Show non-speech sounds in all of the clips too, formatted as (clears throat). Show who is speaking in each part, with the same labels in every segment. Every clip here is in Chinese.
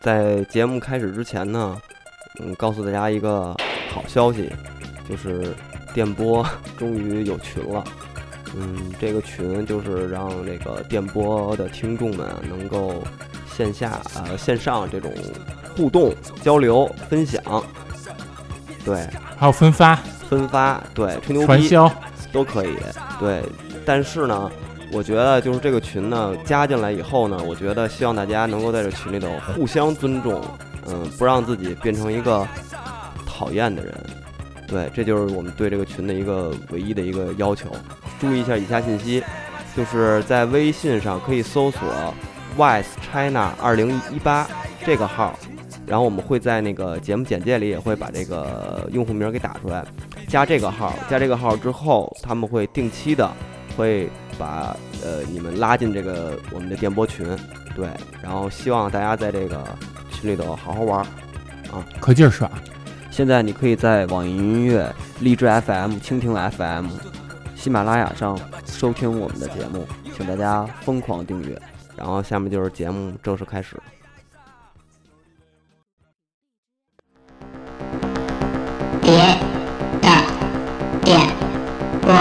Speaker 1: 在节目开始之前呢，嗯，告诉大家一个好消息，就是电波 (laughs) 终于有群了。嗯，这个群就是让这个电波的听众们啊能够线下呃线上这种互动、交流、分享，对，
Speaker 2: 还有分发、
Speaker 1: 分发，对，吹牛
Speaker 2: 传
Speaker 1: 逼
Speaker 2: 销，
Speaker 1: 都可以。对，但是呢，我觉得就是这个群呢加进来以后呢，我觉得希望大家能够在这群里头互相尊重，嗯，不让自己变成一个讨厌的人。对，这就是我们对这个群的一个唯一的一个要求。注意一下以下信息，就是在微信上可以搜索 “wise china 二零一八”这个号，然后我们会在那个节目简介里也会把这个用户名给打出来。加这个号，加这个号之后，他们会定期的会把呃你们拉进这个我们的电波群，对，然后希望大家在这个群里头好好玩儿。
Speaker 2: 可劲儿耍。
Speaker 3: 现在你可以在网易云音乐、荔枝 FM、蜻蜓 FM、喜马拉雅上收听我们的节目，请大家疯狂订阅。
Speaker 1: 然后下面就是节目正式开始。
Speaker 4: 别的点播，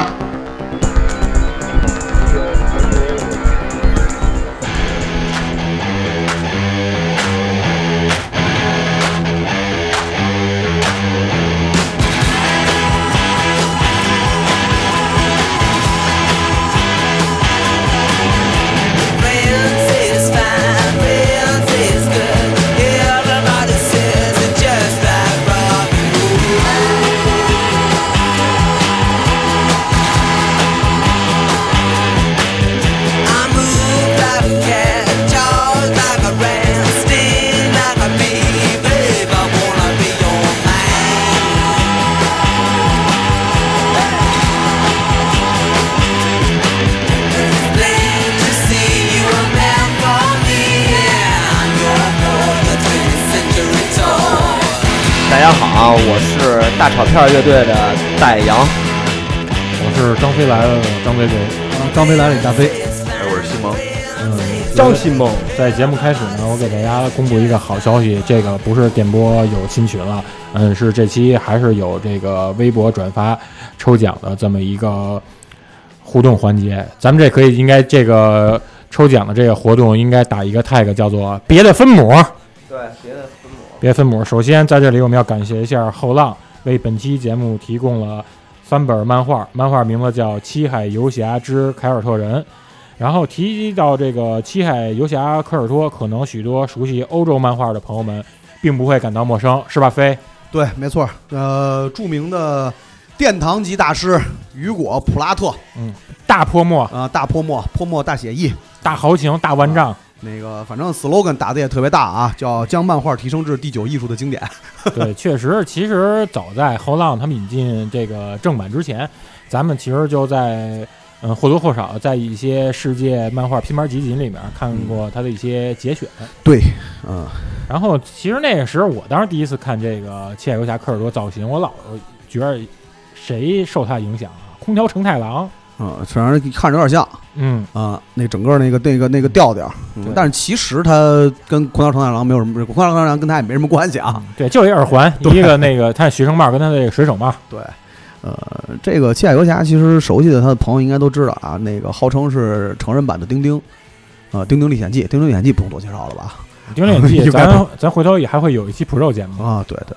Speaker 5: Baby, Century tall.
Speaker 1: 大家好，我是大炒片乐队的戴阳，
Speaker 2: 我是张飞来了，张飞飞。
Speaker 6: 啊，张飞来了，李大飞。
Speaker 7: 哎，我是西蒙，
Speaker 2: 嗯，
Speaker 1: 张新梦。
Speaker 2: 在节目开始呢，我给大家公布一个好消息，这个不是电波有新群了，嗯，是这期还是有这个微博转发抽奖的这么一个互动环节。咱们这可以应该这个抽奖的这个活动应该打一个 tag 叫做别的分母。
Speaker 1: 对，别的分母。
Speaker 2: 别分母。首先，在这里我们要感谢一下后浪为本期节目提供了三本漫画，漫画名字叫《七海游侠之凯尔特人》。然后提及到这个《七海游侠科尔托》，可能许多熟悉欧洲漫画的朋友们并不会感到陌生，是吧？飞，
Speaker 6: 对，没错儿，呃，著名的殿堂级大师雨果·普拉特
Speaker 2: 大泼墨、
Speaker 6: 啊、大泼墨，泼墨大写意。
Speaker 2: 大豪情、大万丈，
Speaker 6: 那个，反正 slogan 打的也特别大啊，叫将漫画提升至第九艺术的经典。
Speaker 2: 对，确实，其实早在后浪他们引进这个正版之前，咱们其实就在嗯或多或少在一些世界漫画拼盘集锦里面看过他的一些节选。
Speaker 6: 对，嗯，
Speaker 2: 然后其实那个时候，我当时第一次看这个《七海游侠科尔多》造型，我老觉得谁受他影响啊？空调成太郎，
Speaker 6: 嗯，反正看着有点像啊、
Speaker 2: 嗯，
Speaker 6: 那整个那个那个那个调调，
Speaker 1: 嗯
Speaker 6: 但是其实它跟《空调承太郎》没有什么，《空调承太郎》跟他也没什么关系啊。
Speaker 2: 对，就一耳
Speaker 6: (laughs)
Speaker 2: 环，
Speaker 6: 对
Speaker 2: 一个那个他的学生帽跟他的水手帽，
Speaker 6: 对，呃，这个《七海游侠》其实熟悉的他的朋友应该都知道啊，那个号称是成人版的丁丁，啊，《丁丁历险记》，《丁丁历险记》不用多介绍了吧？》，
Speaker 2: 《丁丁记
Speaker 6: (laughs)
Speaker 2: 咱咱回头也还会有一期 Pro 节目，
Speaker 6: 啊，对对。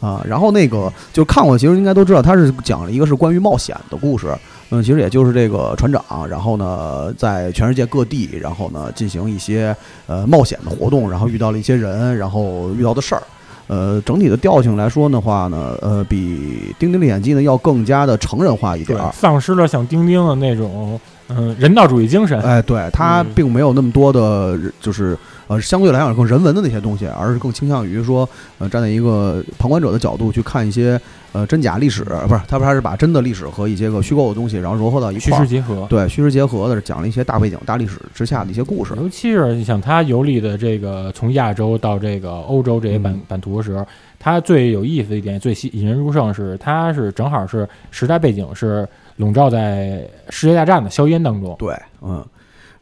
Speaker 6: 啊，然后那个就是看过，其实应该都知道，他是讲了一个是关于冒险的故事。嗯，其实也就是这个船长，啊然后呢，在全世界各地，然后呢进行一些呃冒险的活动，然后遇到了一些人，然后遇到的事儿。呃，整体的调性来说的话呢，呃，比《丁丁历险记呢》要更加的成人化一
Speaker 2: 对
Speaker 6: 点儿，。
Speaker 2: 丧失了像丁丁的那种嗯人道主义精神， (laughs)
Speaker 6: 哎，对，它
Speaker 1: 嗯
Speaker 6: 并没有那么多的，就是呃，相对来讲更人文的那些东西，而是更倾向于说，呃，站在一个旁观者的角度去看一些呃真假历史，不是，它不是它是把真的历史和一些个虚构的东西，然后糅合到一
Speaker 2: 虚
Speaker 6: 块
Speaker 2: 实
Speaker 6: 儿，
Speaker 2: 结合。
Speaker 6: 对，虚实结合的，讲了一些大背景、大历史之下的一些故事。
Speaker 2: 尤其是你像他游历的这个从亚洲到这个欧洲这些版、
Speaker 6: 嗯
Speaker 2: 版图的时候，他最有意思的一点、最吸引人入胜是，他是正好是时代背景是笼罩在世界大战的硝烟当中。
Speaker 6: 对，嗯，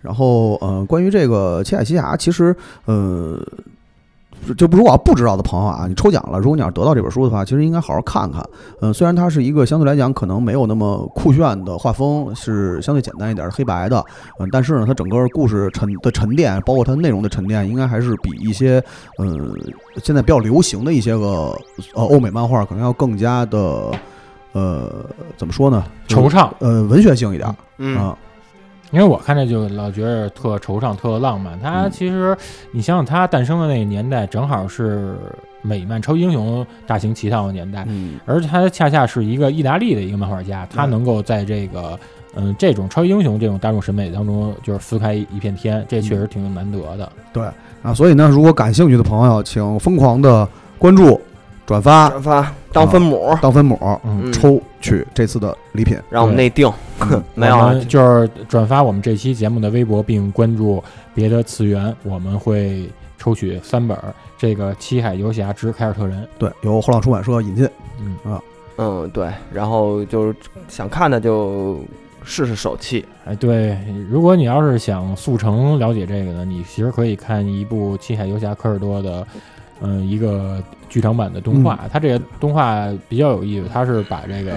Speaker 6: 然后，呃，关于这个《七海奇侠》，其实，呃，就就如果不知道的朋友啊，你抽奖了，如果你要是得到这本书的话，其实应该好好看看。嗯，虽然它是一个相对来讲可能没有那么酷炫的画风，是相对简单一点儿黑白的，嗯，但是呢，它整个故事沉的沉淀，包括它内容的沉淀，应该还是比一些嗯现在比较流行的一些个呃欧美漫画可能要更加的呃怎么说呢，就是
Speaker 2: 惆怅。
Speaker 6: 呃文学性一点儿
Speaker 8: 嗯，
Speaker 6: 啊，
Speaker 2: 因为我看着就老觉得特惆怅、特浪漫。它
Speaker 6: 嗯
Speaker 2: 其实，你想想，它诞生的那个年代，正好是美漫超级英雄大行其道的年代，
Speaker 6: 嗯
Speaker 2: 而它恰恰是一个意大利的一个漫画家，他能够在这个嗯这种超级英雄这种大众审美当中，就是撕开一片天，这确实挺难得的。
Speaker 6: 啊，所以呢，如果感兴趣的朋友，请疯狂的关注、转发、
Speaker 8: 转发当分母，
Speaker 6: 当分母，
Speaker 2: 嗯
Speaker 8: 嗯，
Speaker 6: 抽取这次的礼品。嗯
Speaker 8: 让我们内定，
Speaker 2: 嗯
Speaker 8: 没有
Speaker 2: 我
Speaker 8: 啊
Speaker 2: 们，就是转发我们这期节目的微博，并关注别的次元，我们会抽取三本儿这个《七海游侠之凯尔特人》。
Speaker 6: 对，由后浪出版社引进。
Speaker 2: 嗯，
Speaker 8: 嗯，对，然后就是想看的就试试手气，
Speaker 2: 哎，对，如果你要是想速成了解这个呢，你其实可以看一部《七海游侠科尔多》的，嗯、一个剧场版的动画。
Speaker 6: 嗯
Speaker 2: 它这个动画比较有意思，它是把这个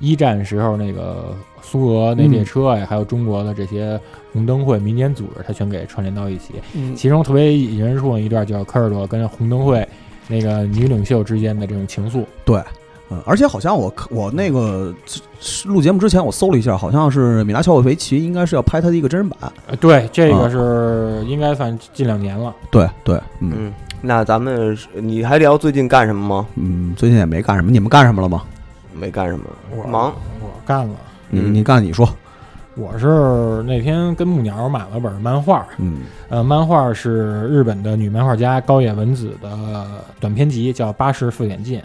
Speaker 2: 一战时候那个苏俄那
Speaker 6: 嗯
Speaker 2: 列车呀、还有中国的这些红灯会民间组织，它全给串联到一起。
Speaker 6: 嗯
Speaker 2: 其中特别引人入胜一段叫科尔多跟红灯会那个女领袖之间的这种情愫。
Speaker 6: 对，嗯，而且好像我我那个录节目之前我搜了一下，好像是米拉乔沃维奇应该是要拍他的一个真人版。
Speaker 2: 呃，对，这
Speaker 6: 啊
Speaker 2: 个是应该算近两年了。
Speaker 6: 对对，嗯
Speaker 8: 嗯，那咱们是你还聊最近干什么吗？
Speaker 6: 嗯，最近也没干什么，你们干什么了吗？
Speaker 8: 没干什么，
Speaker 2: 我
Speaker 8: 忙，
Speaker 2: 我干了。
Speaker 6: 你
Speaker 8: 嗯
Speaker 6: 你干你说，
Speaker 2: 我是那天跟木鸟买了本漫画，
Speaker 6: 嗯
Speaker 2: 呃，漫画是日本的女漫画家高野文子的短篇集，叫《八十四点进》。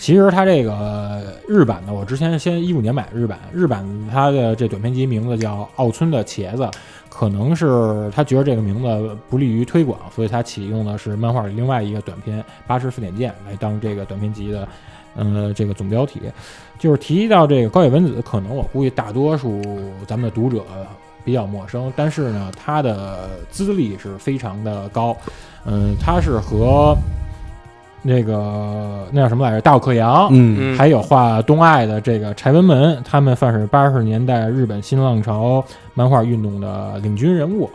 Speaker 2: 其实它这个日版的，我之前先一五年买的日版，日版它的这短篇集名字叫《奥村的茄子》，可能是他觉得这个名字不利于推广，所以他启用的是漫画里另外一个短篇《八十四点见》来当这个短篇集的，呃，这个总标题。就是提到这个高野文子，可能我估计大多数咱们的读者比较陌生，但是呢，他的资历是非常的高，嗯，他是和那个那叫什么来着，大有克洋，
Speaker 6: 嗯
Speaker 2: 还有画东爱的这个柴文门，他们算是八十年代日本新浪潮漫画运动的领军人物。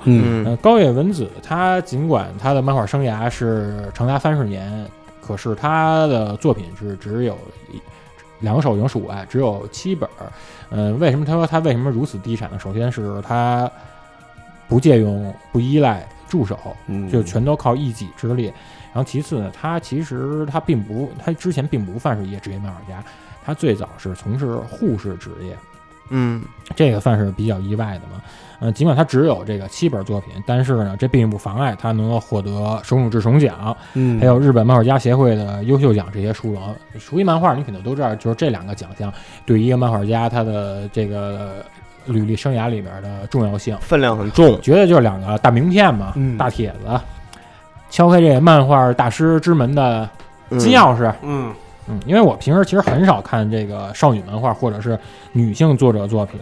Speaker 8: 嗯
Speaker 6: 嗯
Speaker 2: 呃，高野文子，他尽管他的漫画生涯是长达三十年，可是他的作品是只有一两手能数过来，只有七本儿。嗯、为什么他说他为什么如此低产呢？首先是他不借用、不依赖助手，
Speaker 6: 嗯，
Speaker 2: 就全都靠一己之力。然后其次呢，他其实他并不，他之前并不算是一个职业漫画家，他最早是从事护士职业，
Speaker 8: 嗯
Speaker 2: 这个算是比较意外的嘛。嗯、尽管他只有这个七本作品，但是呢，这并不妨碍他能够获得手冢治虫奖，
Speaker 6: 嗯
Speaker 2: 还有日本漫画家协会的优秀奖这些殊荣。熟悉漫画，你肯定都知道，就是这两个奖项对于一个漫画家他的这个履历生涯里边的重要性。
Speaker 8: 分量很重，
Speaker 2: 绝对就是两个大名片嘛，
Speaker 6: 嗯
Speaker 2: 大帖子，敲开这漫画大师之门的
Speaker 8: 嗯
Speaker 2: 金钥匙。
Speaker 8: 嗯
Speaker 2: 嗯，因为我平时其实很少看这个少女漫画或者是女性作者作品，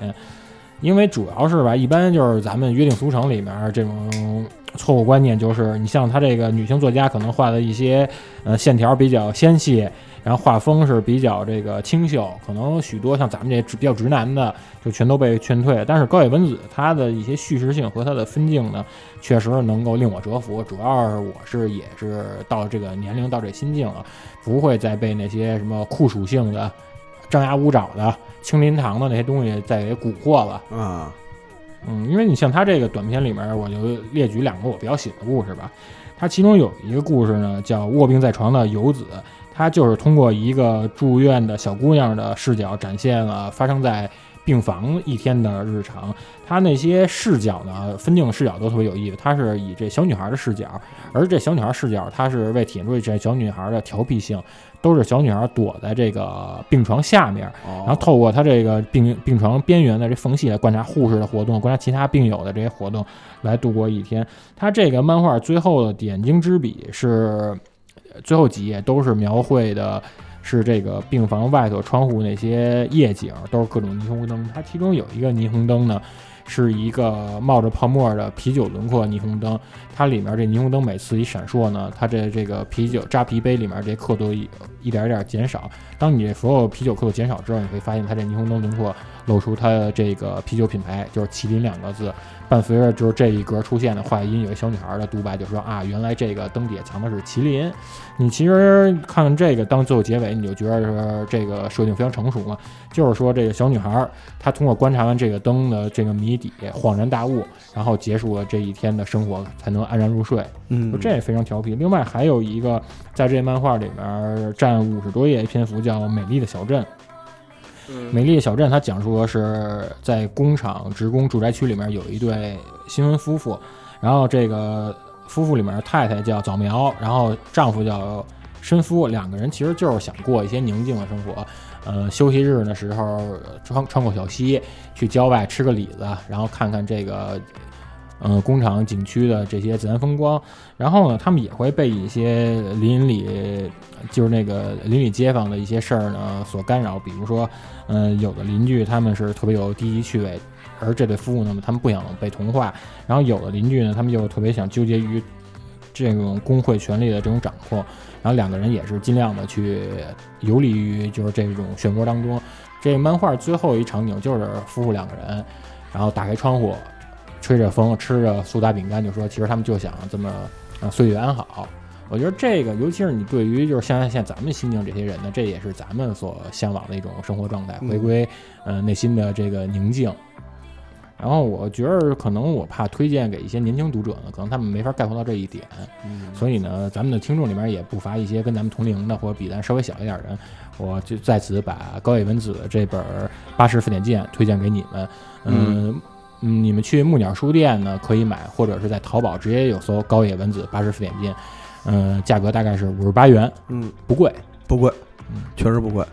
Speaker 2: 因为主要是吧，一般就是咱们约定俗成里面这种错误观念，就是你像她这个女性作家可能画的一些呃线条比较纤细，然后画风是比较这个清秀，可能许多像咱们这直比较直男的就全都被劝退了。但是高野文子她的一些叙事性和她的分镜呢，确实能够令我折服。主要是我是也是到这个年龄到这心境了，不会再被那些什么酷暑性的、张牙舞爪的、青林堂的那些东西再给蛊惑了。
Speaker 6: 啊，
Speaker 2: 嗯，因为你像他这个短片里面，我就列举两个我比较喜欢的故事吧。他其中有一个故事呢，叫《卧病在床的游子》，他就是通过一个住院的小姑娘的视角，展现了发生在病房一天的日常。他那些视角呢，分镜视角都特别有意思。他是以这小女孩的视角，而这小女孩视角，她是为体现出这小女孩的调皮性，都是小女孩躲在这个病床下面，
Speaker 6: 哦
Speaker 2: 然后透过她这个病病床边缘的这缝隙来观察护士的活动，观察其他病友的这些活动，来度过一天。她这个漫画最后的点睛之笔是呃最后几页都是描绘的。是这个病房外头窗户那些夜景，都是各种霓虹灯。它其中有一个霓虹灯呢，是一个冒着泡沫的啤酒轮廓霓虹灯，它里面这霓虹灯每次一闪烁呢，它这这个啤酒扎啤杯里面这刻度一一点一点减少。当你所有啤酒刻度减少之后，你会发现它这霓虹灯轮廓露出它的这个啤酒品牌，就是麒麟两个字。伴随着就是这一格出现的话音，有个小女孩的独白就说啊，原来这个灯底下藏的是麒麟。你其实看看这个当最后结尾，你就觉得说这个设定非常成熟嘛，就是说这个小女孩她通过观察完这个灯的这个谜底，恍然大悟，然后结束了这一天的生活，才能安然入睡。
Speaker 6: 嗯
Speaker 2: 就这也非常调皮。另外还有一个，在这漫画里面占五十多页篇幅叫《美丽的小镇》。美丽的小镇，它讲述的是在工厂职工住宅区里面有一对新婚夫妇，然后这个夫妇里面太太叫早苗，然后丈夫叫申夫，两个人其实就是想过一些宁静的生活。呃，休息日的时候呃穿穿过小溪，去郊外吃个李子，然后看看这个呃工厂景区的这些自然风光。然后呢，他们也会被一些邻里，就是那个邻里街坊的一些事儿呢所干扰，比如说，嗯、有的邻居他们是特别有低级趣味。而这对夫妇呢，他们不想被同化；然后有的邻居呢，他们又特别想纠结于这种工会权力的这种掌控。然后两个人也是尽量的去呃游离于就是这种漩涡当中。这漫画最后一场景就是夫妇两个人，然后打开窗户，吹着风，吃着苏打饼干，就说其实他们就想这么呃岁月安好。我觉得这个，尤其是你对于就是像像咱们新疆这些人呢，这也是咱们所向往的一种生活状态，回归呃内心的这个宁静。然后我觉得可能我怕推荐给一些年轻读者呢，可能他们没法 get 到这一点，所以呢，咱们的听众里面也不乏一些跟咱们同龄的或者比咱稍微小一点的人，我就在此把高野文子这本《八十分点见》推荐给你们。嗯嗯，你们去木鸟书店呢可以买，或者是在淘宝直接有搜高野文子《八十分点见》，嗯，价格大概是五十八元，
Speaker 6: 嗯，
Speaker 2: 不贵。
Speaker 6: 不贵
Speaker 2: 嗯，
Speaker 6: 确实不贵，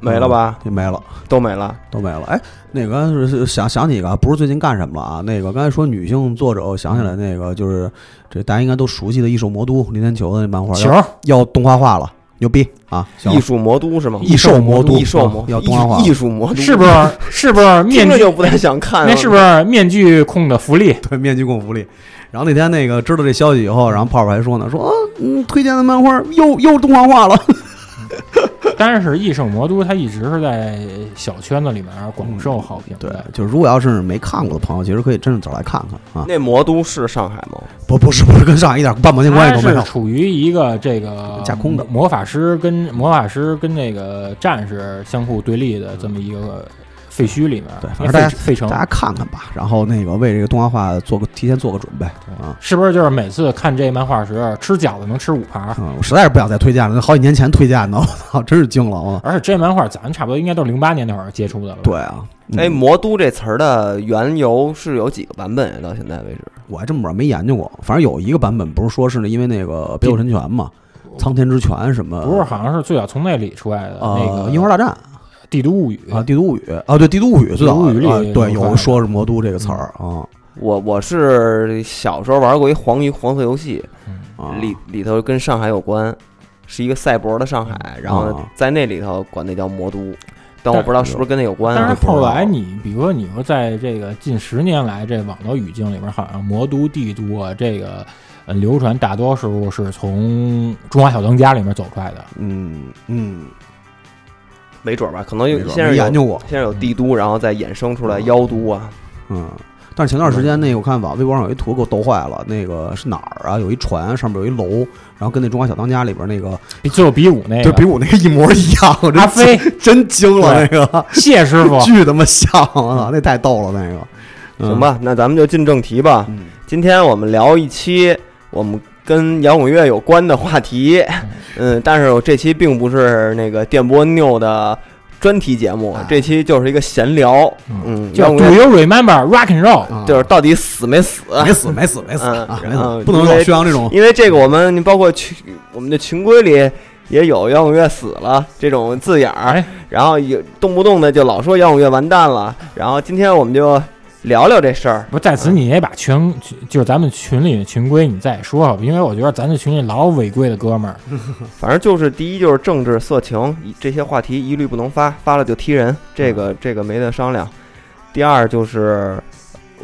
Speaker 1: 没了吧？
Speaker 6: 也没了。
Speaker 1: 都没了。
Speaker 6: 都没了。哎，那个刚才是想想起一个啊，不是最近干什么了啊？那个刚才说女性作者，我想起来那个就是这大家应该都熟悉的《异兽魔都》林天球的那漫画
Speaker 2: 球
Speaker 6: 要要动画化了，牛逼啊！行
Speaker 1: 艺术魔都是吗？
Speaker 6: 异兽魔都，啊
Speaker 1: 艺术魔
Speaker 6: 要
Speaker 1: 艺
Speaker 6: 动画化
Speaker 1: 术艺术魔都
Speaker 2: 是不
Speaker 1: (laughs)
Speaker 2: 是？是不是
Speaker 1: 听
Speaker 2: 面
Speaker 1: 着
Speaker 2: 具
Speaker 1: 就？不太想看了？
Speaker 2: 那是不是面具控的福利？ (laughs)
Speaker 6: 对面具共福利。然后那天那个知道这消息以后，然后泡泡还说呢，说啊，嗯，推荐的漫画又又动画化了。
Speaker 2: 但是《异圣魔都》它一直是在小圈子里面广受好评
Speaker 6: 对
Speaker 2: 的。，
Speaker 6: 就是如果要是没看过的朋友，其实可以真的找来看看啊。
Speaker 1: 那魔都是上海吗？
Speaker 6: 不不是不是跟上海一点半毛钱关
Speaker 2: 它
Speaker 6: 系都没
Speaker 2: 是
Speaker 6: 有。
Speaker 2: 处于一个这个
Speaker 6: 架空的
Speaker 2: 魔法师跟魔法师跟那个战士相互对立的这么一个废墟里面，
Speaker 6: 对反
Speaker 2: 那
Speaker 6: 正大家
Speaker 2: 废废城
Speaker 6: 大家看看吧，然后那个为这个动画化做个提前做个准备啊。
Speaker 2: 是不是就是每次看这漫画时吃饺子能吃五盘？
Speaker 6: 嗯，我实在是不想再推荐了，那好几年前推荐的，我操，真是惊了啊！
Speaker 2: 而且这漫画咱差不多应该都是零八年那会儿接触的了。
Speaker 6: (laughs) 对，啊，嗯
Speaker 1: 哎，魔都这词儿的缘由是有几个版本呀？到现在为止，
Speaker 6: 我还真不知道，没研究过。反正有一个版本不是说是那因为那个《北斗神拳》嘛，《苍天之拳》什么，
Speaker 2: 不是好像是最早从那里出来的
Speaker 6: 呃
Speaker 2: 那个
Speaker 6: 樱花大战》
Speaker 2: 《帝都物语》
Speaker 6: 啊，《帝都物语》啊，对，《帝都物语》最早
Speaker 2: 帝都物语里
Speaker 6: 啊
Speaker 2: 有
Speaker 6: 对
Speaker 2: 有
Speaker 6: 有说是魔都这个词儿
Speaker 2: 嗯
Speaker 6: 啊
Speaker 1: 我我是小时候玩过一黄鱼黄色游戏，
Speaker 6: 啊，
Speaker 1: 里里头跟上海有关，是一个赛博的上海，然后
Speaker 6: 啊
Speaker 1: 在那里头管那叫魔都，但我不知道是不是跟那有关
Speaker 2: 但
Speaker 1: 啊。
Speaker 2: 是后来你，比如说你说在这个近十年来这网络语境里边，好像魔都、帝都啊，这个呃流传大多数是从《中华小当家》里面走出来的。
Speaker 6: 嗯嗯，
Speaker 1: 没准儿吧，可能
Speaker 6: 没
Speaker 1: 有
Speaker 6: 准儿
Speaker 1: 现在
Speaker 6: 没
Speaker 1: 有
Speaker 6: 研究过，
Speaker 1: 现在有帝都，然后再衍生出来妖都啊，
Speaker 6: 嗯。但是前段时
Speaker 2: 嗯
Speaker 6: 间那个我看网微博上有一图给我逗坏了，那个是哪儿啊？有一船上面有一楼，然后跟那《中华小当家》里边那个
Speaker 2: 比最后比武那
Speaker 6: 对比
Speaker 2: 个
Speaker 6: 我那个一模一样，我真
Speaker 2: 哎阿飞、
Speaker 6: 真惊了那个。，
Speaker 2: 谢师傅
Speaker 6: 巨他妈像，我操，那太逗了那个。嗯
Speaker 1: 行，吧，那咱们就进正题吧。
Speaker 6: 嗯
Speaker 1: 今天我们聊一期我们跟摇滚乐有关的话
Speaker 6: (laughs)
Speaker 1: 题，嗯，但是我这期并不是那个电波 new 的专题节目
Speaker 6: 哎，
Speaker 1: 这期就是一个闲聊，嗯，摇
Speaker 2: 叫 Do
Speaker 1: 滚乐
Speaker 2: you remember rock and roll？
Speaker 6: 啊
Speaker 1: 就是到底死没死？
Speaker 6: 没死没死没死
Speaker 1: 嗯
Speaker 6: 啊，
Speaker 1: 嗯
Speaker 6: 没死，
Speaker 1: 嗯
Speaker 6: 不能
Speaker 1: 因
Speaker 6: 老
Speaker 1: 为
Speaker 6: 宣扬这种
Speaker 1: (laughs) 因为这个，我们你包括群我们的群规里也有摇滚乐死了这种字眼儿
Speaker 2: 哎，
Speaker 1: 然后也动不动的就老说摇滚乐完蛋了，然后今天我们就聊聊这事儿。
Speaker 2: 不，在此你也把群，就是咱们群里的群规，你再说说，因为我觉得咱这群里老有违规的哥们儿，
Speaker 1: 反正就是第一就是政治、色情一这些话题一律不能发，发了就踢人，这个这个没得商量。第二就是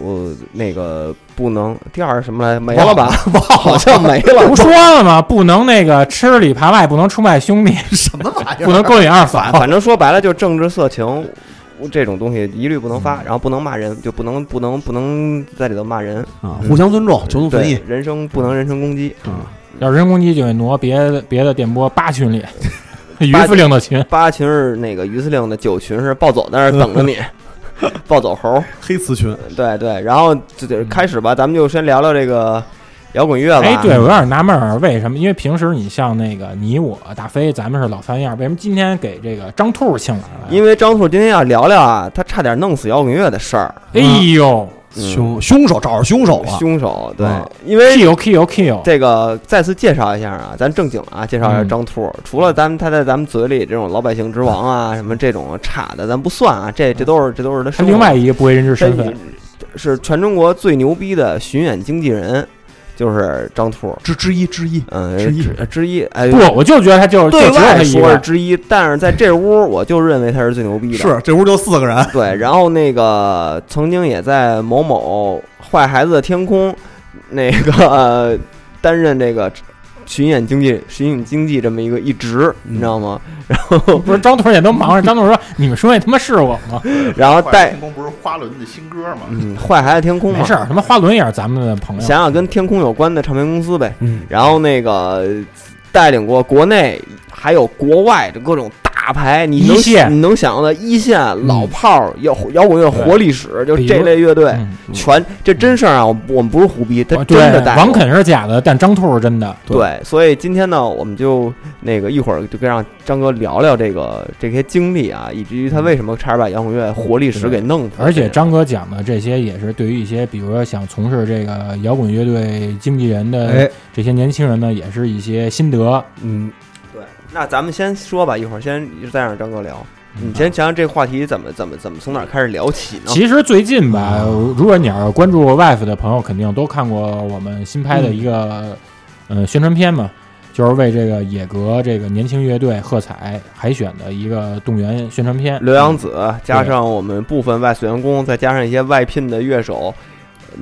Speaker 1: 我那个不能，第二是什么来没了吧？ (laughs) 好像没了
Speaker 2: 不，说了吗？不能那个吃里扒外，不能出卖兄弟，
Speaker 6: 什么玩意
Speaker 2: 不
Speaker 6: 儿？
Speaker 2: 能勾引二
Speaker 1: 反
Speaker 2: 嫂。
Speaker 1: 反正说白了就是政治色情。我这种东西一律不能
Speaker 2: 嗯
Speaker 1: 发，然后不能骂人，就不能不能不能在里头骂人，
Speaker 6: 啊，
Speaker 2: 嗯
Speaker 6: 互相尊重，求同存
Speaker 1: 对
Speaker 6: 异。
Speaker 1: 人身不能人身攻击。
Speaker 6: 啊，
Speaker 2: 要是人攻击就得挪别的别的电波八
Speaker 1: (laughs)
Speaker 2: 群里，于
Speaker 1: 八
Speaker 2: 司令的群。
Speaker 1: 八群是那个于司令的，九群是暴走在那儿等着
Speaker 2: (laughs)
Speaker 1: 你，暴走猴。
Speaker 6: 黑词群，
Speaker 1: 对对，然后就就开始吧，咱们就先聊聊这个摇滚乐吧。
Speaker 2: 哎，对我有点纳闷儿，为什么？因为平时你像那个你我大飞，咱们是老三样，为什么今天给这个张兔请来了？
Speaker 1: 因为张兔今天要聊聊啊，他差点弄死摇滚乐的事儿，
Speaker 2: 哎呦
Speaker 6: 凶凶手找着凶手了。
Speaker 1: 嗯凶手对
Speaker 2: 嗯
Speaker 6: 啊，
Speaker 1: 因为
Speaker 2: ，kill kill kill，
Speaker 1: 这个再次介绍一下啊，咱正经啊，介绍一下
Speaker 2: 嗯
Speaker 1: 张兔。除了咱们他在咱们嘴里这种老百姓之王啊，什么这种差的咱不算啊，这这都是这都是他
Speaker 2: 他
Speaker 1: 生
Speaker 2: 嗯另
Speaker 1: 活
Speaker 2: 外一个不为人知身份，
Speaker 1: 是全中国最牛逼的巡演经纪人，就是张兔，
Speaker 6: 之之一之一，
Speaker 1: 嗯，
Speaker 6: 之一
Speaker 1: 之一，哎，
Speaker 2: 不，我就觉得他就就
Speaker 1: 对
Speaker 2: 只有他
Speaker 1: 外
Speaker 2: 一
Speaker 1: 说是
Speaker 2: 个。
Speaker 1: 之一，但是在这屋我就认为他是最牛逼的，
Speaker 6: 是这屋就四个 (laughs) 人，
Speaker 1: 对，然后那个曾经也在某某坏孩子的天空那个、呃担任这个巡演经济巡演经济这么一个一职，你知道吗？
Speaker 2: 不是张兔也都忙着，张兔说：“ (laughs) 你们说那他妈是我
Speaker 1: (laughs)
Speaker 2: 吗？
Speaker 1: 然后
Speaker 9: 坏人
Speaker 1: 带
Speaker 9: 天空不是花轮的新歌吗？
Speaker 1: 嗯坏孩子天空
Speaker 2: 没
Speaker 1: 嘛
Speaker 2: 事，儿，他妈花轮也是咱们的朋友。
Speaker 1: 嗯想想跟天空有关的唱片公司呗，
Speaker 6: 嗯，
Speaker 1: 然后那个带领过国内还有国外的各种大牌，你能
Speaker 2: 一线嗯
Speaker 1: 你能想到的一线老炮儿摇摇滚乐活历史，就
Speaker 2: 比
Speaker 1: 这
Speaker 2: 如
Speaker 1: 类乐队。
Speaker 2: 嗯
Speaker 1: 全这真事儿啊，我我们不是胡逼，他
Speaker 2: 哦
Speaker 1: 真
Speaker 2: 对
Speaker 1: 的带
Speaker 2: 王
Speaker 1: 过
Speaker 2: 肯是假的，但张兔是真的。
Speaker 1: 对，所以今天呢，我们就那个一会儿就跟让张哥聊聊这个这些经历啊，以至于他为什么差点把摇滚乐活历史给弄死。
Speaker 2: 而且张哥讲的这些也是对于一些，比如说想从事这个摇滚乐队经纪人的
Speaker 6: 哎，
Speaker 2: 这些年轻人呢，也是一些心
Speaker 1: 哦
Speaker 2: 得。
Speaker 6: 嗯，
Speaker 1: 对，那咱们先说吧，一会儿先再让张哥聊。
Speaker 2: 嗯
Speaker 1: 你先想想这话题怎么怎么怎么从哪儿开始聊起呢？
Speaker 2: 其实最近吧，
Speaker 1: 啊
Speaker 2: 如果你要是关注 WiFi 的朋友，肯定都看过我们新拍的一个
Speaker 1: 嗯
Speaker 2: 呃宣传片嘛，就是为这个野格这个年轻乐队喝彩海选的一个动员宣传片。
Speaker 1: 刘洋子
Speaker 2: 嗯
Speaker 1: 加上我们部分外宿员工，再加上一些外聘的乐手，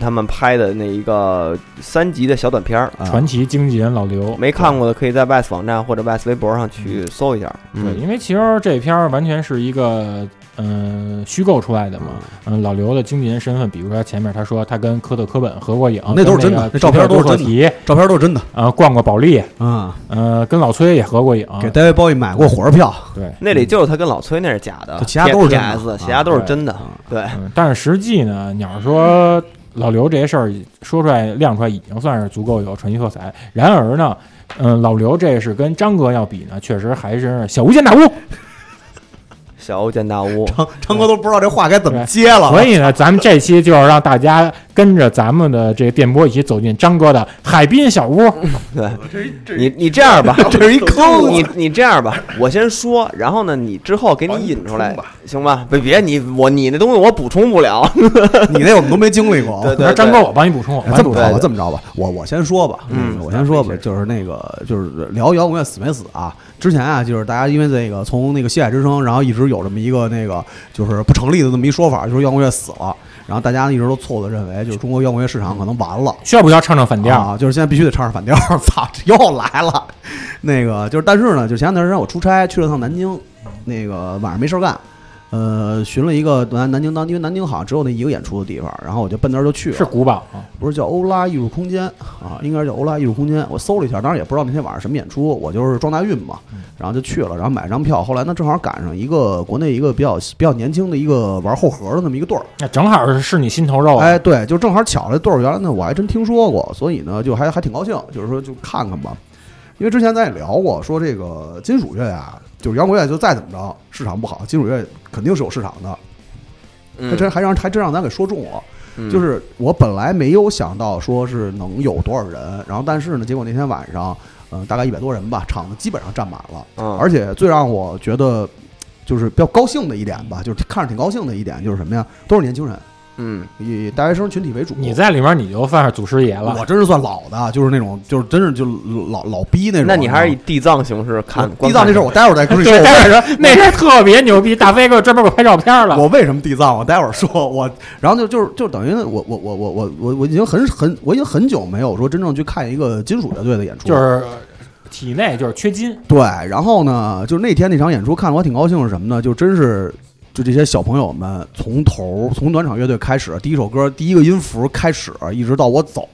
Speaker 1: 他们拍的那一个三集的小短片儿，
Speaker 6: 啊
Speaker 2: 传奇经纪人老刘，
Speaker 1: 没看过的可以在 VICE 网站或者 VICE 微博上
Speaker 2: 嗯
Speaker 1: 去搜一下。
Speaker 2: 对，，因为其实这片儿完全是一个嗯、呃虚构出来的嘛。嗯、老刘的经纪人身份，比如说前面他说他跟科特·科本合过影，
Speaker 6: 那都是
Speaker 2: 跟
Speaker 6: 真的
Speaker 2: 个
Speaker 6: 那照片都是真的
Speaker 2: 皮特·杜克
Speaker 6: 照片都是真的
Speaker 2: 提，呃，逛过保利，
Speaker 6: 啊，
Speaker 2: 呃，跟老崔也合过
Speaker 1: 啊
Speaker 2: 影。
Speaker 6: 给 David Bowie 买过火车票， (laughs)
Speaker 2: 对，
Speaker 1: 那里就是他跟老崔那是假的，
Speaker 6: 嗯就其他都是真的
Speaker 1: PS，
Speaker 6: 啊
Speaker 1: 其他都是真的
Speaker 6: 啊。
Speaker 1: 对，
Speaker 2: 嗯，但是实际呢，你要是说老刘这些事儿说出来亮出来，已经算是足够有传奇色彩。然而呢，嗯，老刘这是跟张哥要比呢，确实还是小巫见大巫。
Speaker 1: 小巫见大巫。
Speaker 6: 张张哥都不知道这话该怎么接了。
Speaker 2: 所以呢，咱们这期就是让大家跟着咱们的这个电波一起走进张哥的海滨小屋。
Speaker 1: 对
Speaker 9: 这这
Speaker 1: 你，你这样吧，
Speaker 6: (laughs) 这是一
Speaker 1: 不
Speaker 6: 坑，啊
Speaker 1: 你你这样吧，我先说，然后呢，你之后给
Speaker 9: 好
Speaker 1: 你
Speaker 9: 你
Speaker 1: 引出
Speaker 9: 补
Speaker 1: 来
Speaker 9: 充吧，
Speaker 1: 行吧？别别你我你那东西我补充不了。
Speaker 6: 你那我们都没经历
Speaker 1: (laughs)
Speaker 6: 过。
Speaker 1: 对
Speaker 2: 我说
Speaker 1: 对，
Speaker 2: 张哥，
Speaker 1: 对
Speaker 2: 我帮你补充，我
Speaker 6: 哎
Speaker 2: 帮
Speaker 6: 这
Speaker 2: 你
Speaker 6: 么
Speaker 2: 补
Speaker 6: 着
Speaker 2: 充。
Speaker 6: 吧，这么着吧，我我先说吧，
Speaker 1: 嗯
Speaker 6: 我先说吧，就是那个就是聊摇滚乐死没死啊？之前啊，就是大家因为这个从那个西海之声，然后一直有这么一个那个就是不成立的这么一说法，就是摇滚乐死了，然后大家一直都错误的认为就是中国摇滚乐市场可能完了。
Speaker 2: 需要不需要唱唱反调？
Speaker 6: 啊，就是现在必须得唱上反调， (laughs) 操，又来了。那个就是，但是呢，就前两段时间我出差去了趟南京，那个晚上没事儿干，呃，寻了一个南南京当，因为南京好像只有那一个演出的地方，然后我就奔那儿就去了。
Speaker 2: 是古堡啊，
Speaker 6: 不是叫欧拉艺术空间啊，应该是叫欧拉艺术空间。我搜了一下，当然也不知道那天晚上什么演出，我就是撞大运嘛，然后就去了，然后买张票。后来呢，正好赶上一个国内一个比较比较年轻的一个玩后核的那么一个队儿，
Speaker 2: 那正好是你心头
Speaker 1: 哦
Speaker 2: 肉啊。
Speaker 6: 哎，对，就正好巧了，队儿原来呢我还真听说过，所以呢就还还挺高兴，就是说就看看吧。因为之前咱也聊过，说这个金属乐啊，就是摇滚乐，就再怎么着市场不好，金属乐肯定是有市场的。
Speaker 1: (laughs)
Speaker 6: 还真还让还真让咱给说中了，
Speaker 1: 嗯
Speaker 6: 嗯就是我本来没有想到说是能有多少人，然后但是呢，结果那天晚上，嗯、大概一百多人吧，场子基本上占满了。
Speaker 1: 嗯
Speaker 6: 而且最让我觉得就是比较高兴的一点吧，就是看着挺高兴的一点就是什么呀，都是年轻人，
Speaker 8: 嗯，
Speaker 6: 以大学生群体为主。
Speaker 2: 你在里面你就算是祖师爷了
Speaker 6: 我。真是算老的，就是那种，就是真是就老老逼
Speaker 1: 嗯
Speaker 6: 那种。
Speaker 8: 那你还是以地藏形式看
Speaker 6: 我地藏这事儿，我待会儿再跟你说。
Speaker 2: 对，
Speaker 6: 我
Speaker 2: 但是说那是特别牛逼，大飞给我专门给我拍照片了。
Speaker 6: 我为什么地藏？我待会儿说。我然后就就是就等于我我我我我我我已经很很我已经很久没有说真正去看一个金属乐队的演出
Speaker 2: 就
Speaker 6: 了，
Speaker 2: 是体内就是缺金，
Speaker 6: 对。然后呢，就是那天那场演出看得我挺高兴是什么呢？就真是就这些小朋友们从头从暖场乐队开始，第一首歌第一个音符开始，一直到我走，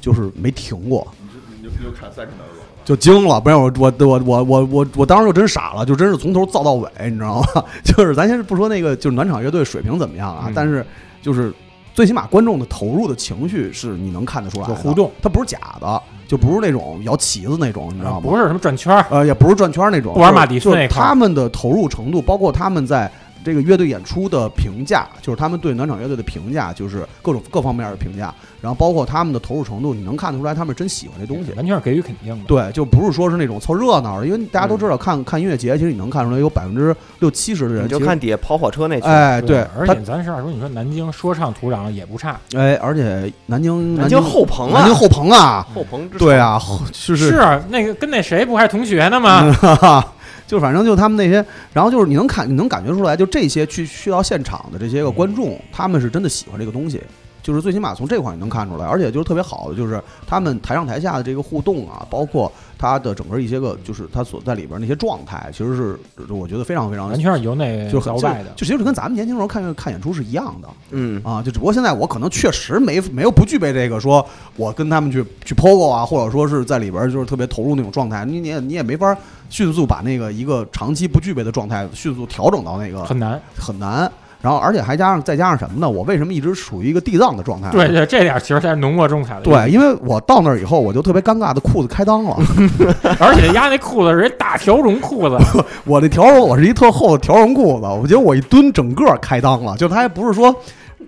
Speaker 6: 就是没停过。
Speaker 9: 你就你就你就看三十秒钟。
Speaker 6: 就惊了，不然我我我我我我我当时就真傻了，就真是从头造到尾，你知道吗？ (laughs) 就是咱先不说那个，就是暖场乐队水平怎么样啊，
Speaker 2: 嗯
Speaker 6: 但是就是最起码观众的投入的情绪是你能看得出来的，
Speaker 2: 有互动，
Speaker 6: 它不是假的，就不是那种摇旗子那种，你知道吗？
Speaker 2: 不是什么转圈儿，
Speaker 6: 呃，也不是转圈那种，
Speaker 2: 不玩马蒂斯
Speaker 6: 就是
Speaker 2: 那
Speaker 6: 就是
Speaker 2: 块儿
Speaker 6: 他们的投入程度，包括他们在这个乐队演出的评价，就是他们对暖场乐队的评价，就是各种各方面的评价，然后包括他们的投入程度，你能看得出来他们真喜欢这东西。
Speaker 2: 完全是给予肯定的。
Speaker 6: 对，就不是说是那种凑热闹的，因为大家都知道看，看音乐节，其实你能看出来有百分之六七十的人
Speaker 8: 你就
Speaker 6: 其实
Speaker 8: 看底下跑火车那群，
Speaker 6: 哎，对，
Speaker 2: 而
Speaker 6: 他
Speaker 2: 且咱实话说，你说南京说唱土壤也不差，
Speaker 6: 哎，而且南京
Speaker 8: 南
Speaker 6: 京
Speaker 8: 京后棚啊，
Speaker 6: 南京后棚啊，
Speaker 8: 后棚之
Speaker 6: 对
Speaker 8: 城，
Speaker 6: 啊，后就是嗯
Speaker 2: 是那个跟那谁不还是同学呢吗？
Speaker 6: 哈， (laughs) 就反正就他们那些，然后就是你能看，你能感觉出来，就这些去去到现场的这些个观众，他们是真的喜欢这个东西，就是最起码从这块儿你能看出来，而且就是特别好的，就是他们台上台下的这个互动啊，包括他的整个一些个，就是他所在里边那些状态，其实是我觉得非常非常
Speaker 2: 完全是由内
Speaker 6: 就
Speaker 2: 到
Speaker 6: 很
Speaker 2: 外的。
Speaker 6: 就其实就跟咱们年轻时候看看演出是一样的
Speaker 8: 嗯，
Speaker 6: 啊，就只不过现在我可能确实没没有不具备这个，说我跟他们去去 POGO 啊，或者说是在里边就是特别投入那种状态，你你也你也没法迅速把那个一个长期不具备的状态迅速调整到那个
Speaker 2: 很难，
Speaker 6: 很难。然后而且还加上再加上什么呢？我为什么一直处于一个地藏的状态呢？啊
Speaker 2: 对对，这点其实才是浓墨重彩的。，
Speaker 6: 对，因为我到那儿以后，我就特别尴尬的裤子开裆了。
Speaker 2: (laughs)
Speaker 6: (laughs)
Speaker 2: 而且压那裤子是一大条绒裤
Speaker 6: (laughs)
Speaker 2: 子，
Speaker 6: 我那条绒，我是一特厚的条绒裤子，我觉得我一蹲整个儿开裆了，就它还不是说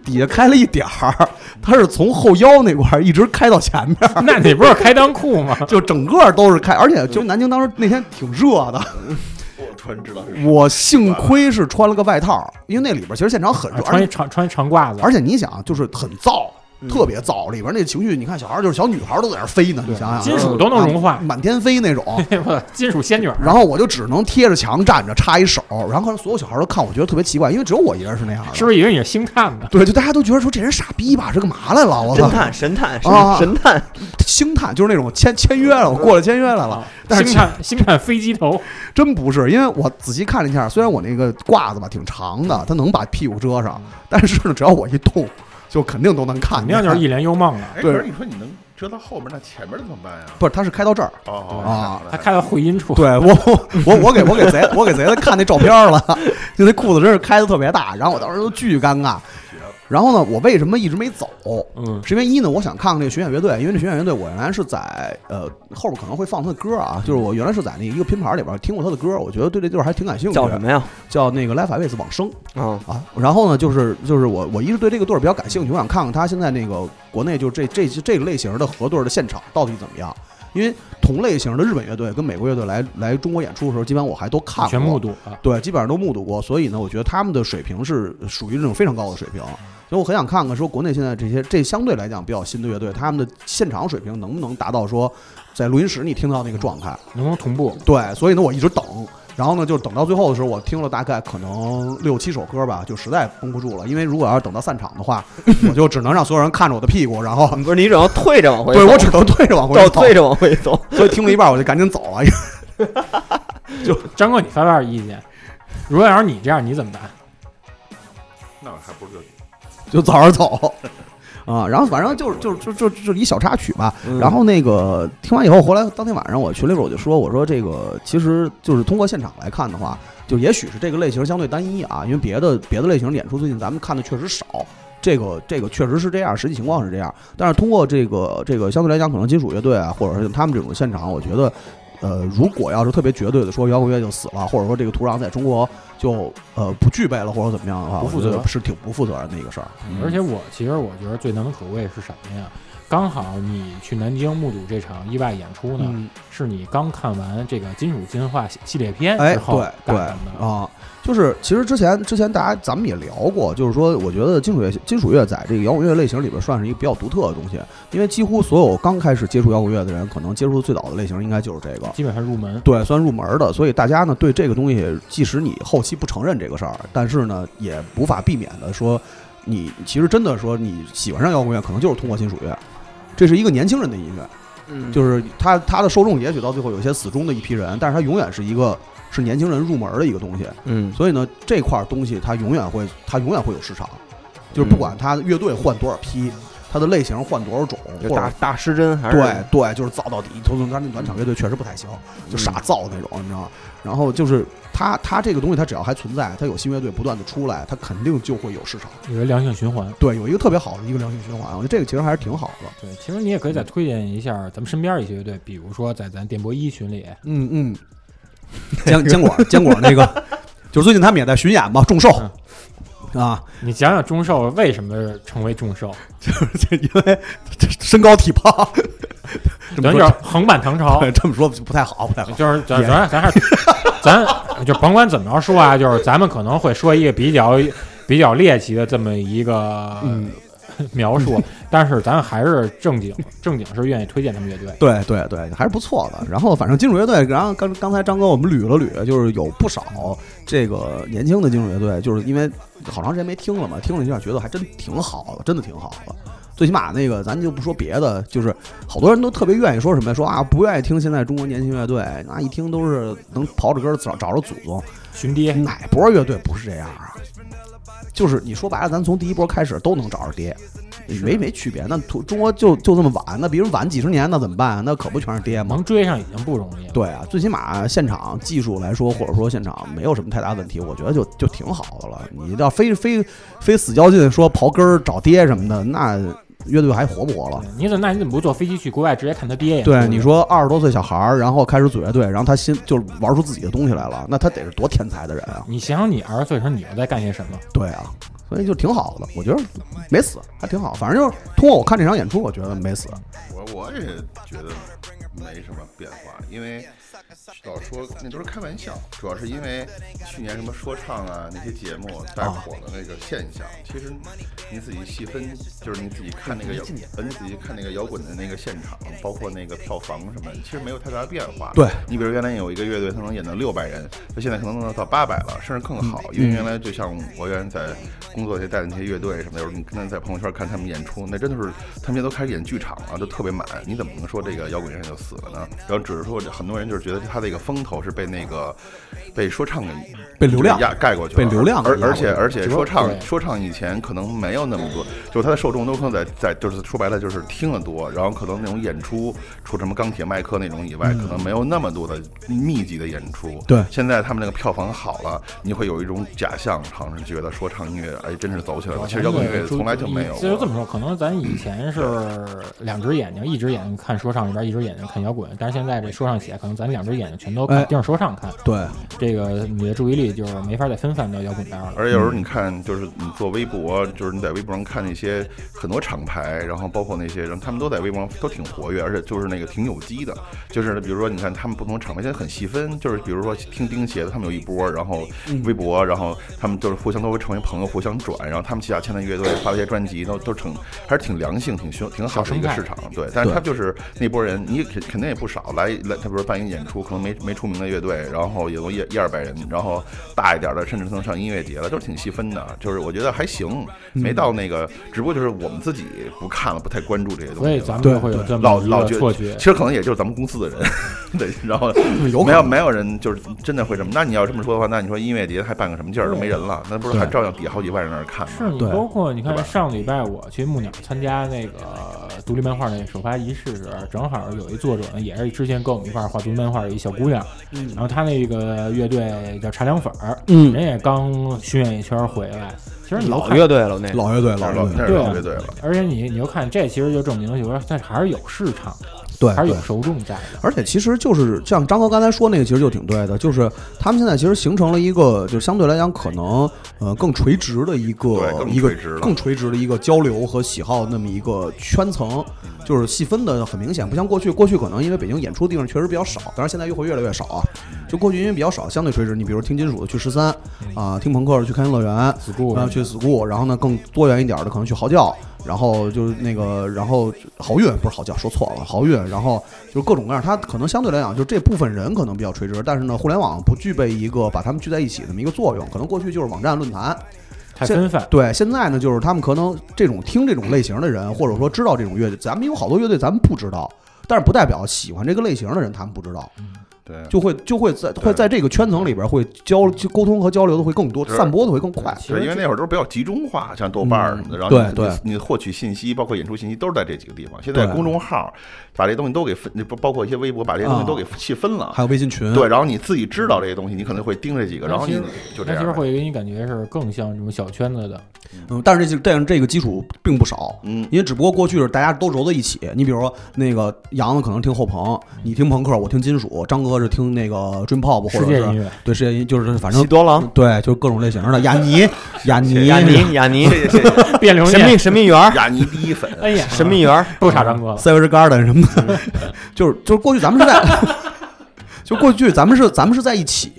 Speaker 6: 底下开了一点儿，它是从后腰那块儿一直开到前面儿，
Speaker 2: 那你不是开裆裤 (laughs) 吗？
Speaker 6: 就整个儿都是开，而且就南京当时那天挺热的，
Speaker 9: 我突然知道是谁
Speaker 6: 我幸亏是穿了个外套儿，因为那里边儿其实现场很热，
Speaker 2: 啊
Speaker 6: 而
Speaker 2: 穿一嗯
Speaker 6: 且
Speaker 2: 长穿一长褂子，
Speaker 6: 而且你想啊就是很燥。
Speaker 8: 嗯
Speaker 6: 特别燥，里边儿那情绪，你看小孩儿就是小女孩儿都在那儿飞呢，你想想，
Speaker 2: 金属都能融化 (laughs)
Speaker 6: 啊满天飞那种，
Speaker 2: 金属仙女儿，
Speaker 6: 然后我就只能贴着墙站着，插一手，然后所有小孩都看我，觉得特别奇怪，因为只有我一人是那样的。
Speaker 2: 是不是以为你是星探呢？
Speaker 6: 对，就大家都觉得说这人傻逼吧，是干嘛来了？我
Speaker 8: 侦
Speaker 6: 操，
Speaker 8: 探神探
Speaker 6: 啊 (laughs)
Speaker 8: 神神探，嗯
Speaker 6: 星探就是那种签签约了，我过了签约来了。但
Speaker 2: 啊星
Speaker 6: 是其实
Speaker 2: 探星探飞机头，
Speaker 6: 真不是，因为我仔细看了一下，虽然我那个褂子吧挺长
Speaker 8: 嗯
Speaker 6: 的，它能把屁股遮上，但是呢，只要我一动，就肯定都能看
Speaker 2: 肯
Speaker 6: 见。
Speaker 2: 定就是一帘幽梦了。
Speaker 9: 哎，
Speaker 6: 对
Speaker 9: 可是你说你能遮到后面，那前面怎么办呀？
Speaker 6: 不是，它是开到
Speaker 8: (laughs)
Speaker 6: 这儿。
Speaker 9: 哦哦
Speaker 6: 啊
Speaker 2: 他开到会阴处，
Speaker 6: 对我我我我给我给贼我给贼子看那照片了，就那裤子真是开的特别大，然后我当时都巨尴尬。然后呢，我为什么一直没走？
Speaker 2: 嗯，
Speaker 6: 是因为一呢，我想看看这个巡演乐队，因为这巡演乐队我原来是在呃后边可能会放他的歌啊，就是我原来是在那一个拼盘里边听过他的歌，我觉得对这地儿还挺感兴趣。
Speaker 8: 叫什？么呀？
Speaker 6: 叫那个 Life Ways 往生
Speaker 8: 啊，
Speaker 6: 啊。然后呢，就是就是我我一是对这个队儿比较感兴趣，我想看看他现在那个国内就这这这个类型的合对儿的现场到底怎么样。因为同类型的日本乐队跟美国乐队来来中国演出的时候，基本上我还都看过，
Speaker 2: 全目睹啊。
Speaker 6: 对，基本上都目睹过，所以呢，我觉得他们的水平是属于那种非常高的水平，所以我很想看看说国内现在这些这相对来讲比较新的乐队，他们的现场水平能不能达到说在录音室你听到那个状态？
Speaker 2: 能不能同步？
Speaker 6: 对，所以呢，我一直等，然后呢，就等到最后的时候，我听了大概可能六七首歌吧，就实在绷不住了，因为如果要是等到散场的话，我就只能让所有人看着我的屁股，然后
Speaker 8: 不是你只能退着往回走，
Speaker 6: 对我只能退着往回
Speaker 8: 照
Speaker 6: 走，
Speaker 8: 退着往回走，
Speaker 6: 所以听了一半我就赶紧走啊了，因为
Speaker 2: 张哥，你发表点意见。如果要是你这样，你怎么办？
Speaker 9: 那我还不如就
Speaker 6: 就早点走。 (laughs) 啊、然后反正就是就是就就就一小插曲吧，
Speaker 2: 嗯
Speaker 6: 然后那个听完以后回来，当天晚上我群里边我就说，我说这个其实就是通过现场来看的话，就也许是这个类型相对单一啊，因为别的别的类型的演出最近咱们看的确实少。这个这个确实是这样，实际情况是这样。但是通过这个这个相对来讲，可能金属乐队啊，或者是他们这种现场，我觉得，呃，如果要是特别绝对的说摇滚乐就死了，或者说这个土壤在中国就呃不具备了或者怎么样的话，
Speaker 2: 不负
Speaker 6: 我觉得
Speaker 2: 责
Speaker 6: 是挺不负责任的一个事儿。
Speaker 2: 而且我其实我觉得最难能可贵是什么呀？刚好你去南京目睹这场意外演出呢，
Speaker 6: 嗯，
Speaker 2: 是你刚看完这个金属进化系系列片
Speaker 6: 哎，
Speaker 2: 之后
Speaker 6: 对
Speaker 2: 干
Speaker 6: 对
Speaker 2: 成的。
Speaker 6: 啊，就是其实之前之前大家咱们也聊过，就是说，我觉得金属乐金属乐在这个摇滚乐类型里边算是一个比较独特的东西，因为几乎所有刚开始接触摇滚乐的人，可能接触最早的类型应该就是这个。
Speaker 2: 基本上入门，
Speaker 6: 对，算入门儿的，所以大家呢对这个东西，即使你后期不承认这个事儿，但是呢也无法避免的说，你其实真的说你喜欢上摇滚乐，可能就是通过金属乐，这是一个年轻人的音乐，
Speaker 3: 嗯，
Speaker 6: 就是他他的受众也许到最后有些死忠的一批人，但是他永远是一个是年轻人入门的一个东西，
Speaker 3: 嗯，
Speaker 6: 所以呢这块儿东西它永远会它永远会有市场，就是不管
Speaker 8: 嗯
Speaker 6: 他乐队换多少批，它的类型换多少种，
Speaker 8: 就
Speaker 6: 或者
Speaker 8: 大大失真还是
Speaker 6: 对对，就是造到底。头头他那暖场乐队确实不太行，就
Speaker 8: 嗯
Speaker 6: 傻造那种，你知道吗？然后就是他他这个东西，他只要还存在，他有新乐队不断的出来，他肯定就会有市场。
Speaker 2: 有一个良性循环。
Speaker 6: 对，有一个特别好的一个良性循环，我觉得这个其实还是挺好的。
Speaker 2: 对，其实你也可以再推荐一下咱们身边一些乐队，比如说在咱电波一群里，
Speaker 6: 嗯嗯，坚坚果坚果那个，就是最近他们也在巡演嘛，众兽。啊， (laughs)
Speaker 2: 你讲讲中寿为什么成为中寿，
Speaker 6: 这因为这身高体胖， (laughs) 这么
Speaker 2: 咱
Speaker 6: 说
Speaker 2: 就是横版唐朝，
Speaker 6: (laughs) 这么说不太好，不太好。
Speaker 2: 就是咱咱咱还是咱就甭管怎么着说啊，就是咱们可能会说一个比较比较猎奇的这么一个
Speaker 6: 嗯
Speaker 2: (laughs) 描述，但是咱还是正经正经是愿意推荐他们乐队。
Speaker 6: 对对对，还是不错的。然后反正金属乐队，然后刚刚才张哥我们捋了捋，就是有不少这个年轻的金属乐队，就是因为好长时间没听了嘛，听了一下觉得还真挺好的，真的挺好的。最起码那个咱就不说别的，就是好多人都特别愿意说什么呀说啊不愿意听现在中国年轻乐队，那一听都是能刨着根儿找找着祖宗，
Speaker 2: 寻爹，
Speaker 6: 哪波乐队不是这样啊？就是你说白了，咱从第一波开始都能找着爹，没没区别。那中中国就就这么晚，那别人晚几十年，那怎么办？啊那可不全是爹吗？
Speaker 2: 能追上已经不容易了。
Speaker 6: 对啊，最起码现场技术来说，或者说现场没有什么太大问题，我觉得就就挺好的了。你要非非非死较劲说刨根儿找爹什么的，那乐队还活不活了？
Speaker 2: 对，你怎么那你怎么不坐飞机去国外直接看他爹呀？
Speaker 6: 对，你说二十多岁小孩儿，然后开始组乐队，然后他心就是玩出自己的东西来了，那他得是多天才的人啊！
Speaker 2: 你想想你二十岁的时候你又在干些什么？
Speaker 6: 对啊，所以就挺好的，我觉得没死，还挺好。反正就是通过我看这场演出，我觉得没死。
Speaker 9: 我我也觉得没什么变化，因为老说那都是开玩笑，主要是因为去年什么说唱啊那些节目带火的那个现象，其实你自己细分，就是你自己看那个摇，呃你自己看那个摇滚的那个现场，包括那个票房什么，其实没有太大的变化。
Speaker 6: 对
Speaker 9: 你比如原来有一个乐队，他能演到六百人，他现在可能能到八百了，甚至更好，
Speaker 6: 嗯
Speaker 9: 因为原来就像我原来在工作那带的那些乐队什么的，有时候你跟他在朋友圈看他们演出，那真的是他们现在都开始演剧场了，都特别满，你怎么能说这个摇滚乐现在就死了呢？然后只是说很多人就是觉得他这个风头是被那个被说唱给
Speaker 6: 被流量
Speaker 9: 压盖过去了，
Speaker 6: 被流量给
Speaker 9: 而
Speaker 6: 压过
Speaker 9: 而
Speaker 6: 去
Speaker 9: 且
Speaker 6: 了
Speaker 9: 而且说唱
Speaker 2: 对
Speaker 9: 说唱以前可能没有那么多，就是他的受众都可能在在就是说白了就是听得多，然后可能那种演出除什么钢铁麦克那种以外，可
Speaker 2: 嗯
Speaker 9: 能没有那么多的密集的演出。
Speaker 6: 对
Speaker 9: 现在他们那个票房好了，你会有一种假象，好像是觉得说唱音乐哎真是走起来了，其实摇滚乐从来就没有
Speaker 2: 就这么
Speaker 9: 过。
Speaker 2: 说，可能咱以前是两只眼睛，一只眼睛看说唱那边，一只眼睛看摇滚。但是现在这说唱起来，可能咱两只眼睛全都
Speaker 6: 哎
Speaker 2: 看盯着说唱看，
Speaker 6: 对，
Speaker 2: 这个你的注意力就是没法再分散到摇滚那儿了。
Speaker 9: 而且有时候你看，就是你做微博，就是你在微博上看那些很多厂牌，然后包括那些人，他们都在微博上都挺活跃，而且就是那个挺有机的。就是比如说，你看他们不同厂牌现在很细分，就是比如说听钉鞋的，他们有一波，然后微博，然后他们就是互相都会成为朋友，互相转，然后他们旗下签的乐队发了一些专辑，都都挺还是挺良性、挺凶、挺好的一个市场。对，但是他就是那波人，你肯肯定也不少来来，他比如说办一个演出，可能没没出名的乐队，然后也都一一二百人，然后大一点的甚至能上音乐节了，都是挺细分的。就是我觉得还行，没
Speaker 2: 嗯
Speaker 9: 到那个，只不过就是我们自己不看了，不太关注这些东
Speaker 2: 所
Speaker 9: 西
Speaker 2: 以
Speaker 9: 了。
Speaker 2: 咱们就会有这
Speaker 9: 老
Speaker 2: 么一
Speaker 9: 老
Speaker 2: 个
Speaker 9: 觉
Speaker 2: 错觉嗯
Speaker 9: 其。实可能也就是咱们公司的人， (laughs) 对，然后
Speaker 6: 有可
Speaker 9: 没有
Speaker 6: 能
Speaker 9: 没有人就是真的会什么？那你要这么说的话，那你说音乐节还办个什么劲儿都没人了，那不是还
Speaker 6: 对
Speaker 9: 照样底下好几万人在那儿看
Speaker 2: 是
Speaker 9: 吗？
Speaker 2: 你
Speaker 6: 对
Speaker 2: 包括你看
Speaker 9: 对吧
Speaker 2: 上礼拜我去木鸟参加那个独立漫画那个首发仪式时，正好有一作者呢，也是之前跟我们一块儿画独立漫画的一小姑娘，
Speaker 9: 嗯
Speaker 2: 然后她那个乐队叫茶凉粉儿，
Speaker 6: 嗯
Speaker 2: 人也刚巡演一圈儿回来。其实你都
Speaker 8: 老
Speaker 2: 看
Speaker 8: 乐队了那
Speaker 6: 老乐队，
Speaker 9: 那
Speaker 6: 老
Speaker 9: 是
Speaker 2: 啊
Speaker 6: 乐队
Speaker 9: 老那，是老乐队了。
Speaker 2: 而且你你就看，这其实就证明，就是说，但是还是有市场的。
Speaker 6: 对，
Speaker 2: 还是
Speaker 6: 哎对
Speaker 2: 有受众在的。
Speaker 6: 而且其实就是像张哥刚才说那个，其实就挺对的，就是他们现在其实形成了一个，就相对来讲可能呃更垂直的一个
Speaker 9: 对更
Speaker 6: 一个
Speaker 9: 垂直了
Speaker 6: 更垂直的一个交流和喜好那么一个圈层，就是细分的很明显，不像过去，过去可能因为北京演出地方确实比较少，当然现在又会越来越少啊，就过去因为比较少，相对垂直，你比如听金属的去十三
Speaker 9: 嗯
Speaker 6: 啊，听朋克的去开心乐园，
Speaker 2: 子固
Speaker 6: 然后去 school，然后呢更多元一点儿的可能去嚎叫，然后就是那个，然后豪运不是嚎叫，说错了，豪运，然后就是各种各样，它可能相对来讲，就这部分人可能比较垂直，但是呢，互联网不具备一个把他们聚在一起那么一个作用，可能过去就是网站论坛，
Speaker 2: 太分散，
Speaker 6: 对，现在呢就是他们可能这种听这种类型的人，或者说知道这种乐队，咱们有好多乐队咱们不知道，但是不代表喜欢这个类型的人他们不知道，
Speaker 9: 嗯对，
Speaker 6: 就会就会在会在这个圈层里边会交就沟通和交流的会更多，
Speaker 9: 是
Speaker 6: 散播的会更快。
Speaker 9: 对，因为那会儿都是比较集中化，像豆瓣儿什么
Speaker 6: 嗯
Speaker 9: 的，然后你
Speaker 6: 对对
Speaker 9: 你你获取信息，包括演出信息，都是在这几个地方。现在
Speaker 6: 对
Speaker 9: 公众号把这些东西都给分，包包括一些微博，把这些东西都给
Speaker 6: 啊
Speaker 9: 细分了
Speaker 6: 还。有微信群，
Speaker 9: 对，然后你自己知道这些东西，你可能会盯这几个，
Speaker 2: 那
Speaker 9: 然后
Speaker 2: 其
Speaker 9: 你
Speaker 2: 实
Speaker 9: 就这
Speaker 2: 那其实
Speaker 9: 样呗。
Speaker 2: 会给你感觉是更像这种小圈子的，
Speaker 6: 嗯，但是这但是这个基础并不少， (laughs)
Speaker 9: 嗯，
Speaker 6: 因为只不过过去是大家都揉在一起。你比如说那个杨子可能听后朋，你听朋克，我听金属，张哥是听那个 dream pop 或
Speaker 2: 世
Speaker 6: 者
Speaker 2: 界音
Speaker 6: 是
Speaker 2: 乐。
Speaker 6: 对世界音，就是反
Speaker 1: 喜
Speaker 6: 正
Speaker 1: 多郎、
Speaker 6: 对，就是各种类型的雅尼、雅尼、
Speaker 1: 雅尼、雅
Speaker 9: (laughs)
Speaker 1: 尼、
Speaker 9: 谢谢谢谢
Speaker 2: 变流
Speaker 1: 神
Speaker 2: 念，
Speaker 1: 秘神秘园、
Speaker 9: 雅尼第
Speaker 6: (laughs)
Speaker 9: 一粉，
Speaker 2: 哎呀，
Speaker 1: 神秘园，
Speaker 2: 不傻张哥了，
Speaker 6: Savage Garden 什么的，就是就是过去咱们是在， (laughs) 就过去咱们是咱们是在一起，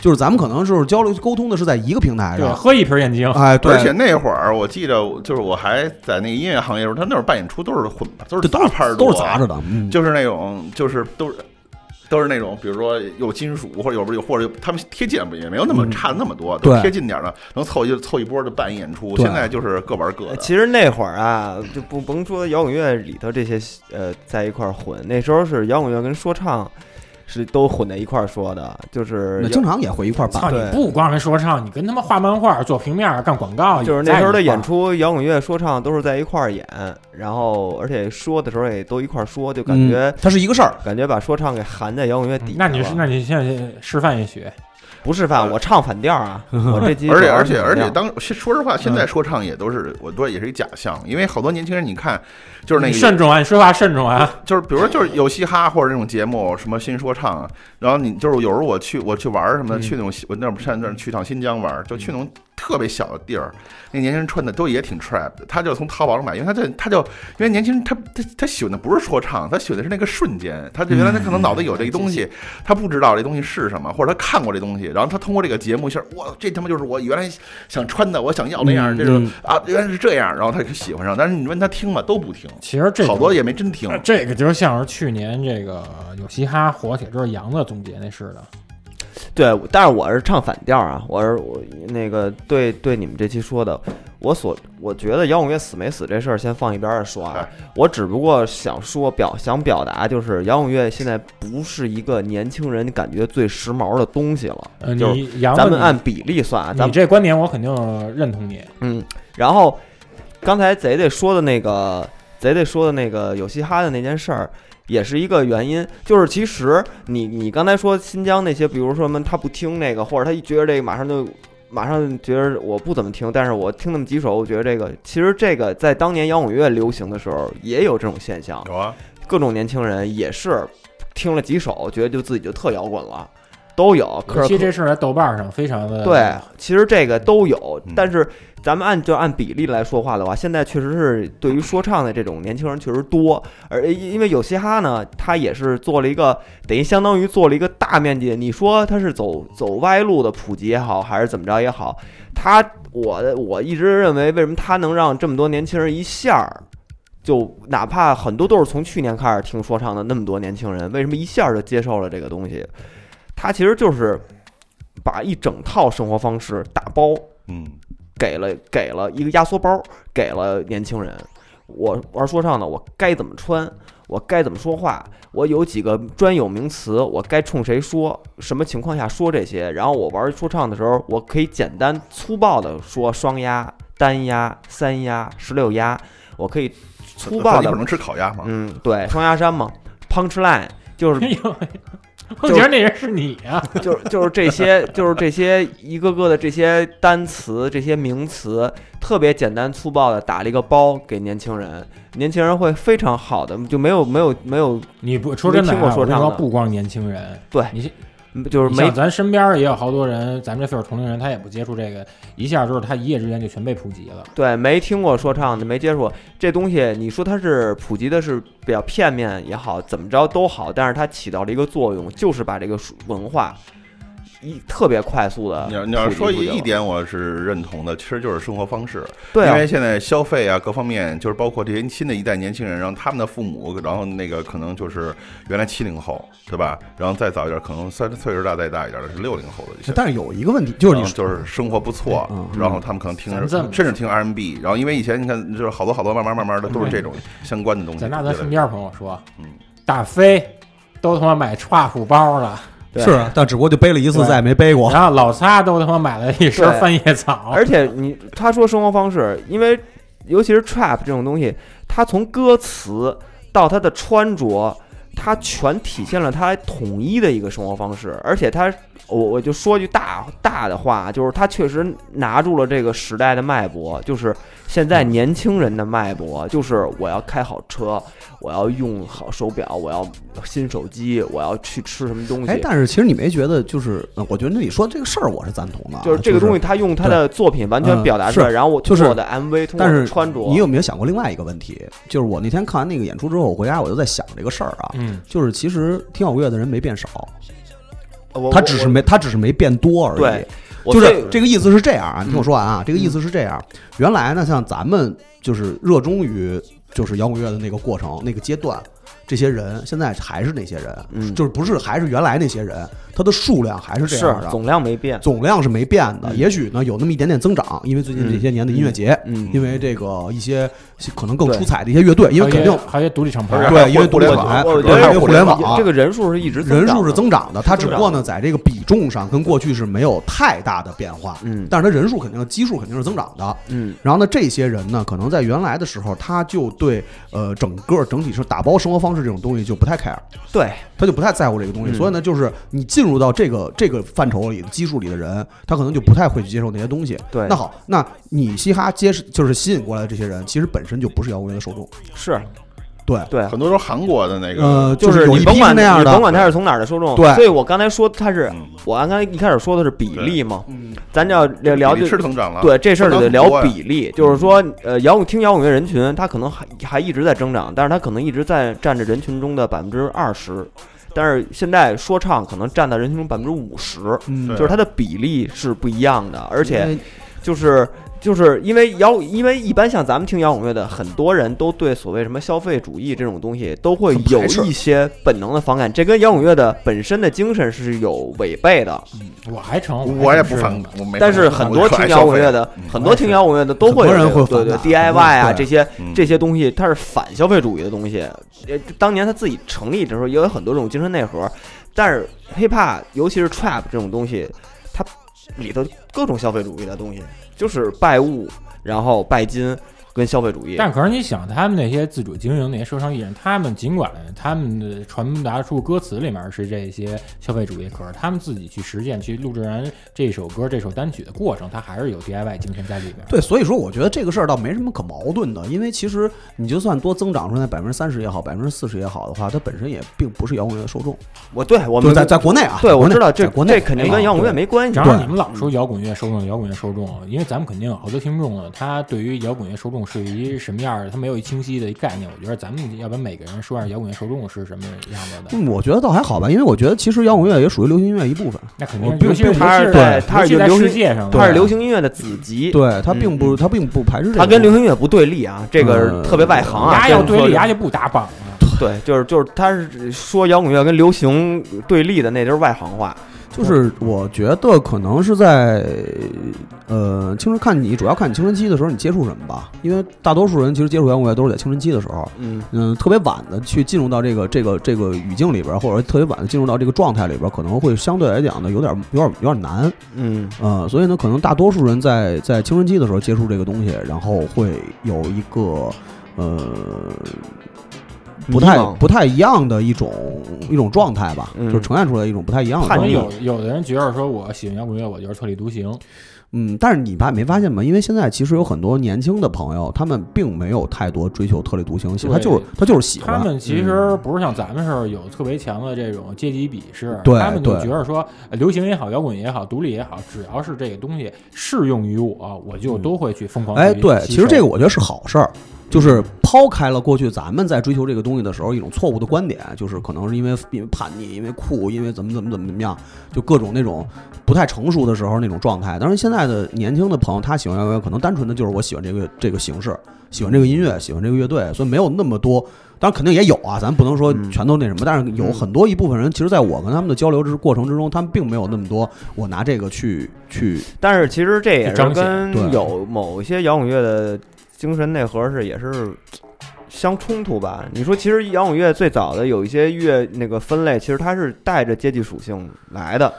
Speaker 6: 就是咱们可能就是交流沟通的是在一个平台
Speaker 2: 对，
Speaker 6: 上，
Speaker 2: 喝一瓶眼睛，
Speaker 6: 哎，对，
Speaker 9: 而且那会儿我记着，就是我还在那个音乐行业的时候，他那会儿办演出都是混，都
Speaker 6: 这
Speaker 9: 是
Speaker 6: 都
Speaker 9: 杂
Speaker 6: 是
Speaker 9: 牌儿多
Speaker 6: 都是杂着的，嗯。
Speaker 9: 就是那种就是都是。都是那种，比如说有金属，或者有不有，或者有他们贴近不也没有那么差那么多，都
Speaker 6: 对
Speaker 9: 贴近点儿的，能凑一就凑一波就办一演出。
Speaker 6: 对
Speaker 9: 现在就是各玩各的，
Speaker 1: 哎其实那会儿啊，就不甭说摇滚乐里头这些呃在一块儿混，那时候是摇滚乐跟说唱是都混在一块儿说的，就是
Speaker 6: 那经常也会一块儿办
Speaker 2: 操，你
Speaker 1: 对
Speaker 2: 不光是说唱，你跟他妈画漫画、做平面儿、干广告，
Speaker 1: 就是那
Speaker 2: 也在
Speaker 1: 时候的
Speaker 2: 一块儿
Speaker 1: 演，出，摇滚乐、说唱都是在一块儿演，然后而且说的时候也都一块儿说，就感觉
Speaker 6: 嗯、它是一个事儿，
Speaker 1: 感觉把说唱给含在摇滚乐底下
Speaker 2: 嗯那你是
Speaker 1: 了
Speaker 2: 那你现在示范一学，
Speaker 1: 不示范？我唱反调
Speaker 2: (laughs)
Speaker 1: 啊！我这集
Speaker 9: 而且而
Speaker 1: 主
Speaker 9: 且
Speaker 1: 要是
Speaker 9: 而
Speaker 1: 反
Speaker 9: 且，
Speaker 1: 调
Speaker 9: 当其实说实话，现在说唱也都是，我说也是一假象，因为好多年轻人，你看，就是那
Speaker 2: 你
Speaker 9: 个
Speaker 2: 慎重啊，你说话慎重啊，
Speaker 9: 就是比如说就是有嘻哈或者那种节目，什么新说唱，啊，然后你就是有时候我去我去玩儿什么，
Speaker 2: 嗯
Speaker 9: 去那种我那不上那儿去趟新疆玩儿，就去那种特别小的地儿，那年轻人穿的都也挺 trap 的，他就从淘宝上买，因为他这他就因为年轻人他他他喜欢的不是说唱，他喜欢的是那个瞬间，他就原来他可能脑袋有这个东西，他不知道这东西是什么，或者他看过这东西，然后他通过这个节目一下，哇，这他妈就是我原来想穿的，我想要那样，
Speaker 6: 嗯
Speaker 9: 这种
Speaker 6: 嗯
Speaker 9: 啊原来是这样，然后他就喜欢上，但是你问他听吧都不听，
Speaker 2: 其实这
Speaker 9: 好多也没真听。
Speaker 2: 啊这个就像是去年这个有嘻哈火起来之后杨子总结那似的，
Speaker 1: 对，但是我是唱反调啊！我是我那个对对你们这期说的，我所我觉得摇滚乐死没死这事儿先放一边儿说啊
Speaker 9: 哎，
Speaker 1: 我只不过想说表想表达就是摇滚乐现在不是一个年轻人感觉最时髦的东西了，
Speaker 2: 呃，
Speaker 1: 就是
Speaker 2: 你杨子
Speaker 1: 咱们
Speaker 2: 你
Speaker 1: 按比例算啊，咱
Speaker 2: 你
Speaker 1: 们
Speaker 2: 这观点我肯定认同你，
Speaker 1: 嗯，然后刚才贼贼说的那个贼贼说的那个有嘻哈的那件事儿，也是一个原因，就是其实你你刚才说新疆那些，比如说什么他不听那个，或者他一觉得这个马上就。马上觉得我不怎么听，但是我听那么几首，我觉得这个其实这个在当年摇滚乐流行的时候也有这种现象，
Speaker 9: 有啊，
Speaker 1: 各种年轻人也是听了几首，觉得就自己就特摇滚了，都有。可
Speaker 2: 尤
Speaker 1: 是
Speaker 2: 其这事儿在豆瓣上非常的
Speaker 1: 对，其实这个都有
Speaker 9: 嗯，
Speaker 1: 但是咱们按就按比例来说话的话，现在确实是对于说唱的这种年轻人确实多，而因因为有嘻哈呢，它也是做了一个等于相当于做了一个大面积，你说它是走走歪路的普及也好，还是怎么着也好，它我的我一直认为为什么它能让这么多年轻人一下儿。就哪怕很多都是从去年开始听说唱的那么多年轻人，为什么一下儿就接受了这个东西？它其实就是把一整套生活方式打包
Speaker 9: 嗯，
Speaker 1: 给了给了一个压缩包，给了年轻人。我玩说唱的，我该怎么穿，我该怎么说话，我有几个专有名词，我该冲谁说，什么情况下说这些。然后我玩说唱的时候，我可以简单粗暴的说双压、单压、三压、十六压，我可以粗暴嗯
Speaker 9: 你
Speaker 1: 的
Speaker 9: 不，能吃烤鸭嘛？
Speaker 1: 嗯，对，双压山嘛，punch line 就是
Speaker 2: 哎呦，我觉得那人是你啊，
Speaker 1: 就是就是这些，就是这些一个个的这些单词、这些名词，特别简单粗暴的打了一个包给年轻人，年轻人会非常好的，就没有没有没有，
Speaker 2: 你不说真的啊，
Speaker 1: 没听过说
Speaker 2: 我跟你
Speaker 1: 唱
Speaker 2: 说
Speaker 1: 的
Speaker 2: 不光年轻人，
Speaker 1: 对
Speaker 2: 你
Speaker 1: 就是
Speaker 2: 你
Speaker 1: 没
Speaker 2: 像咱身边也有好多人，咱们这岁数同龄人，他也不接触这个，一下就是他一夜之间就全被普及了。
Speaker 1: 对没听过说唱的，没接触过这东西，你说它是普及的是比较片面也好，怎么着都好，但是它起到了一个作用，就是把这个文化一特别快速的，
Speaker 9: 你要你要说一一，点，我是认同的，其实就是生活方式。
Speaker 1: 对
Speaker 9: 因
Speaker 1: 啊
Speaker 9: 为，现在消费啊，各方面就是包括这些新的一代年轻人，然后他们的父母，然后那个可能就是原来七零后，对吧？然后再早一点，可能三岁数大再大一点的是六零后的
Speaker 1: 哎
Speaker 9: 一些。
Speaker 6: 但是有一个问题，就是你
Speaker 9: 然后就是生活不错，
Speaker 6: 嗯
Speaker 9: 然后他们可能听着
Speaker 2: 咱这么
Speaker 9: 甚至听 R&B，然后因为以前你看就是好多好多慢慢慢慢的都是这种
Speaker 1: 嗯
Speaker 9: (laughs) 相关的东西。
Speaker 2: 咱拿咱身边朋友说，
Speaker 9: 嗯
Speaker 2: 大飞都他妈买 trap 包了，
Speaker 1: 对
Speaker 6: 是啊，但只不过就背了一次，
Speaker 2: 对
Speaker 6: 再也没背过。
Speaker 2: 然后老仨都他妈买了一身
Speaker 1: 对
Speaker 2: 翻叶草，
Speaker 1: 而且你他说生活方式，因为尤其是 trap 这种东西，它从歌词到他的穿着，它全体现了他统一的一个生活方式。而且他，我我就说句大大的话，就是他确实拿住了这个时代的脉搏，就是现在年轻人的脉搏，就是我要开好车，我要用好手表，我要新手机，我要去吃什么东
Speaker 6: 哎
Speaker 1: 西，。
Speaker 6: 但是其实你没觉得，就是呃我觉得你说这个事儿我是赞同的啊，
Speaker 1: 就是这个东西，
Speaker 6: 是
Speaker 1: 他用他的作品完全
Speaker 6: 嗯
Speaker 1: 表达出来，
Speaker 6: 是
Speaker 1: 然后我
Speaker 6: 就
Speaker 1: 通
Speaker 6: 是
Speaker 1: 过我的 MV，通过
Speaker 6: 但
Speaker 1: 我
Speaker 6: 是
Speaker 1: 的穿着，
Speaker 6: 你有没有想过另外一个问题？就是我那天看完那个演出之后，我回家我就在想这个事儿啊，
Speaker 2: 嗯，
Speaker 6: 就是其实听摇滚乐的人没变少，
Speaker 1: 我
Speaker 6: 他只是没他只是没变多而
Speaker 1: 哦
Speaker 6: 已。
Speaker 1: 对我
Speaker 6: 就
Speaker 1: 最
Speaker 6: 是这个意思是这样啊，你听我
Speaker 1: 嗯
Speaker 6: 说完啊，这个意思是这样。原来呢，像咱们就是热衷于就是摇滚乐的那个过程、那个阶段，这些人现在还是那些人，
Speaker 1: 嗯
Speaker 6: 就是不是还是原来那些人，他的数量还是这样的，
Speaker 1: 总量没变，
Speaker 6: 总量是没变的。
Speaker 1: 嗯
Speaker 6: 也许呢有那么一点点增长，因为最近
Speaker 1: 嗯
Speaker 6: 这些年的音乐节，
Speaker 1: 嗯
Speaker 6: 因为这个一些可能更
Speaker 1: 对
Speaker 6: 出彩的一些乐队，因为肯定
Speaker 2: 还有独立厂牌
Speaker 9: 而且
Speaker 2: 儿，
Speaker 9: 还有
Speaker 6: 对因为
Speaker 9: 互
Speaker 6: 独
Speaker 9: 互
Speaker 6: 立
Speaker 9: 联
Speaker 6: 厂牌
Speaker 9: 网，
Speaker 1: 我觉
Speaker 9: 然后
Speaker 1: 得
Speaker 9: 还有
Speaker 6: 互
Speaker 9: 联
Speaker 6: 联
Speaker 9: 网
Speaker 6: 网啊
Speaker 1: 这个人数是一直增
Speaker 6: 人
Speaker 1: 长
Speaker 6: 数
Speaker 1: 的
Speaker 6: 是增长的，它只
Speaker 1: 增
Speaker 6: 不
Speaker 1: 长
Speaker 6: 过呢在这个比重上跟过去是没有太大的变化。
Speaker 1: 嗯
Speaker 6: 但是它人数肯定基数肯定是增长的，
Speaker 1: 嗯
Speaker 6: 然后呢，这些人呢，可能在原来的时候，他就对呃整个整体是打包生活方式这种东西就不太 care，
Speaker 1: 对
Speaker 6: 他就不太在乎这个东西。
Speaker 1: 嗯
Speaker 6: 所以呢，就是你进入到这个这个范畴里的基数里的人，他可能就不太会去接受那些东西。
Speaker 1: 对
Speaker 6: 那好，那你嘻哈接就是吸引过来的这些人，其实本身就不是摇滚乐的受众。
Speaker 1: 是
Speaker 6: 对，
Speaker 1: 对，
Speaker 9: 很多都是韩国的那个
Speaker 6: 呃，，就是有
Speaker 1: 你
Speaker 6: 一
Speaker 1: 甭
Speaker 6: 批是
Speaker 1: 管
Speaker 6: 那样
Speaker 1: 你
Speaker 6: 的
Speaker 1: 甭，管他是从哪儿的受众，
Speaker 6: 对
Speaker 1: 所以我刚才说他是
Speaker 9: 嗯
Speaker 1: 我刚才一开始说的是比例嘛，
Speaker 6: 嗯
Speaker 1: 咱就要聊聊
Speaker 9: 比
Speaker 1: 就
Speaker 9: 例是增长了，
Speaker 1: 对这事儿就得
Speaker 9: 增长
Speaker 1: 聊
Speaker 9: 啊很多呀
Speaker 1: 比例，就是说，呃，摇滚听摇滚乐人群，他可能还还一直在增长，但是他可能一直在占着人群中的百分之二十，但是现在说唱可能占到人群中百分之五十，
Speaker 6: 嗯，
Speaker 9: 对啊
Speaker 1: 就是它的比例是不一样的，而
Speaker 6: 而
Speaker 1: 且就是就是因为摇，因为一般像咱们听摇滚乐的，很多人都对所谓什么消费主义这种东西都会
Speaker 6: 很
Speaker 1: 有
Speaker 6: 排斥
Speaker 1: 一些本能的反感，这跟摇滚乐的本身的精神是有违背的。
Speaker 2: 我哦还成，
Speaker 9: 我也不
Speaker 2: 反
Speaker 9: 反，我没
Speaker 1: 但是
Speaker 9: 反
Speaker 1: 很多听摇滚乐的，很多听摇滚乐的都会有
Speaker 6: 哎很多人会
Speaker 1: 对对
Speaker 6: 反感
Speaker 1: DIY 啊
Speaker 6: 对
Speaker 1: 这些
Speaker 9: 嗯
Speaker 1: 这些东西，它是反消费主义的东西。呃，当年他自己成立的时候也有很多这种精神内核，但是 hiphop 尤其是 trap 这种东西，它里头各种消费主义的东西，就是拜物，然后拜金跟消费主义。
Speaker 2: 但可是你想，他们那些自主经营那些说唱艺人，他们尽管他们的传达出歌词里面是这些消费主义，可是他们自己去实践、去录制完这首歌、这首单曲的过程，他还是有 DIY 精神在里边。
Speaker 6: 对，所以说我觉得这个事儿倒没什么可矛盾的，因为其实你就算多增长出来百分之三十也好，百分之四十也好的话，它本身也并不是摇滚乐的受众。
Speaker 1: 我对我
Speaker 6: 我
Speaker 1: 们
Speaker 6: 在在国内啊，
Speaker 1: 对
Speaker 6: 在国
Speaker 1: 我
Speaker 6: 内
Speaker 1: 知道这
Speaker 6: 在国内嗯哎
Speaker 1: 这肯定跟摇滚乐没关系
Speaker 2: 然。后
Speaker 6: 对
Speaker 2: 你们老说摇滚乐受众，摇滚乐受众，因为咱们肯定有好多听众啊，他对于摇滚乐受众是一什么样儿的，他没有一清晰的一概念。我觉得咱们要不然每个人说下摇滚乐受众是什么样子的，
Speaker 6: 嗯，我觉得倒还好吧，因为我觉得其实摇滚乐也属于流行音乐一部分。
Speaker 1: 嗯
Speaker 2: 那肯
Speaker 6: 我
Speaker 2: 定
Speaker 6: 并
Speaker 2: 尤其是
Speaker 6: 并不
Speaker 2: 他
Speaker 1: 是
Speaker 2: 是
Speaker 1: 对
Speaker 2: 在
Speaker 1: 他
Speaker 2: 尤
Speaker 1: 是
Speaker 2: 其在
Speaker 1: 流行
Speaker 2: 世界上的，
Speaker 1: 它是流行音乐的子集，
Speaker 6: 对，它并不，
Speaker 1: 嗯
Speaker 6: 它并不排斥这个。
Speaker 1: 它跟流行音乐不对立啊，这个
Speaker 6: 嗯
Speaker 1: 特别外行啊。这
Speaker 2: 牙要
Speaker 1: 样说
Speaker 2: 对立，
Speaker 1: 就
Speaker 2: 牙就不打榜了。
Speaker 1: (laughs) 对，就是就是，他是说摇滚乐跟流行对立的，那就是外行话。
Speaker 6: 就是我觉得可能是在呃青春看你主要看你青春期的时候你接触什么吧，因为大多数人其实接触摇滚乐都是在青春期的时候。
Speaker 1: 嗯，
Speaker 6: 嗯，特别晚的去进入到这个这个这个语境里边儿，或者特别晚的进入到这个状态里边儿，可能会相对来讲呢有点有点有点难，
Speaker 1: 嗯，
Speaker 6: 呃，所以呢，可能大多数人在在青春期的时候接触这个东西，然后会有一个呃不太
Speaker 1: 迷茫
Speaker 6: 不太一样的一种一种状态吧，
Speaker 1: 嗯
Speaker 6: 就呈现出来一种不太一样的
Speaker 2: 可
Speaker 6: 状
Speaker 2: 能
Speaker 6: 态。
Speaker 2: 有有的人觉得说，我喜欢摇滚乐，我就是特立独行。
Speaker 6: 嗯，但是你发没发现吗？因为现在其实有很多年轻的朋友，他们并没有太多追求特立独行性，
Speaker 2: 对
Speaker 6: 他就是他就是喜
Speaker 2: 他
Speaker 6: 欢。嗯
Speaker 2: 们其实不是像咱们似的有特别强的这种阶级鄙视，
Speaker 6: 对
Speaker 2: 他们就
Speaker 6: 对
Speaker 2: 觉得说，呃流行也好，摇滚也好，独立也好，只要是这个东西适用于我，我就都会去疯狂去
Speaker 6: 哎，对，
Speaker 2: 吸
Speaker 6: 其实这个
Speaker 2: 收
Speaker 6: 我觉得是好事儿，就是抛开了过去咱们在追求这个东西的时候一种错误的观点，就是可能是因为因为叛逆，因为酷，因为怎么怎么怎么怎么样，就各种那种不太成熟的时候那种状态。当然，现在的年轻的朋友他喜欢摇滚乐，可能单纯的就是我喜欢这个这个形式，喜欢这个音乐，喜欢这个乐队，所以没有那么多。当然肯定也有啊，咱不能说全都那什么，但是有很多一部分人，其实在我跟他们的交流之过程之中，他们并没有那么多我拿这个去去
Speaker 1: 但是其实这也
Speaker 2: 去
Speaker 1: 是
Speaker 2: 彰显
Speaker 1: 跟
Speaker 6: 对
Speaker 1: 有某一些摇滚乐的精神内核是也是相冲突吧？你说，其实摇滚乐最早的有一些乐那个分类，其实它是带着阶级属性来的。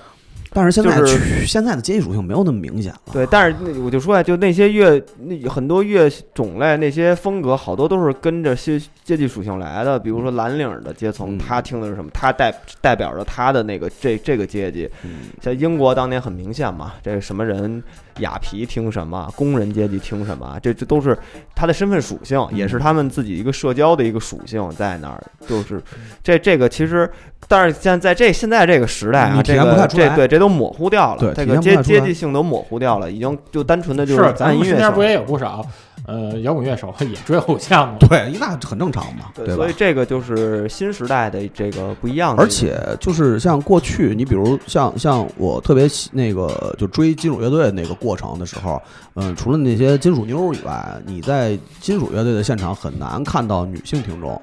Speaker 6: 但是现在、
Speaker 1: 就是
Speaker 6: 去现在的阶级属性没有那么明显了。
Speaker 1: 对，但是那我就说啊，就那些乐，那很多乐种类、那些风格，好多都是跟着阶阶级属性来的。比如说蓝领儿的阶层，
Speaker 6: 嗯
Speaker 1: 他听的是什么？他代代表着他的那个这这个阶级。
Speaker 6: 嗯
Speaker 1: 像英国当年很明显嘛，这什么人雅皮听什么，工人阶级听什么，这这都是他的身份属性，
Speaker 6: 嗯
Speaker 1: 也是他们自己一个社交的一个属性在那儿。就是这这个其实，但是现在这现在这个时代啊，
Speaker 6: 你
Speaker 1: 这
Speaker 6: 体验不太
Speaker 1: 个
Speaker 6: 出来
Speaker 1: 这对这都模糊掉了，
Speaker 6: 对
Speaker 1: 这
Speaker 6: 体
Speaker 1: 个
Speaker 6: 验不
Speaker 1: 阶
Speaker 6: 太出来
Speaker 1: 阶级性都模糊掉了，已经就单纯的就是
Speaker 2: 咱
Speaker 1: 按
Speaker 2: 们
Speaker 1: 音
Speaker 2: 身
Speaker 1: 乐
Speaker 2: 边
Speaker 1: 上
Speaker 2: 不。也有不少呃摇滚乐手也追偶像吗？
Speaker 6: 对，那很正常嘛，
Speaker 1: 对
Speaker 6: 对吧
Speaker 1: 所以？这个就是新时代的这个不一样的一个，
Speaker 6: 而且就是像过去，你比如像像我特别喜那个就追金属乐队那个过程的时候，嗯，除了那些金属妞儿以外，你在金属乐队的现场很难看到女性听众，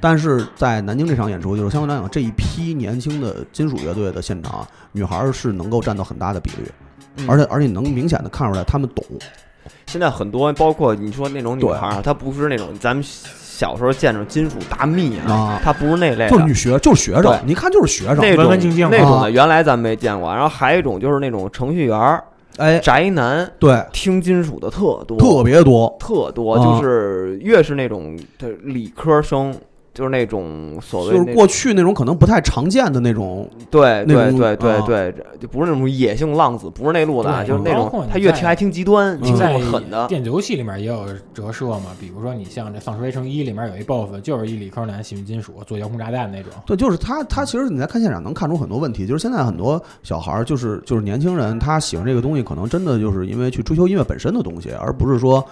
Speaker 6: 但是在南京这场演出，就是相对来讲这一批年轻的金属乐队的现场，女孩儿是能够占到很大的比率，
Speaker 1: 嗯
Speaker 6: 而且而且你能明显的看出来她们懂，
Speaker 1: 现在很多，包括你说那种女
Speaker 6: 对
Speaker 1: 孩儿，啊她不是那种咱们小时候见着金属大蜜
Speaker 6: 啊
Speaker 1: 她不是那类的，
Speaker 6: 就是女学就是学生
Speaker 1: 对，
Speaker 6: 你看就是学生，
Speaker 1: 那种
Speaker 2: 文文静静
Speaker 1: 那种
Speaker 6: 啊
Speaker 1: 的，原来咱没见过。然后还有一种就是那种程序员儿、
Speaker 6: 哎，
Speaker 1: 宅男，
Speaker 6: 对，
Speaker 1: 听金属的特多，
Speaker 6: 特别多，
Speaker 1: 特多，
Speaker 6: 啊
Speaker 1: 就是越是那种的理科生，就是那种所谓
Speaker 6: 就是
Speaker 1: 那
Speaker 6: 过去那种可能不太常见的那种，
Speaker 1: 对
Speaker 6: 那
Speaker 1: 对
Speaker 6: 种
Speaker 1: 对对
Speaker 6: 啊
Speaker 1: 对，就不是那种野性浪子，不是那路子啊，
Speaker 2: 对
Speaker 1: 就是那
Speaker 2: 包括
Speaker 6: 嗯
Speaker 1: 种
Speaker 2: 你
Speaker 1: 他越
Speaker 2: 在
Speaker 1: 听还听极端，听那
Speaker 2: 在
Speaker 1: 种狠的。
Speaker 2: 电子游戏里面也有折射嘛，比如说你像这《丧尸围城一》里面有一 BOSS 就是一理科男喜欢金属做遥控炸弹那种，
Speaker 6: 对，就是他，他其实你在看现场能看出很多问题，就是现在很多小孩儿，就是就是年轻人，他喜欢这个东西，可能真的就是因为去追求音乐本身的东西，而不是说，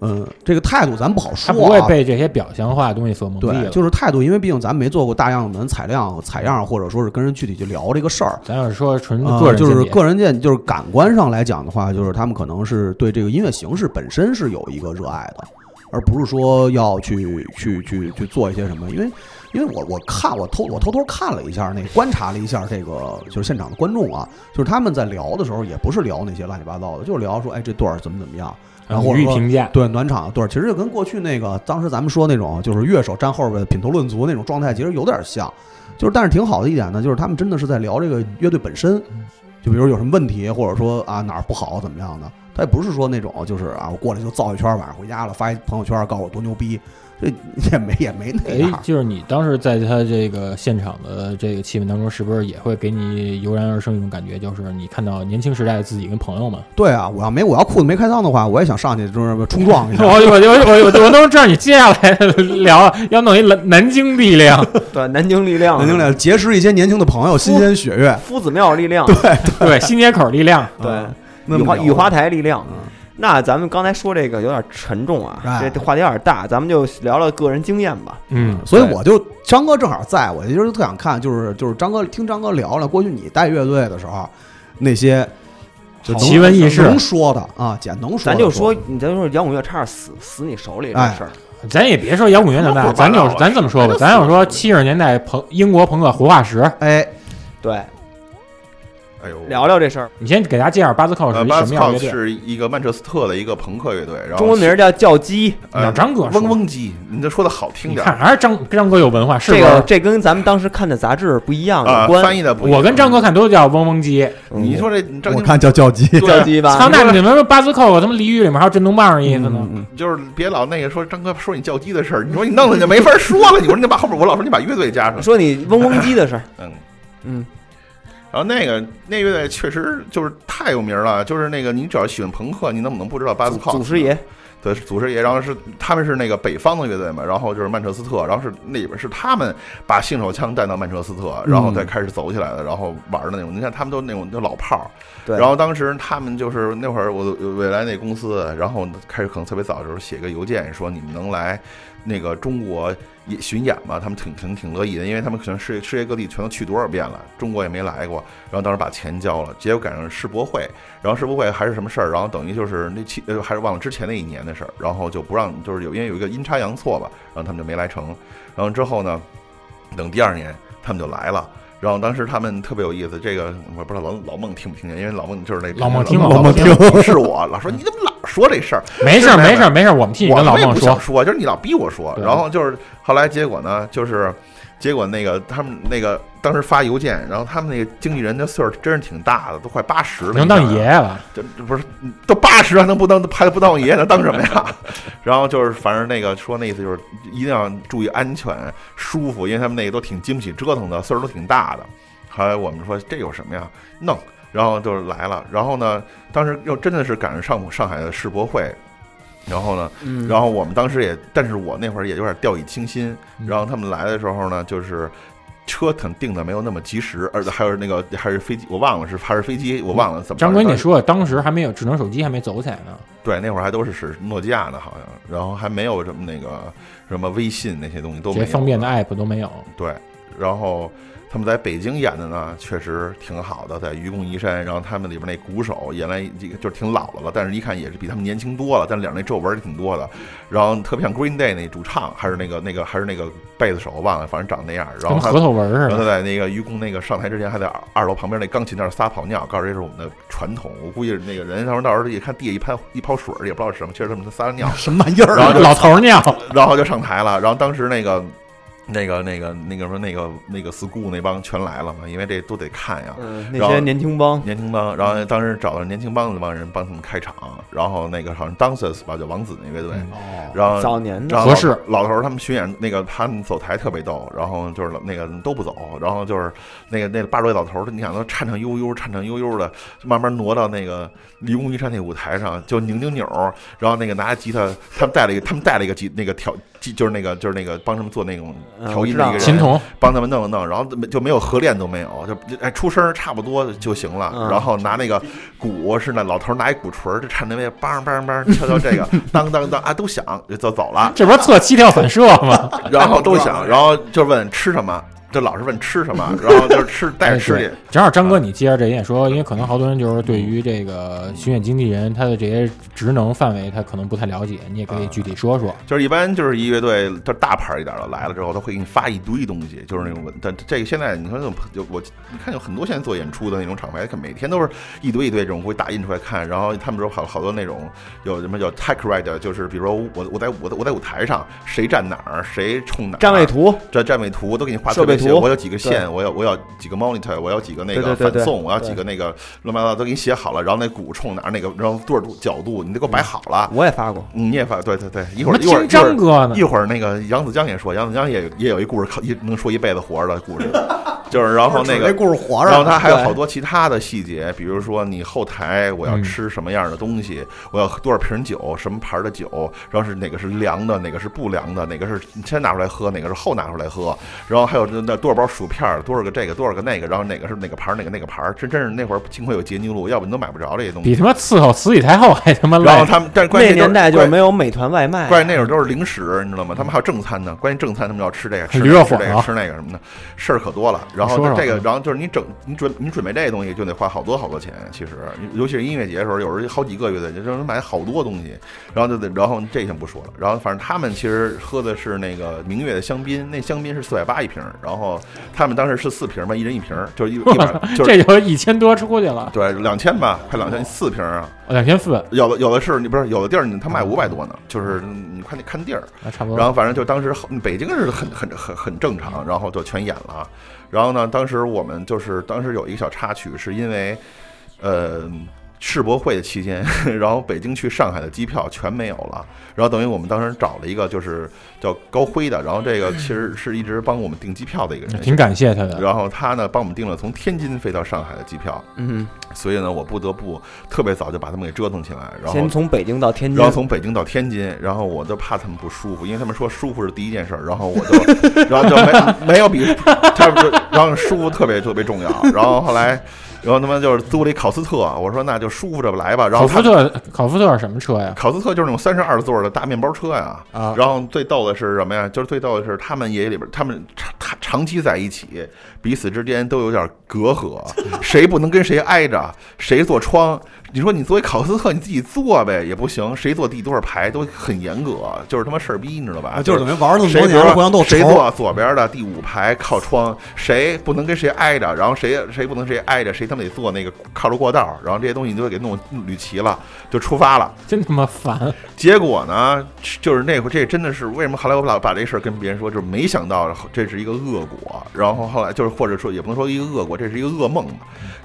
Speaker 6: 嗯，这个态度咱不好
Speaker 2: 他
Speaker 6: 说、啊，
Speaker 2: 不会被这些表象化的东西所蒙蔽
Speaker 6: 对，
Speaker 2: 了。
Speaker 6: 就是态度，因为毕竟咱没做过大样本采量、采样，或者说是跟人具体去聊这个事儿，
Speaker 2: 咱要是说纯
Speaker 6: 啊，
Speaker 2: 个人
Speaker 6: 就是
Speaker 2: 见解
Speaker 6: 个人见，就是感官上来讲的话，就是他们可能是对这个音乐形式本身是有一个热爱的，而不是说要去去去去做一些什么，因为。因为我我看我偷我偷偷看了一下那观察了一下这个就是现场的观众啊，就是他们在聊的时候也不是聊那些乱七八糟的，就是聊说哎这段儿怎么怎么样，然后
Speaker 2: 啊
Speaker 6: 或者
Speaker 2: 予以
Speaker 6: 说
Speaker 2: 评价，
Speaker 6: 对暖场对，其实就跟过去那个当时咱们说那种就是乐手站后边品头论足那种状态，其实有点像。就是但是挺好的一点呢，就是他们真的是在聊这个乐队本身，就比如有什么问题，或者说啊哪儿不好怎么样的，他也不是说那种就是啊我过来就造一圈，晚上回家了发一朋友圈告诉我多牛逼，这 (laughs) 也没也没那
Speaker 2: 哎
Speaker 6: 样，。
Speaker 2: 就是你当时在他这个现场的这个气氛当中，是不是也会给你油然而生一种感觉，就是你看到年轻时代的自己跟朋友们？
Speaker 6: (laughs) 对啊，我要没我要裤子没开裆的话，我也想上去就是冲撞一
Speaker 2: 我
Speaker 6: 下。
Speaker 2: 我我我我都知道你接下来聊要弄一南南京力
Speaker 6: (laughs)
Speaker 2: 量，
Speaker 1: 对，南京力量，啊
Speaker 6: 能听了，结识一些年轻的朋友，新鲜 (laughs) 血液。
Speaker 1: 夫子庙力量，啊
Speaker 2: 对，新街口力
Speaker 6: (laughs)
Speaker 2: 量，
Speaker 1: 对，
Speaker 6: 那
Speaker 1: 雨
Speaker 6: 么
Speaker 1: 花
Speaker 6: 聊
Speaker 1: 雨花台力量
Speaker 6: 嗯。
Speaker 1: 那咱们刚才说这个有点沉重啊，
Speaker 6: 哎
Speaker 1: 这这话题有点大，咱们就聊聊个人经验吧。
Speaker 2: 嗯，
Speaker 6: 所以
Speaker 1: 对
Speaker 6: 我就张哥正好在，我就是特想看，就是就是张哥听张哥聊了过去你带乐队的时候那些就能
Speaker 2: 奇闻异事
Speaker 6: 能说的啊，姐能说的
Speaker 1: 咱就说，你咱说摇滚乐差点死死你手里这
Speaker 6: 哎
Speaker 1: 事儿，
Speaker 2: 咱也别说摇滚乐那么大，咱就咱这么说吧，咱要说七十年代朋英国朋克活化石，
Speaker 6: 哎，
Speaker 1: 对，
Speaker 9: 哎呦，
Speaker 8: 聊聊这事儿。
Speaker 2: 你先给大家介绍巴兹克
Speaker 9: 呃
Speaker 2: 是一
Speaker 9: 巴
Speaker 2: 什
Speaker 9: 斯
Speaker 2: 么样的
Speaker 9: 克
Speaker 2: 乐队？
Speaker 9: 是一个曼彻斯特的一个朋克乐队，然后
Speaker 8: 中文名叫叫鸡，
Speaker 9: 呃
Speaker 2: 让张哥说
Speaker 9: 嗡嗡鸡，你这说的好听
Speaker 2: 你
Speaker 9: 点
Speaker 2: 看
Speaker 9: 儿
Speaker 2: 还是张张哥有文化，是不
Speaker 8: 这
Speaker 2: 是？
Speaker 8: 个这跟咱们当时看的杂志不一样，
Speaker 9: 啊
Speaker 8: 有，关
Speaker 9: 翻。译的不一样。
Speaker 2: 我跟张哥看都叫嗡嗡鸡。
Speaker 8: 嗯
Speaker 9: 你说这张
Speaker 6: 我
Speaker 9: 金
Speaker 6: 看叫叫
Speaker 9: (laughs)
Speaker 6: 鸡，
Speaker 9: 对啊
Speaker 8: 叫鸡吧
Speaker 2: 操，，那你们说巴斯克，我他妈俚语里面还有震动棒的意思呢？
Speaker 6: 嗯
Speaker 9: 就是别老那个说张哥说你叫鸡的事儿， (laughs) 你说你弄的就没法说了。你说你把后面我老说你把乐队加上，
Speaker 8: 嗯说你嗡嗡鸡的
Speaker 9: (laughs)
Speaker 8: 事儿，
Speaker 9: 嗯
Speaker 8: 嗯，
Speaker 9: 然后那个那乐队确实就是太有名了，就是那个你只要喜欢朋克，你怎么能不知道巴斯
Speaker 8: 祖
Speaker 9: 克？
Speaker 8: 祖师爷，
Speaker 9: 对，祖师爷，然后是他们是那个北方的乐队嘛，然后就是曼彻斯特，然后是那里边是他们把信手枪带到曼彻斯特，然后再开始走起来的，然后玩的那种。你看他们都那种就老炮儿，
Speaker 8: 对
Speaker 9: 然后当时他们就是那会儿我未来那公司，然后开始可能特别早的时候写个邮件说你们能来那个中国也巡演嘛，他们挺挺挺乐意的，因为他们可能世界世界各地全都去多少遍了，中国也没来过。然后当时把钱交了，结果赶上世博会，然后世博会还是什么事儿，然后等于就是那期呃还是忘了之前那一年的事儿，然后就不让就是有因为有一个阴差阳错吧，然后他们就没来成。然后之后呢，等第二年他们就来了。然后当时他们特别有意思，这个我不知道老老孟听不听见，因为老孟就是那
Speaker 2: 老孟听
Speaker 9: 老
Speaker 2: 老
Speaker 9: 孟
Speaker 2: 孟
Speaker 9: 听是我，老说你怎么老说这事儿，
Speaker 2: 没事儿，没事儿，没事儿，我们替你
Speaker 9: 我
Speaker 2: 跟老
Speaker 9: 我也
Speaker 2: 孟
Speaker 9: 不想
Speaker 2: 说。
Speaker 9: 说，就是你老逼我说。
Speaker 2: 对
Speaker 9: 然后就是后来结果呢，就是结果那个他们那个当时发邮件，然后他们那个经纪人的岁数真是挺大的，都快八十了，
Speaker 2: 能
Speaker 9: 你
Speaker 2: 当
Speaker 9: 想
Speaker 2: 爷爷了，
Speaker 9: 这这不是都八十了，能不当还不当爷，能当什么呀？ (laughs) 然后就是反正那个说那意思就是一定要注意安全、舒服，因为他们那个都挺经不起折腾的，岁数都挺大的。后来我们说这有什么呀？弄，然后就是来了。然后呢，当时又真的是赶上上上海的世博会， (laughs) 然后呢，
Speaker 8: 嗯，
Speaker 9: 然后我们当时也，但是我那会儿也有点掉以轻心。
Speaker 2: 嗯
Speaker 9: 然后他们来的时候呢，就是车可能定的没有那么及时，而且还有那个还是飞机，我忘了是还是飞机，我忘了怎么着。
Speaker 2: 张哥，你
Speaker 9: 当时
Speaker 2: 说当时还没有智能手机，还没走起来呢。
Speaker 9: 对，那会儿还都是使诺基亚呢，好像，然后还没有什么那个什么微信那些东西都
Speaker 2: 这
Speaker 9: 没
Speaker 2: 些
Speaker 9: 有。
Speaker 2: 方便的 app 都没有。
Speaker 9: 对，然后他们在北京演的呢，确实挺好的，在愚公移山。然后他们里边那鼓手原来这个就是挺老的了，但是一看也是比他们年轻多了，但脸上那皱纹儿挺多的。然后特别像 Green Day 那主唱，还是那个那个还是那个贝斯手，忘了，反正长那样儿。然后
Speaker 2: 跟
Speaker 9: 他
Speaker 2: 核桃纹儿
Speaker 9: 然
Speaker 2: 似
Speaker 9: 后他
Speaker 2: 的。
Speaker 9: 在那个愚公那个上台之前，还在二二楼旁边那钢琴那儿撒泡尿，告诉这是我们的传统。我估计那个人，他说到时候一看地下一滩一泡水儿，也不知道是什么，确实这么撒了尿，
Speaker 6: 什么玩意儿
Speaker 9: 然后
Speaker 6: 啊？
Speaker 9: 就
Speaker 2: 老头儿尿，
Speaker 9: 然后就上台了。然后当时那个那个那个那个什么那个那个 school 那帮全来了嘛，因为这都得看呀。
Speaker 8: 嗯那
Speaker 9: 然后
Speaker 8: 些年轻帮，
Speaker 9: 年轻帮，然后当时找了年轻帮那帮人帮他们开场，然后那个好像 Dances 吧，就王子那乐
Speaker 2: 嗯
Speaker 9: 队，然后
Speaker 8: 早年的
Speaker 9: 呃然后
Speaker 2: 合适
Speaker 9: 老头儿他们巡演那个他们走台特别逗，然后就是那个都不走，然后就是那个那个八十多岁老头儿，你想都颤颤悠悠、颤颤悠悠的，就慢慢挪到那个愚公移山那舞台上，就拧拧钮儿，然后那个拿吉他，他们带了一个他们带了一个吉那个调吉，就是那个就是那个帮他们做那种
Speaker 8: 嗯
Speaker 9: 调
Speaker 8: 我
Speaker 9: 音
Speaker 8: 知
Speaker 9: 的
Speaker 8: 道
Speaker 9: 一个人，
Speaker 2: 琴童，
Speaker 9: 帮他们弄弄，然后就没有合练都没有，就哎出声儿差不多就行了。
Speaker 8: 嗯
Speaker 9: 然后拿那个鼓是那老头儿拿一鼓槌儿，就颤那位梆梆梆敲敲这个当当当啊都响就走了，
Speaker 2: 这不是测膝跳反射吗？
Speaker 9: 然后都响，然后就问吃什么，就老是问吃什么，然后就吃带着吃
Speaker 2: 哎
Speaker 9: 去
Speaker 2: 对。正好张
Speaker 9: 啊
Speaker 2: 哥，你接着这也说，因为可能好多人就是对于这个巡演经纪人他的这些职能范围，他可能不太了解，你也可
Speaker 9: 啊
Speaker 2: 以具体说说。
Speaker 9: 就是一般就是一乐队，就是大牌一点的来了之后，他会给你发一堆东西，就是那种文。但这个现在你看有有我，你看有很多现在做演出的那种厂牌，可每天都是一堆一堆这种会打印出来看。然后他们说好好多那种有什么叫 tech ride，就是比如说我我在我在我在舞台上谁站哪儿，谁冲哪儿，
Speaker 8: 站位图，
Speaker 9: 这站位图都给你画
Speaker 8: 设备
Speaker 9: 特别细
Speaker 8: 图
Speaker 9: 我有几个线，我有我有几个 monitor，我有几个那个
Speaker 8: 对对对
Speaker 9: 反
Speaker 8: 对
Speaker 9: 送，我要
Speaker 8: 对
Speaker 9: 几个那个乱七八糟都给你写好了，然后那鼓冲哪儿，那个然后多少度角度，你都给我
Speaker 8: 嗯
Speaker 9: 摆好了。
Speaker 8: 我也发过，
Speaker 9: 嗯你也发对对对，一
Speaker 2: 怎
Speaker 9: 会
Speaker 2: 么
Speaker 9: 儿一会儿
Speaker 2: 听张哥呢
Speaker 9: 一？会儿那个杨子江也说，杨子江也也有一故事，靠一能说一辈子活着的故事， (laughs) 就是然后那
Speaker 6: (laughs) 这
Speaker 9: 个。
Speaker 6: 故事活
Speaker 9: 然后
Speaker 6: 着，
Speaker 9: 他还有
Speaker 8: 啊对
Speaker 9: 好多其他的细节，比如说你后台我要
Speaker 2: 嗯
Speaker 9: 吃什么样的东西，我要喝多少瓶酒，什么牌儿的酒，然后是哪个是凉的，哪个是不凉的，哪个是先拿出来喝，哪个是后拿出来喝，然后还有那多少包薯片儿，多少个这个，多少个那个，然后哪个是哪个牌儿，哪个那个牌儿，这真是那会儿幸亏有洁牛露，要不你都买不着这些东
Speaker 2: 比
Speaker 9: 西。
Speaker 2: 他妈伺候慈禧太后还他妈
Speaker 9: 然后
Speaker 2: 累。
Speaker 9: 他们，但是关键
Speaker 8: 那年代就
Speaker 9: 关
Speaker 8: 是没有美团外
Speaker 2: 哎
Speaker 8: 卖，
Speaker 9: 关键那会儿都是零食，你知道吗？他们还有正餐呢。关键正餐，他们要吃这个、吃
Speaker 2: 驴
Speaker 9: 那
Speaker 2: 肉
Speaker 9: 个、吃
Speaker 2: 火
Speaker 9: 这
Speaker 2: 烧
Speaker 9: 个、吃那个什么的，事儿可多了。然后
Speaker 2: 啊说说
Speaker 9: 这个，
Speaker 2: 嗯
Speaker 9: 然后就是你整、你准、你准备这些东西，就得花好多好多钱。其实，尤其是音乐节的时候，有时候好几个乐队，就就是买好多东西，然后就得，然后这先不说了。然后反正他们其实喝的是那个明月的香槟，那香槟是四百八一瓶儿，然后后他们当时是四瓶嘛，一人一瓶儿，就是一一
Speaker 2: (laughs)
Speaker 9: 把就是
Speaker 2: 这就一千多出去了，
Speaker 9: 对，两千吧，快两千，四瓶儿啊！
Speaker 2: 两千四，
Speaker 9: 有的有的是，你不是有的地儿，你他卖五百多呢，就是你看你看地儿。
Speaker 2: 那差不
Speaker 9: 然
Speaker 2: 多。
Speaker 9: 后反正就当时很北京是很很很很正常，然后就全演了。然后呢，当时我们就是当时有一个小插曲，是因为呃世博会的期间， (laughs) 然后北京去上海的机票全没有了，然后等于我们当时找了一个就是叫高辉的，然后这个其实是一直帮我们订机票的一个人。
Speaker 2: 挺感谢他的，
Speaker 9: 然后他呢帮我们订了从天津飞到上海的机票，
Speaker 8: 嗯，
Speaker 9: 所以呢我不得不特别早就把他们给折腾起来，然后
Speaker 8: 先从北京到天津
Speaker 9: 然，后从北京到天津，然后我就怕他们不舒服，因为他们说舒服是第一件事儿，然后我就， (laughs) 然后就没没有比，他们就然后舒服特别特别重要，然后后来，然后他们就是租了一考斯特，我说那就舒服着来吧，然
Speaker 2: 考
Speaker 9: 后
Speaker 2: 福
Speaker 9: 他
Speaker 2: 特，考福特是什么车呀？
Speaker 9: 考斯特就是那种三十二座的大面包车呀，
Speaker 2: 啊，
Speaker 9: 然后最逗的是什么呀？就是最逗的是他们爷里边，他们长长长期在一起，彼此之间都有点隔阂， (laughs) 谁不能跟谁挨着，谁坐窗。你说你作为考斯特，你自己坐呗也不行，谁坐第多少排都很严格，就是他妈事儿逼，你知道吧？
Speaker 6: 啊就是等于玩了那么
Speaker 9: 谁
Speaker 6: 多
Speaker 9: 比
Speaker 6: 年
Speaker 9: 如
Speaker 6: 了，
Speaker 9: 说
Speaker 6: 互相斗
Speaker 9: 谁
Speaker 6: 仇
Speaker 9: 坐左边的第五排靠窗，谁不能跟谁挨着，然后谁谁不能谁挨着，谁他妈得坐那个靠着过道，然后这些东西你都得给弄捋齐了，就出发了。
Speaker 2: 真他妈烦！
Speaker 9: 结果呢，就是那会儿，这真的是为什么后来我老把这事儿跟别人说，就是没想到这是一个恶果。然后后来就是或者说也不能说一个恶果，这是一个噩梦。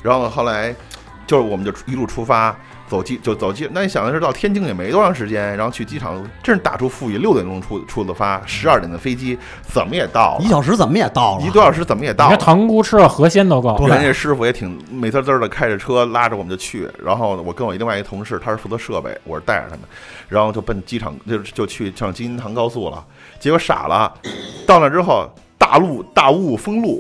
Speaker 9: 然后后来就是我们就一路出发，走机就走机。那你想的是到天津也没多长时间，然后去机场，真是大出富裕，六点钟出出的发，十二点的飞机，怎么也到了
Speaker 6: 一，小时怎么也到了，啊
Speaker 9: 一个多小时怎么也到
Speaker 2: 你
Speaker 9: 了
Speaker 2: 看。塘沽吃了河鲜都够，
Speaker 9: 人家师傅也挺美滋滋的，开着车拉着我们就去。然后我跟我另外一个同事，他是负责设备，我是带着他们，然后就奔机场，就就去上金银塘高速了。结果傻了，到那之后。大路大雾封路，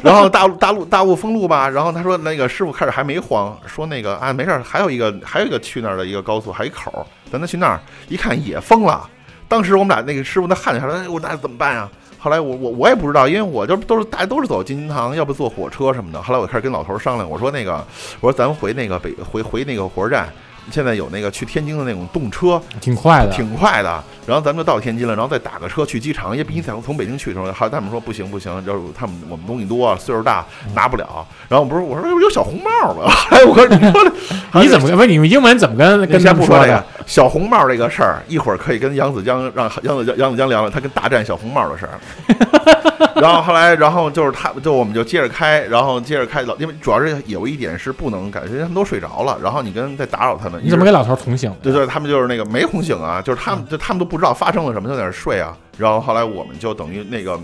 Speaker 9: 然后大路大路大雾封路吧，然后他说那个师傅开始还没慌，说那个啊没事儿，还有一个还有一个去那儿的一个高速，还有一口儿，咱再去那儿一看也封了。当时我们俩那个师傅那汗下来，哎我那怎么办呀？后来我我我也不知道，因为我就都是大家都是走金银堂，要不坐火车什么的。后来我开始跟老头儿商量，我说那个，我说咱们回那个北回回那个火车站，现在有那个去天津的那种动车，
Speaker 2: 挺快的。
Speaker 9: 挺快的。然后咱们就到天津了，然后再打个车去机场，也比你想从北京去的时候。后来他们说不行不行，就是他们我们东西多，岁数大
Speaker 2: 嗯
Speaker 9: 拿不了。然后我不是我说有小红帽
Speaker 2: (laughs)
Speaker 9: 吗？哎，我说你说的
Speaker 2: 你怎么不是你们英文怎么跟
Speaker 9: 你
Speaker 2: 跟他
Speaker 9: 先
Speaker 2: 们
Speaker 9: 不说这个
Speaker 2: 的？
Speaker 9: 小红帽这个事儿，一会儿可以跟杨子江让杨子江杨子江聊聊他跟大战小红帽的事儿。
Speaker 2: (laughs)
Speaker 9: 然后后来，然后就是他，就我们就接着开，然后接着开，老因为主要是有一点是不能感觉他们都睡着了，然后你跟在打扰他们，
Speaker 2: 你怎么
Speaker 9: 一
Speaker 2: 给
Speaker 9: 是
Speaker 2: 老头同醒？
Speaker 9: 对对，他们就是那个没红醒啊，就是他
Speaker 2: 嗯
Speaker 9: 们就他们都不知道发生了什么，就在那儿睡啊。然后后来我们就等于那个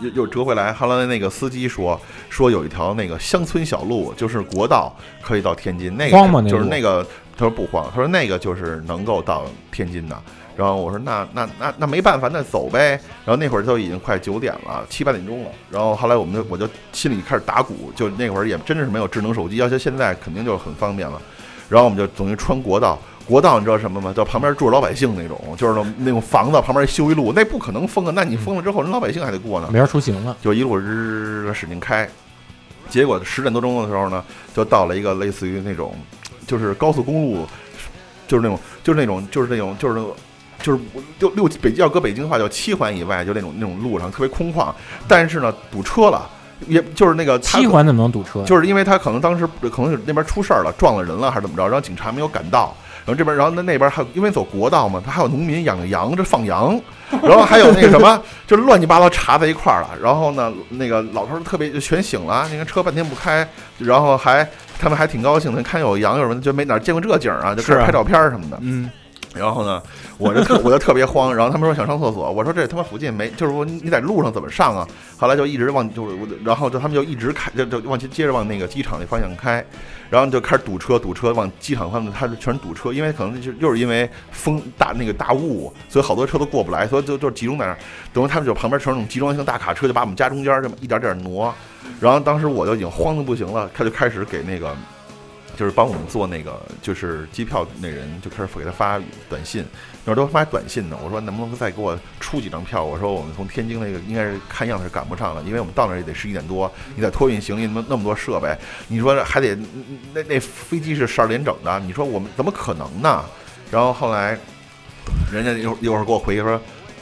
Speaker 9: 又又折回来，后来那个司机说说有一条那个乡村小路，就是国道，可以到天津。那个
Speaker 2: 荒吗那
Speaker 9: 就是
Speaker 2: 路
Speaker 9: 那个，他说不慌，他说那个就是能够到天津的。然后我说那那那那没办法，那走呗。然后那会儿都已经快九点了，七八点钟了。然后后来我们就我就心里开始打鼓，就那会儿也真的是没有智能手机，要像现在肯定就很方便了。然后我们就等于穿国道，国道你知道什么吗？就旁边住着老百姓那种，就是那种那种房子旁边修一路，那不可能封啊！那你封了之后，人老百姓还得过呢。
Speaker 2: 没法出行了，
Speaker 9: 就一路日使劲开，结果十点多钟的时候呢，就到了一个类似于那种，就是高速公路，就是那种，就是那种，就是那种，就是那种。就是六六北要搁北京的话，就七环以外，就那种那种路上特别空旷，但是呢堵车了，也就是那个他
Speaker 2: 七环怎么能堵车呀？
Speaker 9: 就是因为他可能当时可能是那边出事儿了，撞了人了还是怎么着，然后警察没有赶到，然后这边然后那那边还有因为走国道嘛，他还有农民养羊，这放羊，然后还有那个什么，就是乱七八糟查在一块儿了。然后呢，那个老头儿特别就全醒了，那个车半天不开，然后还他们还挺高兴的，看有羊有什么的，就没哪儿见过这景儿啊，就
Speaker 8: 是
Speaker 9: 开始
Speaker 8: 啊
Speaker 9: 拍照片儿什么的。
Speaker 8: 嗯，
Speaker 9: 然后呢，我就特我就特别慌，然后他们说想上厕所，我说这他妈附近没，就是说你在路上怎么上啊？后来就一直往就是我，然后就他们就一直开，就就往前接着往那个机场那方向开，然后就开始堵车，堵车往机场方面，他就全是堵车，因为可能就又是因为风大那个大雾，所以好多车都过不来，所以就就集中在那儿，等于他们就旁边全是那种集装箱大卡车，就把我们家中间这么一点点挪，然后当时我就已经慌的不行了，他就开始给那个。就是帮我们做那个，就是机票那人就开始给他发短信，那会儿都发短信呢。我说能不能再给我出几张票？我说我们从天津那个应该是看样子是赶不上了，因为我们到那儿也得十一点多，你得托运行李那么那么多设备，你说还得那那飞机是十二点整的，你说我们怎么可能呢？然后后来人家一会儿一会儿给我回说。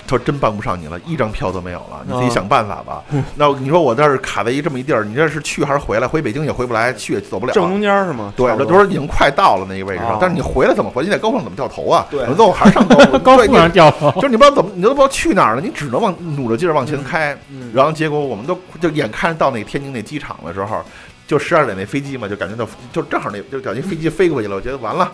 Speaker 9: 说真帮不上你了，一张票都没有了，你自己想办法吧。那你说我这儿卡在一这么一地儿，你这是去还是回来？回北京也回不来，去也走不了。
Speaker 1: 正中间是吗？
Speaker 9: 对，
Speaker 1: 差
Speaker 9: 这
Speaker 1: 不
Speaker 9: 都
Speaker 1: 多
Speaker 9: 是已经快到了那个位置上
Speaker 1: 哦，
Speaker 9: 但是你回来怎么回？你在高峰怎么掉头啊？
Speaker 1: 对
Speaker 9: 你最后还是
Speaker 1: (laughs)
Speaker 9: 上高峰，
Speaker 2: 高
Speaker 9: 对
Speaker 2: 速上掉头
Speaker 9: 你，就是你不知道怎么，你都不知道去哪儿了，你只能往努着劲儿往
Speaker 1: 嗯
Speaker 9: 前开。然后结果我们都就眼看到那天津那机场的时候，就十二点那飞机嘛，就感觉到就正好那就感觉飞机飞过去了，我觉得完了，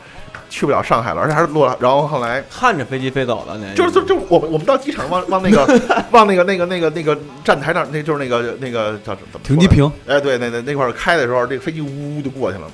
Speaker 9: 去不了上海了，而且还是落了。然后后来
Speaker 1: 看着飞机飞走了，那
Speaker 9: 就是就就我们我们到机场往往那个往那个那个那个那个站台那儿，那就是那个那个叫怎么说来着
Speaker 6: 停机坪，
Speaker 9: 哎，对，那那那块儿开的时候，这个飞机呜呜就过去了嘛。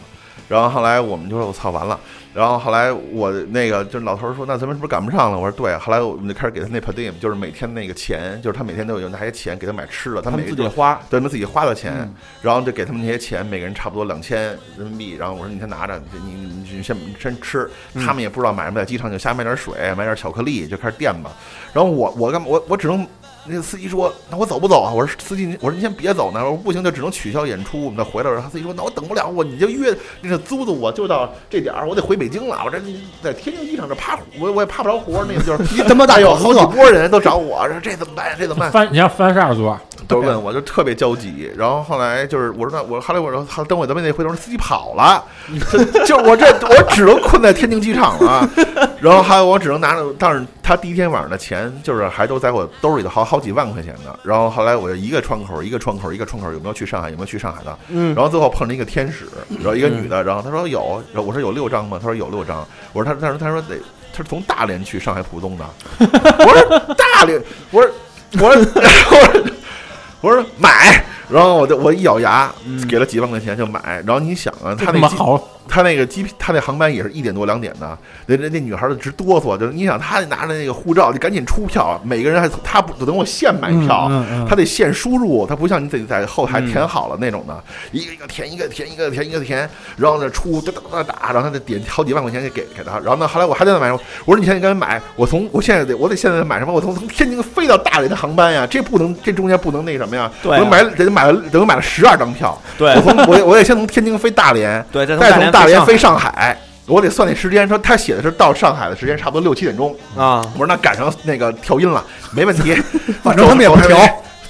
Speaker 9: 然后后来我们就说：“我操，完了！”然后后来我那个就是老头儿说：“那咱们是不是赶不上了？”我说：“对。”后来我们就开始给他那 per diem，就是每天那个钱，就是他每天都有拿些钱给他买吃的，他
Speaker 1: 他
Speaker 9: 每
Speaker 1: 们
Speaker 9: 个
Speaker 1: 自己花，嗯
Speaker 9: 对他们自己花的钱，然后就给他们那些钱，每个人差不多两千人民币。然后我说你先拿着，你你你你先先吃。
Speaker 1: 嗯
Speaker 9: 他们也不知道买什么，在机场就瞎买点水，买点巧克力就开始垫吧。然后我我干嘛我我只能。那司机说：“那我走不走啊？”我说：“司机，您我说您先别走呢。”我说：“不行，就只能取消演出，我们再回来。”然后司机说：“那我等不了，我你就约那个租租我，就到这点儿，我得回北京了。我这在天津机场这趴我我也趴不着活儿，那个 (laughs) 就是你
Speaker 6: 他妈大
Speaker 9: 有
Speaker 6: 口子
Speaker 9: 好几波人都找我，说这怎么办？这怎么办？
Speaker 2: 翻你像翻十二座，
Speaker 9: (laughs) 都问我，就特别焦急。然后后来就是我说那我后来我说好等我咱们那回头司机跑了，这 (laughs) 就我这我只能困在天津机场了。啊然后还有我只能拿着，但是他第一天晚上的钱就是还都在我兜里头好好几万块钱呢。然后后来我就一个窗口一个窗口一个窗口有没有去上海有没有去上海的，然后最后碰着一个天使，然后一个女的，然后她说有，然后我说有六张吗？她说有六张。我说她她说她说得。她是从大连去上海浦东的，我说大连，我说我说 (laughs) 我说我说买，然后我就我一咬牙，给了几万块钱就买。然后你想啊，他
Speaker 2: 这
Speaker 9: 那
Speaker 2: 妈
Speaker 9: 机
Speaker 2: 好
Speaker 9: 他那个机他那航班也是一点多两点的，那那那女孩儿就直哆嗦，就是你想她拿着那个护照就赶紧出票，每个人还她不等我现买票，
Speaker 6: 嗯嗯嗯
Speaker 9: 她得现输入，她不像你得在后台填好了那种的，一个一个填，一个填，一个填，一个填，然后呢出哒哒哒哒，然后她得点好几万块钱给给给她，然后呢后来我还在那买，我说你现在该买，我从我现在得我得现在买什么？我从从天津飞到大连的航班呀，这不能这中间不能那什么呀，
Speaker 1: 对啊
Speaker 9: 我买得买了得买了十二张票，
Speaker 1: 对
Speaker 9: 我从我得我得先从天津飞大连。
Speaker 1: 对，再
Speaker 9: 再
Speaker 1: 从
Speaker 9: 从大连
Speaker 1: 飞
Speaker 9: 飞上海，我得算那时间。说他写的是到上海的时间差不多六七点钟。
Speaker 1: 啊，
Speaker 9: 我说那赶上那个调音了，没问题，
Speaker 6: 反正他们也不调。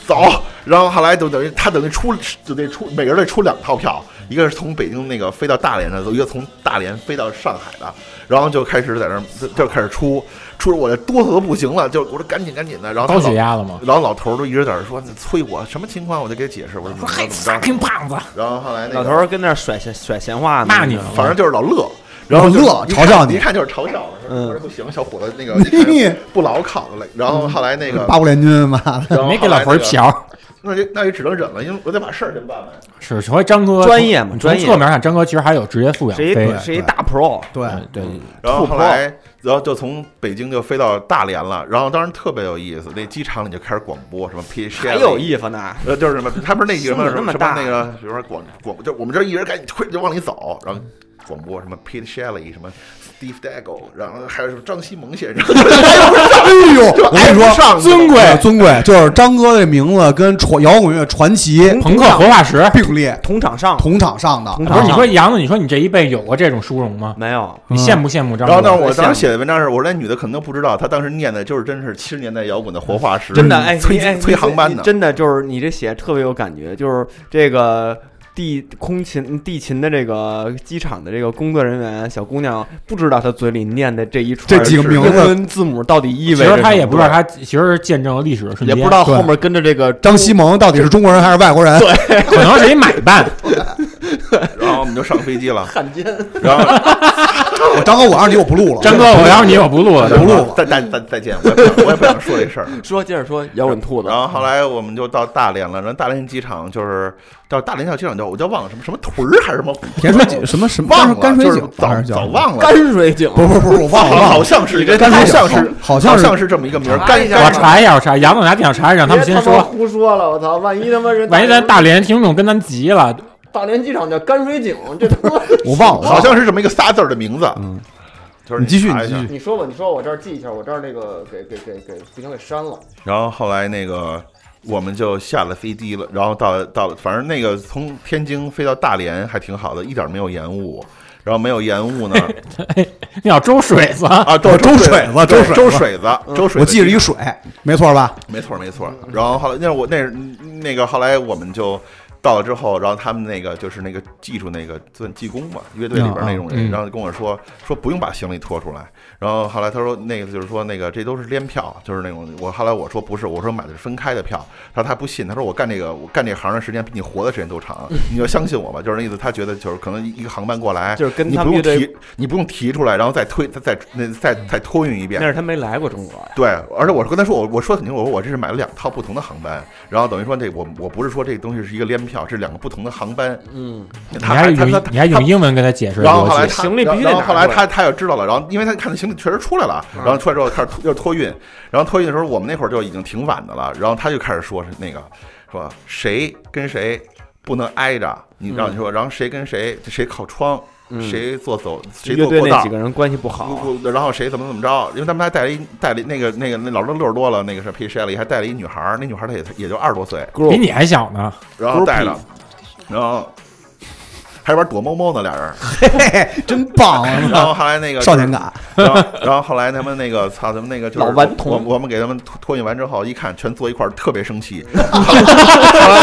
Speaker 9: 走，然后后来就等于他等于出就得出每个人得出两套票，一个是从北京那个飞到大连的，一个从大连飞到上海的，然后就开始在那儿就就开始出出，我这哆嗦的不行了，就我说赶紧赶紧的，然后
Speaker 2: 高
Speaker 9: 他老嗯
Speaker 2: 血压了吗？
Speaker 9: 然后老头儿都一直在那儿说你催我什么情况，我就给解释，我说怎么着怎么着，
Speaker 2: 胖子，
Speaker 9: 然后后来那个
Speaker 1: 老头儿跟那儿甩闲甩闲话
Speaker 9: 嗯
Speaker 1: 呢，
Speaker 2: 骂你
Speaker 9: 反正就是老乐，然后
Speaker 6: 老
Speaker 9: 就是
Speaker 6: 乐
Speaker 9: 一
Speaker 6: 嘲
Speaker 9: 看
Speaker 6: 笑你
Speaker 9: 一看就是嘲笑，我
Speaker 1: 嗯
Speaker 9: 说不行，小伙子那个一看就不牢靠了。然后后来那个，
Speaker 6: 八国联军，妈的，
Speaker 9: 然后
Speaker 2: 没给老头儿
Speaker 9: 嗯后来那个，
Speaker 2: 嫖。
Speaker 9: 那就那就只能忍了，因为我得把事儿先办完。
Speaker 2: 是，所以张哥
Speaker 1: 专业嘛
Speaker 2: 从
Speaker 1: 专业
Speaker 2: 从侧面看，张哥其实还有职业素养。
Speaker 1: 是
Speaker 2: 对
Speaker 1: 一是一大 pro，
Speaker 6: 对，
Speaker 2: 嗯对，
Speaker 9: 然后后来，然后就从北京就飞到大连了，然后当时特别有意思，那机场里就开始广播什么 P
Speaker 1: 还有意思呢，
Speaker 9: 呃，就是什么，他不是那几个什么
Speaker 1: 声音那
Speaker 9: 什么
Speaker 1: 么
Speaker 9: 什么
Speaker 1: 大
Speaker 9: 那个，比如说广广，就我们这一人赶紧推就往里走，然后广播什么 Pete Shelley E，什么 Steve Dagle，然后还有什么张西蒙先生， (laughs)
Speaker 6: 哎呦，
Speaker 9: 就
Speaker 6: 我跟
Speaker 9: 挨
Speaker 6: 你
Speaker 9: 不
Speaker 6: 说，
Speaker 9: 上
Speaker 2: 尊贵
Speaker 6: 呃尊贵就是张哥这名字跟传摇滚乐传奇
Speaker 2: 朋克活化石。
Speaker 6: 并列
Speaker 1: 同场上
Speaker 6: 同场上的，啊
Speaker 1: 同
Speaker 2: 不
Speaker 1: 场
Speaker 2: 是
Speaker 1: 上
Speaker 2: 你说杨子，你说你这一辈有过这种殊荣吗？
Speaker 1: 没有，
Speaker 2: 你羡慕羡慕张
Speaker 9: 然后，但
Speaker 2: 哥？
Speaker 9: 是我当时
Speaker 1: 想
Speaker 9: 写的文章是，我说那女的可能都不知道，她当时念的就是真是七十年代摇滚的活化石，
Speaker 1: 真的哎，
Speaker 9: 催
Speaker 1: 你哎
Speaker 9: 催
Speaker 1: 你
Speaker 9: 航班
Speaker 1: 你
Speaker 9: 的。
Speaker 1: 真的就是你这写特别有感觉，就是这个。地空勤嗯地勤的这个机场的这个工作人员小姑娘不知道她嘴里念的这一串
Speaker 6: 这几个
Speaker 1: 是
Speaker 6: 名字
Speaker 1: 英文字母到底意
Speaker 2: 其
Speaker 1: 味着
Speaker 2: 实
Speaker 1: 什么
Speaker 2: 他也不知道，他其实见证了历史的瞬
Speaker 1: 也
Speaker 2: 间，
Speaker 1: 不知道
Speaker 6: 对
Speaker 1: 后面跟着这个
Speaker 6: 张西蒙到底是中国人还是外国人？
Speaker 2: 可能是一买办。
Speaker 9: 然后我们就上飞
Speaker 1: (laughs)
Speaker 9: 机了，汉奸。然后
Speaker 6: (laughs) 我张哥，我让你我不录了，
Speaker 2: 张哥，我要是你，我不
Speaker 9: (laughs)
Speaker 2: 录了。
Speaker 6: 不录了
Speaker 9: 再再再再见，我也不想我也不想说这事儿。
Speaker 1: 说接着说摇滚兔子
Speaker 9: 然，后后来我们就到大连了，然后大连机场就是到大连叫机场叫我叫忘了什么什么屯儿还是什么
Speaker 6: 甜水井什么什么
Speaker 9: 忘了，
Speaker 6: 干水
Speaker 9: 就是
Speaker 6: 井，
Speaker 9: 早
Speaker 6: 叫
Speaker 9: 早忘了，
Speaker 1: 泔水井
Speaker 6: 不是不是，我忘了，
Speaker 9: 好
Speaker 6: 忘
Speaker 9: 好
Speaker 6: 了。
Speaker 9: 像是一个，
Speaker 6: 干
Speaker 9: 好
Speaker 6: 脆
Speaker 9: 像
Speaker 6: 讲
Speaker 9: 是
Speaker 6: 好像
Speaker 9: 像
Speaker 6: 是
Speaker 9: 是这么一个名儿，
Speaker 1: 查
Speaker 9: 干
Speaker 1: 一下
Speaker 9: 干
Speaker 1: 吧
Speaker 2: 我查一下，我查杨总拿电脑查一下，让他们先说。
Speaker 1: 胡说了，我操！万一他妈人
Speaker 2: 万一咱大连听众跟咱急了，
Speaker 1: 大连机场叫泔水井，这他妈 (laughs)
Speaker 6: 我忘了，
Speaker 9: 好像是这么一个仨字儿的名字。嗯，就是
Speaker 6: 你继续
Speaker 9: 查一
Speaker 6: 你继
Speaker 9: 下
Speaker 6: 续
Speaker 1: 你说吧，你说我这儿记一下，我这儿那个给给给给不行给删了。
Speaker 9: 然后后来那个我们就下了飞机了，然后到了到了，反正那个从天津飞到大连还挺好的，一点儿没有延误。然后没有延
Speaker 6: (laughs)
Speaker 9: 误呢
Speaker 2: 要周水子，
Speaker 9: 啊，周
Speaker 6: 周水
Speaker 9: 水
Speaker 6: 子周
Speaker 9: 对
Speaker 6: 水
Speaker 9: 周
Speaker 6: 子
Speaker 9: 水子，周水
Speaker 6: 我
Speaker 9: 子
Speaker 6: 记着一水，没错吧？
Speaker 9: 没错没错。然后后来那我那那个后来我们就到了之后，然后他们那个就是那个技术那个算技工嘛，乐队里边那种人，
Speaker 2: 嗯嗯
Speaker 9: 然后跟我说说不用把行李拖出来。然后后来他说那个就是说那个这都是练票，就是那种我后来我说不是，我说买的是分开的票。他说他不信，他说我干这个我干这行的时间比你活的时间都长，
Speaker 1: 嗯
Speaker 9: (laughs) 你要相信我吧，就是那意思。他觉得就是可能一个航班过来，
Speaker 1: 就是跟
Speaker 9: 你
Speaker 1: 他
Speaker 9: 不
Speaker 1: 们乐
Speaker 9: 用
Speaker 1: 队，
Speaker 9: 提，你不用提出来，然后再推再再那再再托运一遍
Speaker 1: 那。是他没来过中国呀。
Speaker 9: (laughs) 对，而且我跟他说，我我说很清楚，我说我这是买了两套不同的航班，然后等于说这我我不是说这东西是一个联票，这是两个不同的航班。
Speaker 1: 嗯，
Speaker 9: 他
Speaker 2: 你还
Speaker 9: 他
Speaker 2: 用
Speaker 9: 他
Speaker 2: 你还用
Speaker 9: 他
Speaker 2: 英文跟他解释
Speaker 9: 然后后来
Speaker 2: 逻辑？
Speaker 9: 他
Speaker 1: 行李必须得
Speaker 9: 然后
Speaker 1: 拿
Speaker 9: 后来
Speaker 1: 出来
Speaker 9: 他他也知道了，然后因为他看那行李确实出来
Speaker 1: 啊
Speaker 9: 了，然后出来之后开始托又托运，然后托运的时候我们那会儿就已经挺晚的了，然后他就开始说是那个说谁跟谁不能挨着，你
Speaker 1: 嗯
Speaker 9: 让你说，然后谁跟谁谁靠窗，谁坐走谁
Speaker 1: 乐
Speaker 9: 坐
Speaker 1: 队
Speaker 9: 过
Speaker 1: 嗯那
Speaker 9: 道
Speaker 1: 几，个人关系不好，
Speaker 9: 我我然后谁怎么怎么着？因为他们还带了一带了一那个那个那老六十多了，那个是 P s h e l l y 还带了一女孩儿，那女孩儿她也也就二十多岁，
Speaker 2: 比你还小呢，
Speaker 9: 然后带了，然后还玩躲猫猫呢俩 (laughs) 人，
Speaker 6: 真棒
Speaker 9: (laughs)
Speaker 6: 啊！
Speaker 9: 然后后来那个
Speaker 6: 少年感，
Speaker 9: 然后，然后后来他们那个操，他们那个就是
Speaker 1: 老顽童
Speaker 9: 我我们给他们托托运完之后，一看全坐一块儿，特别生气。
Speaker 6: (laughs)
Speaker 9: (laughs)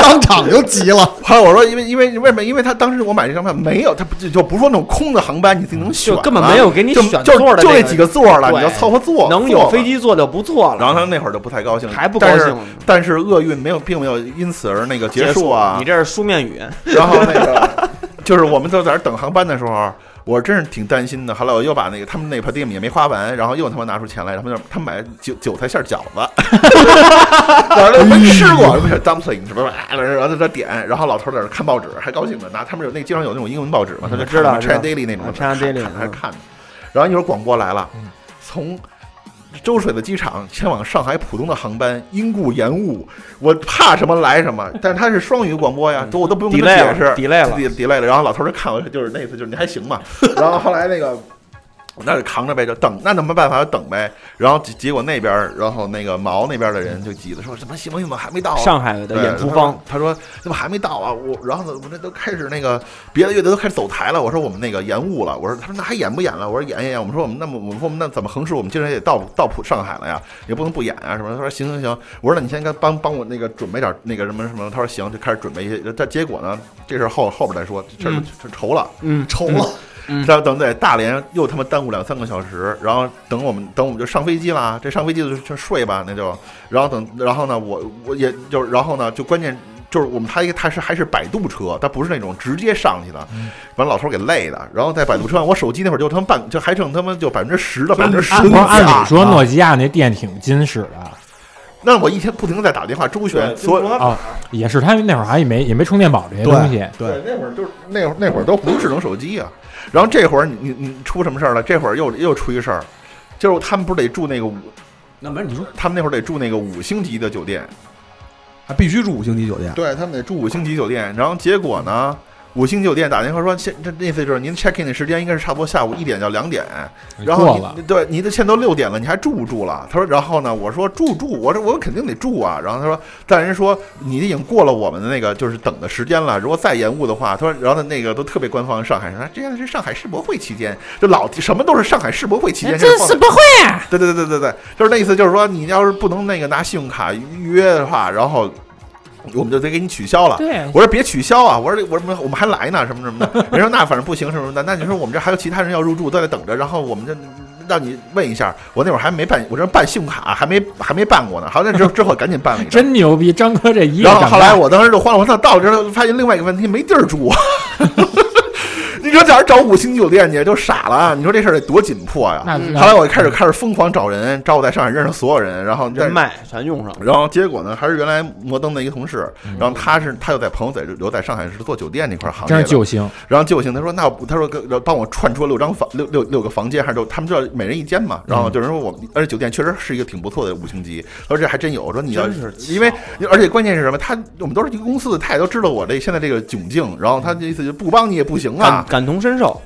Speaker 6: 当场就急了。
Speaker 9: 后来我说，因为因为为什么？因为他当时我买这张票没有，他不就就不是说那种空的航班，你自己能选
Speaker 1: 嗯就
Speaker 9: 了，
Speaker 1: 根本没有给你
Speaker 9: 就
Speaker 1: 选
Speaker 9: 就
Speaker 1: 座的
Speaker 9: 就
Speaker 1: 那
Speaker 9: 那
Speaker 1: 个
Speaker 9: 几个座儿了，
Speaker 1: 对
Speaker 9: 你要凑合坐，
Speaker 1: 能
Speaker 9: 坐
Speaker 1: 有
Speaker 9: 吧
Speaker 1: 飞机坐就不错了。
Speaker 9: 然后他们那会儿就不太高兴，
Speaker 1: 还不高
Speaker 9: 但是
Speaker 1: 兴呢
Speaker 9: 但是厄运没有，并没有因此而那个结束啊
Speaker 1: 你。这是书面语言，
Speaker 9: 然后那个就是我们都在那儿等航班的时候，我真是挺担心的。后来我又把那个他们那盘 d 米也没花完，然后又他妈拿出钱来，他们就他们买韭韭菜馅儿饺子，我说没吃过，不是 dumpling 什么玩意儿，然后在这点，然后老头儿在那儿看报纸，还高兴呢，拿他们有那经常有那种英文报纸嘛，他就
Speaker 1: 知道知道
Speaker 9: China Daily 那种
Speaker 1: 啊，China Daily，
Speaker 9: 看看
Speaker 1: 嗯
Speaker 9: 还看呢。然后一会儿广播来了，从周水的机场前往上海浦东的航班因故延误，我怕什么来什么。但是它是双语广播呀，都我都不用跟他
Speaker 1: 嗯 delay
Speaker 9: 解
Speaker 1: 了
Speaker 9: 释
Speaker 1: delay 了
Speaker 9: d e l a y 了。然后老头儿就看我，就是那次就是你还行
Speaker 1: (laughs)
Speaker 9: 嘛。然后后来那个。那就扛着呗，就等，那怎么办法？就等呗。然后结结果那边儿，然后那个毛那边儿的人就急了，说什么西蒙怎么还没到啊？
Speaker 1: 上海的
Speaker 9: 对
Speaker 1: 演出方，
Speaker 9: 他说他说怎么还没到啊？我然后呢，我们这都开始那个别的乐队都开始走台了。我说我们那个延误了。我说他说那还演不演了？我说演演演。我们说我们那么我们说我们那怎么横事？我们今儿也得到到浦上海了呀，也不能不演啊什么的。他说行行行，我说那你先该帮帮我那个准备点那个什么什么。他说行，就开始准备一些。但结果呢，这事儿后后边再说，这事儿就就愁了。啊
Speaker 1: 嗯，
Speaker 6: 愁了，
Speaker 9: 然后等在大连又他妈耽误两三个小时，然后等我们等我们就上飞机啦，这上飞机就就睡吧，那就，然后等然后呢，我我也就然后呢，就关键就是我们他一个他是还是摆渡车，他不是那种直接上去的，
Speaker 2: 嗯
Speaker 9: 把老头儿给累的，然后在摆渡车上，我手机那会儿就他妈半就还剩他妈就百分之十的百分之十
Speaker 2: 按不是按理说
Speaker 6: 啊
Speaker 2: 诺基亚那电挺金使的
Speaker 9: 那我一天不停的在打电话周旋，所有
Speaker 2: 啊，也是他那会儿还也没也没充电宝这些东西
Speaker 6: 对，对，
Speaker 9: 那会儿就是那会儿那会儿都不是智能手机啊。然后这会儿你你你出什么事儿了？这会儿又又出一事儿，就是他们不是得住那个五
Speaker 6: 那没事，你说
Speaker 9: 他们那会儿得住那个五星级的酒店，
Speaker 6: 还啊必须住五星级酒店，
Speaker 9: 对他们得住五星级酒店。然后结果呢，五星酒店打电话说，现这那次就是您 check in 的时间应该是差不多下午一点到两点，然
Speaker 2: 过
Speaker 9: 后
Speaker 2: 了
Speaker 9: 你对你的现在都六点了，你还住不住了？他说，然后呢，我说住住，我说我肯定得住啊。然后他说，但人家说你已经过了我们的那个就是等的时间了，如果再延误的话，他说，然后那个都特别官方，上海说这样是上海世博会期间，就老什么都是上海世博会期间，这世博会、啊。对对对对对，就是那意思，就是说你要是不能那个拿信用卡预约的话，然后。我们就得给你取消了。
Speaker 2: 对
Speaker 9: 我说别取消啊！我说我说我们还来呢，什么什么的。人说那反正不行什么什么的。那你说我们这还有其他人要入住，都在等着，然后我们这让你问一下。我那会儿还没办，我这办信用卡还没还没办过呢。好，那之后之后赶紧办了一张。
Speaker 2: 真牛逼！张哥这一夜
Speaker 9: 然后
Speaker 2: 长
Speaker 9: 后来
Speaker 2: 大，
Speaker 9: 我当时就慌了，我操，到了之后发现另外一个问题没地儿住。啊 (laughs) 你说假如找五星酒店去就傻了啊！你说这事儿得多紧迫呀、
Speaker 2: 那
Speaker 9: 后来我就开始开始疯狂找人，找我在上海认识所有人，然后在
Speaker 1: 人脉全用上了。
Speaker 9: 然后结果呢，还是原来摩登的一个同事，然后他是他又在朋友在留在上海是做酒店那块儿行
Speaker 2: 真
Speaker 9: 业
Speaker 2: 是
Speaker 9: 的，
Speaker 2: 救星，
Speaker 9: 然后救星他说那我他说跟帮我串出六张房六六六个房间，还是就他们就要每人一间嘛，然后就是说我们而且酒店确实是一个挺不错的五星级，而且还真有，我说你要
Speaker 1: 真
Speaker 9: 因为而且关键是什么，他我们都是一个公司的，他也都知道我这现在这个窘境，然后他这意思就不帮你也不行啊
Speaker 1: 感，感同身受，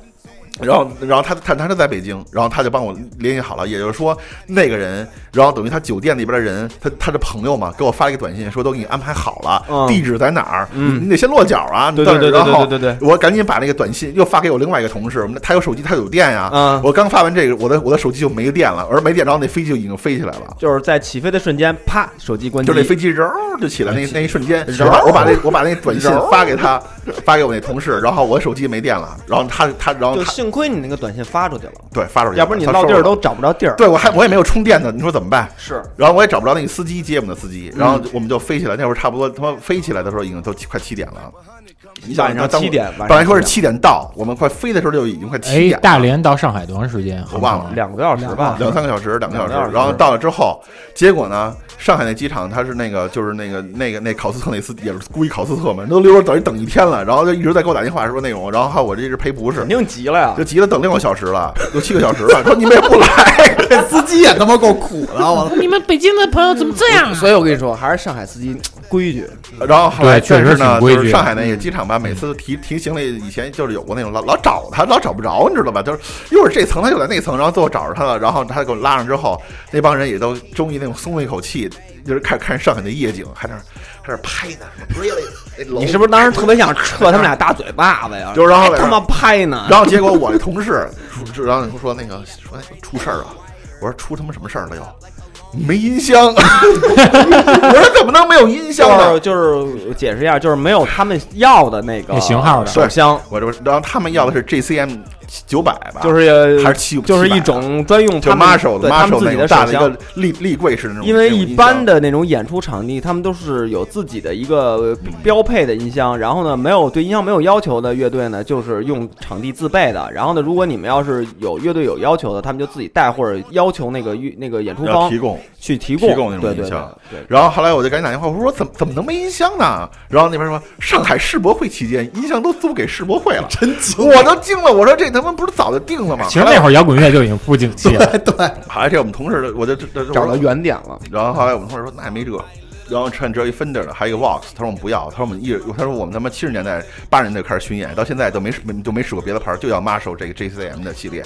Speaker 9: 然后，然后他他他是在北京，然后他就帮我联系好了，也就是说那个人，然后等于他酒店里边的人，他他的朋友嘛，给我发了一个短信，说都给你安排好了，
Speaker 1: 嗯
Speaker 9: 地址在哪儿，
Speaker 1: 嗯
Speaker 9: 你你得先落脚啊，
Speaker 1: 对
Speaker 9: 但
Speaker 1: 对
Speaker 9: 是
Speaker 1: 对对
Speaker 9: 然后
Speaker 1: 对对对，
Speaker 9: 我赶紧把那个短信又发给我另外一个同事，我们的他有手机，他有电呀，
Speaker 1: 嗯
Speaker 9: 我刚发完这个，我的我的手机就没电了，而没电，然后那飞机就已经飞起来了。
Speaker 1: 就是在起飞的瞬间，啪，手机关机，
Speaker 9: 就那飞机揉就起来那那一瞬间，
Speaker 2: 揉
Speaker 9: 我把我把那我把那短信发给他，发给我那同事，然后我手机没电了，然后他他然后
Speaker 1: 就
Speaker 9: 他
Speaker 1: 幸亏你那个短信发出去了，
Speaker 9: 对发出去了，
Speaker 1: 要不然你
Speaker 9: 他
Speaker 1: 落
Speaker 9: 收
Speaker 1: 地儿
Speaker 9: 了
Speaker 1: 都找不着地儿。
Speaker 9: 对我还我也没有充电的，你说怎么办？
Speaker 1: 是，嗯
Speaker 9: 然后我也找不着那个司机接我们的司机，然后我们就飞起来。那会儿差不多他妈飞起来的时候已经都七快七点了，你想
Speaker 1: 晚上
Speaker 9: 当
Speaker 1: 七点晚上
Speaker 9: 本来说是
Speaker 1: 七
Speaker 9: 七点到，我们快飞的时候就已经快七
Speaker 2: 哎
Speaker 9: 点了，，
Speaker 2: 大连到上海多长时间？啊
Speaker 9: 我忘了
Speaker 1: 两个多小时吧，
Speaker 9: 两三个小时，两个小
Speaker 1: 两个小
Speaker 9: 时。
Speaker 1: 时
Speaker 9: 然后到了之后，结果呢，上海那机场它是那个就是那个那个那考斯特那司也是故意考斯特嘛，都溜着等于等一天了，然后就一直在给我打电话说那种，然后还有我这一直赔不是
Speaker 1: 肯。定急了呀
Speaker 9: 就。急了，等六个小时了，都七个小时了。说你们也不来，
Speaker 1: (laughs)
Speaker 6: 这司机也他妈够苦的，我 (laughs)
Speaker 10: 你们北京的朋友怎么这样啊？
Speaker 3: 所以我跟你说，还是上海司机规矩，
Speaker 9: 然后后来，
Speaker 2: 对确实
Speaker 9: 但是呢，
Speaker 2: 挺规矩嗯
Speaker 9: 就是上海那个机场吧，每次提提行李，以前就是有过那种老老找他，老找不着，你知道吧？就是一会儿这层他又在那层，然后最后找着他了，然后他给我拉上之后，那帮人也都终于那种松了一口气，就是看看上海的夜景，还在那儿还在那儿拍呢，追了那楼。
Speaker 1: 你是不是当时特别想撤他们俩大嘴巴子呀？
Speaker 9: 就是然后
Speaker 1: 还他妈拍呢，
Speaker 9: 然后结果我的同事说，然后你说那个说哎出事儿了，我说出他妈什么事儿了又？没音箱， (laughs) 我说怎么能没有音箱呢？
Speaker 1: 就是就是解释一下，就是没有他们要的那个
Speaker 2: 那型号的
Speaker 1: 手箱，
Speaker 9: 我这不是，然后他们要的是 GCM 九百吧，
Speaker 1: 嗯就是
Speaker 9: 啊
Speaker 1: 呃
Speaker 9: 还是七，
Speaker 1: 就是一
Speaker 9: 700
Speaker 1: 种专用
Speaker 9: 就
Speaker 1: 他们
Speaker 9: Marshall 的
Speaker 1: 对他们
Speaker 9: Marshall
Speaker 1: 自
Speaker 9: 那
Speaker 1: 己
Speaker 9: 种
Speaker 1: 的
Speaker 9: 大
Speaker 1: 手
Speaker 9: 的一个
Speaker 1: 箱。
Speaker 9: 立立柜式的那种，
Speaker 1: 因为
Speaker 9: 那种
Speaker 1: 一
Speaker 9: 音
Speaker 1: 般
Speaker 9: 箱
Speaker 1: 的那种演出场地，他们都是有自己的一个
Speaker 9: 嗯
Speaker 1: 呃标配的音箱，然后呢，没有对音箱没有要求的乐队呢，就是用场地自备的。然后呢，如果你们要是有乐队有要求的，他们就自己带或者要求那个乐那个演出
Speaker 9: 要
Speaker 1: 方
Speaker 9: 提供。
Speaker 1: 去提供
Speaker 9: 提供那种
Speaker 1: 对
Speaker 9: 音
Speaker 1: 对对
Speaker 9: 箱
Speaker 1: 对，
Speaker 9: 然后后来我就赶紧打电话，我说怎么怎么能没音箱呢？然后那边说上海世博会期间音箱都租给世
Speaker 1: (laughs)
Speaker 9: 博会了，真我都惊了，我说这他妈不是早就定了吗？
Speaker 2: 其实那会儿摇滚乐就已经不景气了，
Speaker 9: 后来这我们同事，我就这这这
Speaker 1: 找到原点了。
Speaker 9: 然后后来我们同事说那也没辙，然后趁只有一 Fender 的，还有一个 Vox，他说我们不要，他说我们一直，他说我们他妈七十年代八十年代就开始巡演，到现在都没没都没使过别的牌儿，就要 Marshall 这个 JCM 的系列。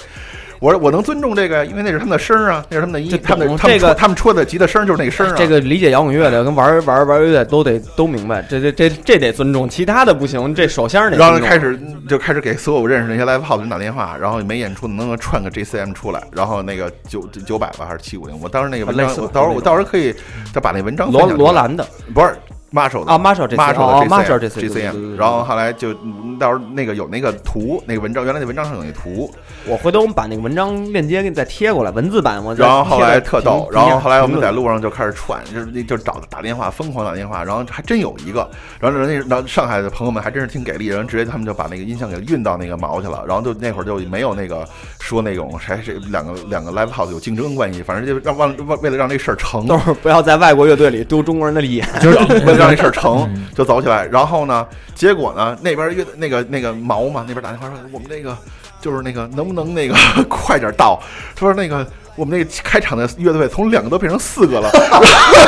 Speaker 9: 我说我能尊重这个，因为那是他们的声儿啊，那是他们的
Speaker 1: 这
Speaker 9: 音，
Speaker 1: 懂
Speaker 9: 他们的他们
Speaker 1: 这个
Speaker 9: 戳他们戳的吉的声儿就是那个声儿啊。
Speaker 1: 这个理解摇滚乐的跟玩儿玩儿玩儿乐队都得都明白，这这这这得尊重，其他的不行，这首先得尊
Speaker 9: 然后
Speaker 1: 重。
Speaker 9: 就开始就开始给所有我认识那些 live house 人打电话，然后没演出能不能串个 JCM 出来，然后那个九九百吧还是七五零，我当时那个文章
Speaker 1: 啊类，似
Speaker 9: 我到时候
Speaker 1: 那
Speaker 9: 我
Speaker 1: 种
Speaker 9: 到时候可以再把那文章
Speaker 1: 罗
Speaker 9: 分享出
Speaker 1: 罗
Speaker 9: 来
Speaker 1: 兰的
Speaker 9: 不是 Marshall 的
Speaker 1: 啊，Marshall 这
Speaker 9: Marshall 的
Speaker 1: Marshall 这
Speaker 9: GCM，然后后来就嗯到时候那个有那个图，那个文章原来那文章上有那图，
Speaker 1: 我回头我们把那个文章链接给你再贴过来，文字版我再
Speaker 9: 然后后来
Speaker 1: 贴在嗯
Speaker 9: 特逗，
Speaker 1: 评
Speaker 9: 然后后来我们
Speaker 1: 评
Speaker 9: 在
Speaker 1: 论
Speaker 9: 路上就开始串，就是就找打电话，疯狂打电话，然后还真有一个，然后人家然后上海的朋友们还真是挺给力，然后直接他们就把那个音箱给运到那个毛去了，然后就那会儿就没有那个说那种谁谁两个两个 live house 有竞争关系，反正就让忘为为了让这事儿成，
Speaker 1: 都是不要在外国乐队里丢中国人的
Speaker 9: (laughs)
Speaker 1: 脸，
Speaker 2: 就是
Speaker 9: 为了让这事儿成，
Speaker 2: 嗯
Speaker 9: 就走起来。然后呢，结果呢，那边乐那个那个毛嘛，那边打电话说我们那个就是那个能不能那个 (laughs) 快点到？说那个我们那个开场的乐队从两个都变成四个了， (laughs)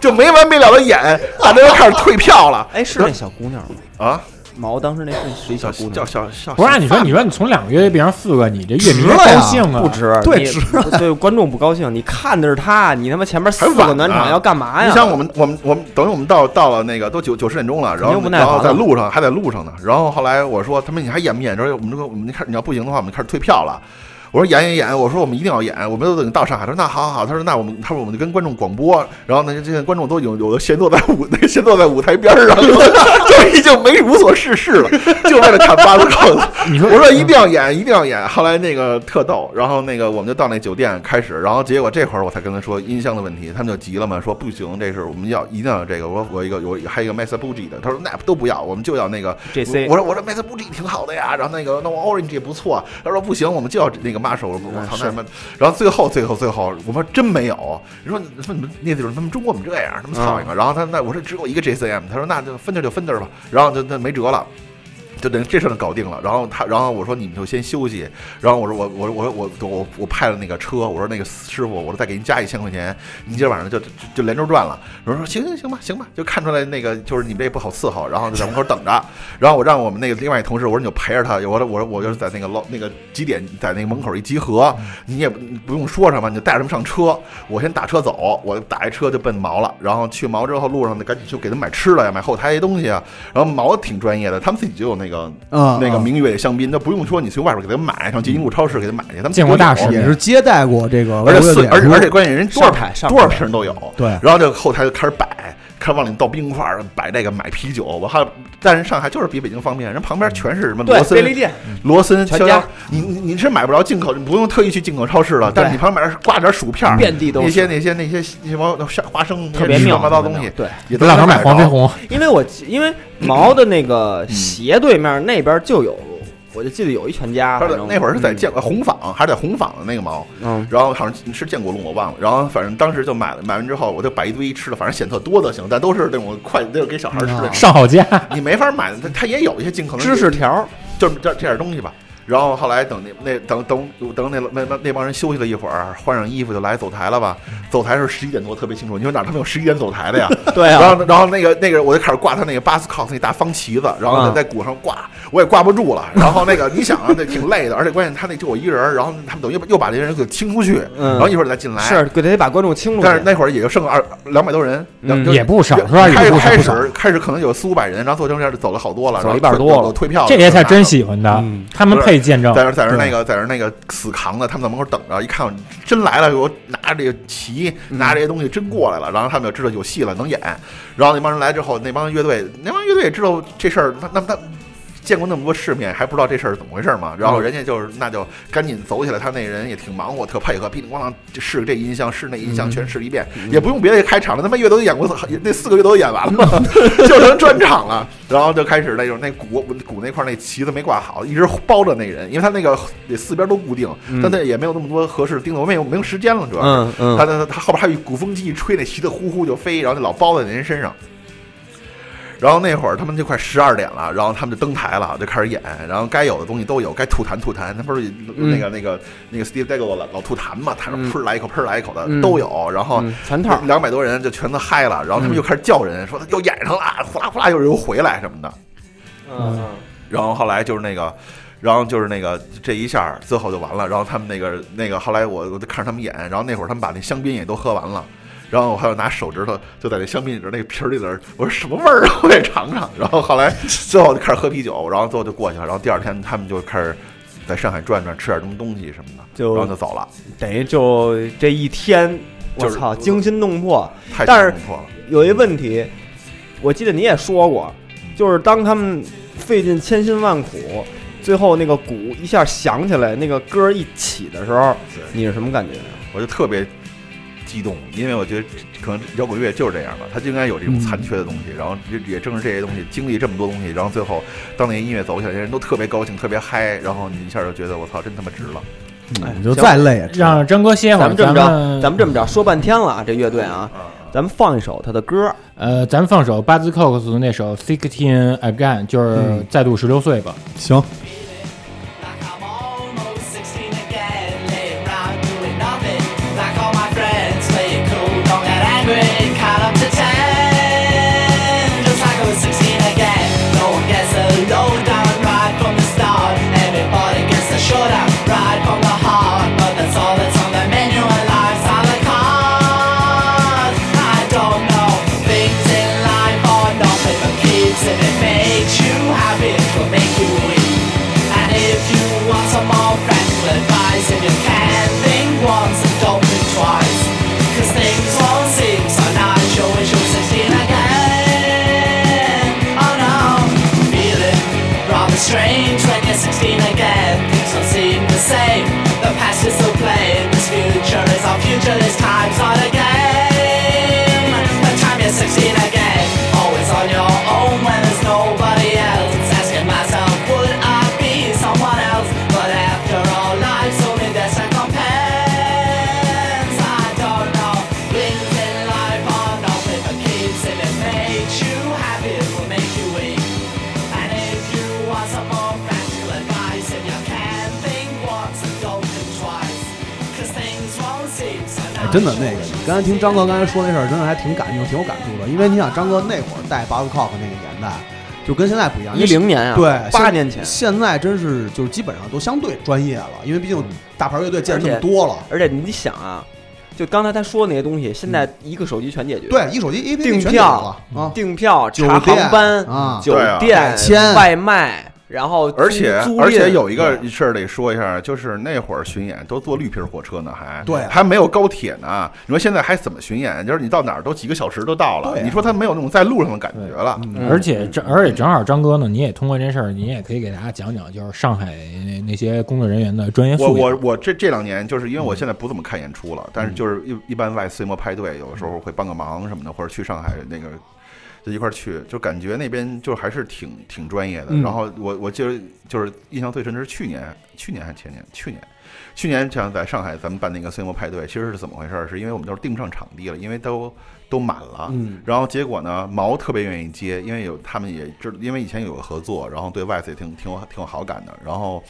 Speaker 9: 就没完没了的演，大家都开始退票了
Speaker 1: 哎，是那小姑娘吗？
Speaker 9: 啊！
Speaker 1: 毛当时那是谁
Speaker 9: 叫
Speaker 1: 小姑
Speaker 9: 叫
Speaker 1: 娘？
Speaker 9: 小小
Speaker 2: 不是？啊
Speaker 9: (laughs)
Speaker 2: 你说你说你从两个乐队变成四个，你这乐迷
Speaker 6: 值了呀
Speaker 2: 高兴啊？
Speaker 1: 不值，
Speaker 6: 对
Speaker 1: 你
Speaker 6: 值
Speaker 1: 对观众不高兴，你看的是他，你他妈前面四
Speaker 9: 晚
Speaker 1: 个
Speaker 9: 呢
Speaker 1: 暖场要干嘛呀？
Speaker 9: 你想我们我们我们等于我们到到了那个都九九十点钟了，然
Speaker 1: 肯定
Speaker 9: 后
Speaker 1: 不耐
Speaker 9: 然
Speaker 1: 烦
Speaker 9: 后在
Speaker 1: 了
Speaker 9: 路上还在路上呢。然后后来我说他们你还演不演？然后我们这个我们开始你要不行的话，我们就开始退票了。我说演演演，我说我们一定要演，我们都等到上海。他说那好好好，他说那我们他说我们就跟观众广播，然后呢这些观众都有有的闲坐在舞 (laughs) 闲坐在舞台边上， (laughs) 就已经没无所事事了，就为了看巴斯克。
Speaker 2: 你说
Speaker 9: 我说一定要演，一定要演。后来那个特逗，然后那个我们就到那酒店开始，然后结果这会儿我才跟他说音箱的问题，他们就急了嘛，说不行，这是我们要一定要这个。我说我一个有还有一个 Mesa Boogie 的，他说那都不要，我们就要那个
Speaker 1: JC
Speaker 9: 我说我说 Mesa Boogie 挺好的呀，然后那个那我 Orange 也不错，他说不行，我们就要那个 Marshall，我我操那什么。然后最后最后最后，我说真没有，啊你说你说你们那就是他们啊中国怎么这样，他们操一个。然后他那我说只有一个 JCM，他说那就分 e 就分 e 吧，然后就那没辙了。就等于这事儿搞定了。然后他，然后我说你们就先休息。然后我说我我我我我我派了那个车，我说那个师傅，我说再给您加一千块钱，您今儿晚上就就就连轴转了。我说行行行吧行吧，就看出来那个就是你们这不好伺候，然后就在门口等着。 (laughs) 然后我让我们那个另外一同事，我说你就陪着他，我说我说我就是在那个老那个几点在那个门口一集合，你也不你不用说什么，你就带着他们上车，我先打车走，我打一车就奔毛了，然后去毛之后路上就赶紧就给他们买吃的呀，买后台一些东西啊，然后毛挺专业的，他们自己就有
Speaker 6: 啊
Speaker 9: 那个、那个
Speaker 6: 啊
Speaker 9: 明月香槟，那不用说你从外边给他们买，上吉林路超市给他买去，他们
Speaker 2: 见过大
Speaker 9: 师
Speaker 2: 世，面
Speaker 6: 嗯也是接待过这个国
Speaker 9: 而且
Speaker 6: 乐
Speaker 9: 四
Speaker 6: 典
Speaker 9: 而且
Speaker 6: 是吧
Speaker 9: 而且关键人多少
Speaker 1: 上牌上
Speaker 9: 多少
Speaker 1: 牌
Speaker 9: 瓶都有，
Speaker 6: 对
Speaker 9: 然后这个后台就开始摆，开始往里倒冰块儿，摆这个买啤酒。我还但是上海就是比北京方便，人旁边全是什么罗
Speaker 1: 对，便利
Speaker 9: 森、
Speaker 1: 店，
Speaker 9: 罗森、
Speaker 1: 全
Speaker 9: 逍遥
Speaker 1: 家，
Speaker 9: 你你你是买不着进口，你不用特意去进口超市了。但是你旁边挂点薯片儿，
Speaker 1: 遍地都
Speaker 9: 那
Speaker 1: 是
Speaker 9: 些那些那些什么花生、
Speaker 1: 特别
Speaker 9: 乱七
Speaker 1: 妙
Speaker 9: 八糟东西，
Speaker 1: 对，
Speaker 9: 也都
Speaker 2: 在哪
Speaker 9: 能
Speaker 2: 儿买黄
Speaker 9: 着
Speaker 2: 飞。鸿？
Speaker 1: 因为我因为毛的那
Speaker 9: 嗯
Speaker 1: 个斜对面那边就有，我就记得有一全家，
Speaker 9: 他
Speaker 1: 反
Speaker 9: 在
Speaker 1: 正
Speaker 9: 那会儿是在建红坊，还是在红坊的那个毛，
Speaker 1: 嗯，
Speaker 9: 然后好像是建国路，我忘了。然后反正当时就买了，买完之后我就摆一堆吃的，反正显特多的行，但都是那种快，就是给小孩儿吃
Speaker 1: 啊
Speaker 9: 的。
Speaker 2: 上好佳，
Speaker 9: 你没法买，它它也有一些进口的
Speaker 1: 芝士条，
Speaker 9: 就是这这点东西吧。然后后来等那那等等等那那那那帮人休息了一会儿，换上衣服就来走台了吧？走台是十一点多，特别清楚。你说哪他妈有十一点走台
Speaker 1: (laughs)
Speaker 9: 的呀？
Speaker 1: 对啊，
Speaker 9: 然后然后那个那个我就开始挂他那个巴斯康那大方旗子，然后
Speaker 1: 啊
Speaker 9: 在在鼓上挂，我也挂不住了。然后那个你想啊，那挺累的，而且关键他那就我一人儿，然后他们等于又把这人给清出去，
Speaker 1: 嗯
Speaker 9: 然后一会儿再进来。
Speaker 1: 是给得把观众清楚点，
Speaker 9: 但是那会儿也就剩二两百多人，两
Speaker 1: 嗯
Speaker 9: 就
Speaker 2: 也不少是吧？
Speaker 9: 开
Speaker 2: 也不少
Speaker 9: 开
Speaker 2: 不少，
Speaker 9: 始开始可能有四五百人，然后最后中间就走了好多了，
Speaker 1: 走
Speaker 9: 然后
Speaker 1: 一半
Speaker 9: 退
Speaker 1: 多了
Speaker 9: 有退票的，
Speaker 2: 这也才真
Speaker 9: 喜。
Speaker 2: 喜欢的
Speaker 1: 嗯，
Speaker 2: 他们
Speaker 9: 不是
Speaker 2: 配见证。
Speaker 9: 在这在这
Speaker 2: 对
Speaker 9: 那个在这那个死扛的，他们在门口等着，一看真来了，我拿着这个旗，拿着这些东西真过来了，然后他们就知道有戏了，能演。然后那帮人来之后，那帮乐队那帮乐队也知道这事儿，那那那。见过那么多世面，还不知道这事儿是怎么回事嘛？然后人家就是，那就赶紧走起来。他那人也挺忙活，特配合，噼里咣啷试这音箱，试那音箱，全试一遍，也不用别的开场了，他妈乐队都演过，那四个乐队都演完了，就成专场了。然后就开始那种那鼓鼓那块儿那旗子没挂好，一直包着那人，因为他那个得四边都固定，但他也没有那么多合适的钉子，我们也没有时间了，主要是。
Speaker 1: 嗯嗯，
Speaker 9: 他他他后边还有一鼓风机一吹，那旗子呼呼就飞，然后就老包在那人身上。然后那会儿他们就快十二点了，然后他们就登台了，就开始演，然后该有的东西都有，该吐痰吐痰，他不是那个、那个那个 Steve Dagle 老老吐痰嘛，他说
Speaker 1: 嗯
Speaker 9: 喷来一口喷来一口的、
Speaker 1: 嗯
Speaker 9: 都有，然后
Speaker 1: 嗯全套嗯
Speaker 9: 两百多人就全都嗨了，然后他们就开始叫人说又演上了，呼啦呼啦又又回来什么的，
Speaker 1: 嗯
Speaker 9: 然后后来就是那个，然后就是那个这一下儿最后就完了。然后他们那个那个后来我我就看着他们演，然后那会儿他们把那香槟也都喝完了。然后我还要拿手指头就在那香槟里边那个皮儿里边儿，我说什么味儿啊，我也尝尝。然后后来最后就开始喝啤酒，然后最后就过去了。然后第二天他们就开始在上海转转，吃点什么东西什么的，
Speaker 1: 就
Speaker 9: 然后就走了。
Speaker 1: 等于就这一天，我
Speaker 9: 就是
Speaker 1: 操，惊心动魄。
Speaker 9: 太
Speaker 1: 但是
Speaker 9: 不错了，
Speaker 1: 有一问题，我记得你也说过，就是当他们费尽千辛万苦，最后那个鼓一下响起来，那个歌一起的时候，你是什么感觉？
Speaker 9: 我就特别激动，因为我觉得可能摇滚乐就是这样的，它就应该有这种残缺的东西。然后也也正是这些东西，经历这么多东西，然后最后当那音乐走起来，人都特别高兴，特别嗨，然后你一下就觉得我操，真他妈值了。
Speaker 6: 嗯就再累也值
Speaker 2: 让真哥歇会
Speaker 1: 咱
Speaker 2: 儿，
Speaker 1: 们这么着，
Speaker 2: 们
Speaker 1: 咱们这么着，说半天了啊，这乐队啊，咱们放一首他的歌，
Speaker 2: 呃，咱们放首 Buzz Cox 的那首《Sixteen Again》，就是
Speaker 9: 嗯
Speaker 2: 再度十六岁吧。
Speaker 6: 行。
Speaker 5: Like I'm almost 16 again, laying around doing nothing. Like all my friends, playing cool, don't get angry. Count up to 10, just like I was 16 again. No one gets a lowdown right from the start. Everybody gets a showdown right from the heart. But that's all that's on the menu and life's on the card. I don't know things in life are nothing but keeps. If it makes you happy, it will make you weak. Oh,
Speaker 6: 哎真的那个，你刚才听张哥刚才说那事儿，真的还挺感有挺有感触的。因为你想，张哥那会儿带 b a b c o c k 那个年代，就跟现在不一样。
Speaker 1: 一零年啊，
Speaker 6: 对
Speaker 1: 八
Speaker 6: 现
Speaker 1: 年前，
Speaker 6: 现在真是就是基本上都相对专业了，因为毕竟大牌乐队见的那么多了。
Speaker 1: 嗯而且你想啊，就刚才他说的那些东西，现在一个手机全解决，，
Speaker 6: 对，一手机 APP
Speaker 1: 订
Speaker 6: 全
Speaker 1: 票嗯
Speaker 6: 有了啊，
Speaker 1: 订票、
Speaker 6: 酒
Speaker 1: 查
Speaker 6: 店
Speaker 1: 航班
Speaker 6: 啊
Speaker 1: 酒
Speaker 9: 对啊
Speaker 1: 店
Speaker 6: 改签、
Speaker 1: 外卖，然后租
Speaker 9: 而且
Speaker 1: 租
Speaker 9: 而且
Speaker 1: 赁
Speaker 9: 有一个
Speaker 1: 对
Speaker 9: 事儿得说一下，就是那会儿巡演都坐绿皮火车呢，还
Speaker 6: 对
Speaker 9: 还没有高铁呢。你说现在还怎么巡演？就是你到哪儿都几个小时都到了
Speaker 6: 对，啊
Speaker 9: 你说他没有那种在路上的感觉了。
Speaker 2: 而且这，而且正好张哥呢，你也通过这事儿，你也可以给大家讲讲，就是上海那那些工作人员的专业
Speaker 9: 我
Speaker 2: 素
Speaker 9: 我
Speaker 2: 养。嗯
Speaker 9: 我这这两年就是因为我现在不怎么看演出了，但是就是一一般外岁末派对，有的时
Speaker 2: 嗯
Speaker 9: 候会帮个忙什么的，或者去上海那个就一块儿去，就感觉那边就还是挺挺专业的。
Speaker 2: 嗯
Speaker 9: 然后我我记得就是印象最深的是去年，去年还是前年？去年。去年像在上海咱们办那个岁末派对，其实是怎么回事儿？是因为我们都是订不上场地了，因为都都满了。
Speaker 6: 嗯，
Speaker 9: 然后结果呢，毛特别愿意接，因为有他们也知，因为以前有个合作，然后对外 e 也挺挺有挺有好感的，然后。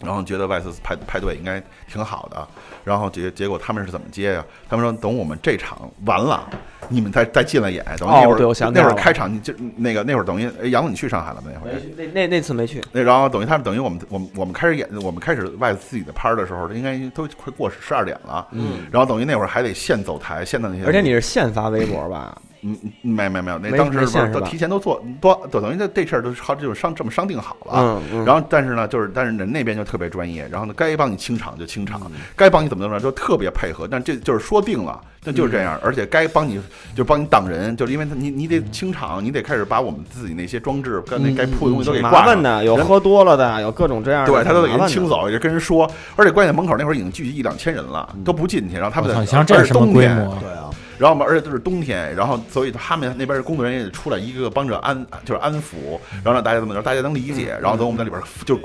Speaker 9: 然后觉得外 e 派派对应该挺好的，然后结结果他们是怎么接呀、他们说等我们这场完了，你们再再进来演。等于
Speaker 1: 哦
Speaker 9: 那会
Speaker 1: 对
Speaker 9: 儿、
Speaker 1: 我想起
Speaker 9: 那
Speaker 1: 来
Speaker 9: 会儿
Speaker 1: 了
Speaker 9: 开场，你就那个那会儿等于哎杨子你去上海了吗？那会儿
Speaker 1: 那那那次没去，
Speaker 9: 那然后等于他们等于我们我们我们开始演我们开始外自己的拍儿的时候，应该都快过十二点了。
Speaker 1: 嗯，
Speaker 9: 然后等于那会儿还得现走台，现到那些。
Speaker 1: 而且你是现发微博吧？
Speaker 9: 嗯，嗯没没没有，那
Speaker 1: 没
Speaker 9: 当时
Speaker 1: 没
Speaker 9: 不是
Speaker 1: 现
Speaker 9: 都
Speaker 1: 是吧
Speaker 9: 提前都做多，都等于这这事儿都是好就是商这么商定好了。啊
Speaker 1: 嗯嗯，
Speaker 9: 然后，但是呢，就是但是人那边就特别专业，然后呢，该帮你清场就清场，
Speaker 1: 嗯
Speaker 9: 该帮你怎么怎么着就特别配合。但这就是说定了，那就是这
Speaker 1: 嗯
Speaker 9: 样。而且该帮你就帮你挡人，就是因为他你你得清场，你得开始把我们自己那些装置跟那该铺的东西都给
Speaker 1: 挺嗯麻
Speaker 9: 挂
Speaker 1: 烦
Speaker 9: 上。
Speaker 1: 的，有
Speaker 9: 人
Speaker 1: 喝多了的，有各种这样的，
Speaker 9: 对他都得给
Speaker 1: 挺麻烦
Speaker 9: 人
Speaker 1: 的
Speaker 9: 清。走，也跟人说，而且关键门口那会儿已经聚集一两千人了，
Speaker 1: 嗯
Speaker 9: 都不进去，然后他们
Speaker 2: 我
Speaker 9: 在
Speaker 2: 操，你想哦这
Speaker 9: 而
Speaker 2: 是
Speaker 9: 且
Speaker 2: 什么
Speaker 9: 冬
Speaker 2: 规
Speaker 9: 天
Speaker 2: 模啊？
Speaker 6: 对啊，
Speaker 9: 然后嘛，而且都是冬天，然后所以他们那边工作人员也出来一个帮着安，就是安抚，然后让大家怎么着，大家能理
Speaker 1: 嗯
Speaker 9: 解。然后等我们在里边就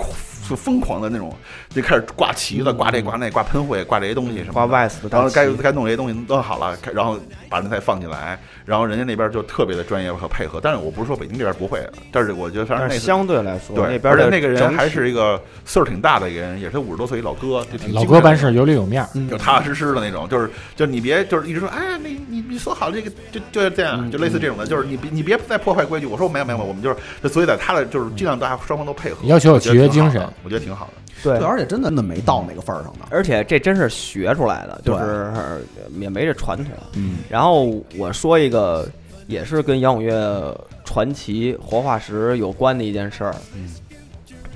Speaker 9: 就疯狂的那种，就开始挂旗子，挂这挂那，挂喷绘，挂这些东西什么的。
Speaker 1: 挂 Vice 的大
Speaker 9: 然后该
Speaker 1: 旗
Speaker 9: 该弄这些东西弄好了，开然后把人才放进来，然后人家那边就特别的专业和配合。但是我不是说北京这边不会，但是我觉得反
Speaker 1: 但
Speaker 9: 正那
Speaker 1: 是
Speaker 9: 次
Speaker 1: 相对来说，
Speaker 9: 对，
Speaker 1: 边
Speaker 9: 而且
Speaker 1: 的
Speaker 9: 那个
Speaker 1: 整
Speaker 9: 人
Speaker 1: 体
Speaker 9: 还是一个岁数挺大的一个人，也是五十多岁一老哥，就挺
Speaker 2: 老
Speaker 9: 精
Speaker 2: 哥
Speaker 9: 神
Speaker 2: 办
Speaker 9: 的
Speaker 2: 事有里有面儿，
Speaker 9: 就踏踏实实的那种，就是就是你别就是一直说，哎，你你你说好这个就就这
Speaker 2: 嗯
Speaker 9: 样，就类似这种的，就是你别你别再破坏规矩。我说没有没有，没有我们就是就所以在他的就是尽量大家双方都配合，
Speaker 2: 要求有
Speaker 9: 我觉得
Speaker 2: 契约
Speaker 9: 挺好
Speaker 2: 精神
Speaker 9: 的，我觉得挺好的。
Speaker 1: 对
Speaker 6: 对，而且真的那没到那个份儿上呢。
Speaker 1: 而且这真是学出来的，
Speaker 6: 对
Speaker 1: 就是呃也没这传统。啊
Speaker 6: 嗯，
Speaker 1: 然后我说一个，也是跟摇滚乐传奇活化石有关的一件事儿。嗯，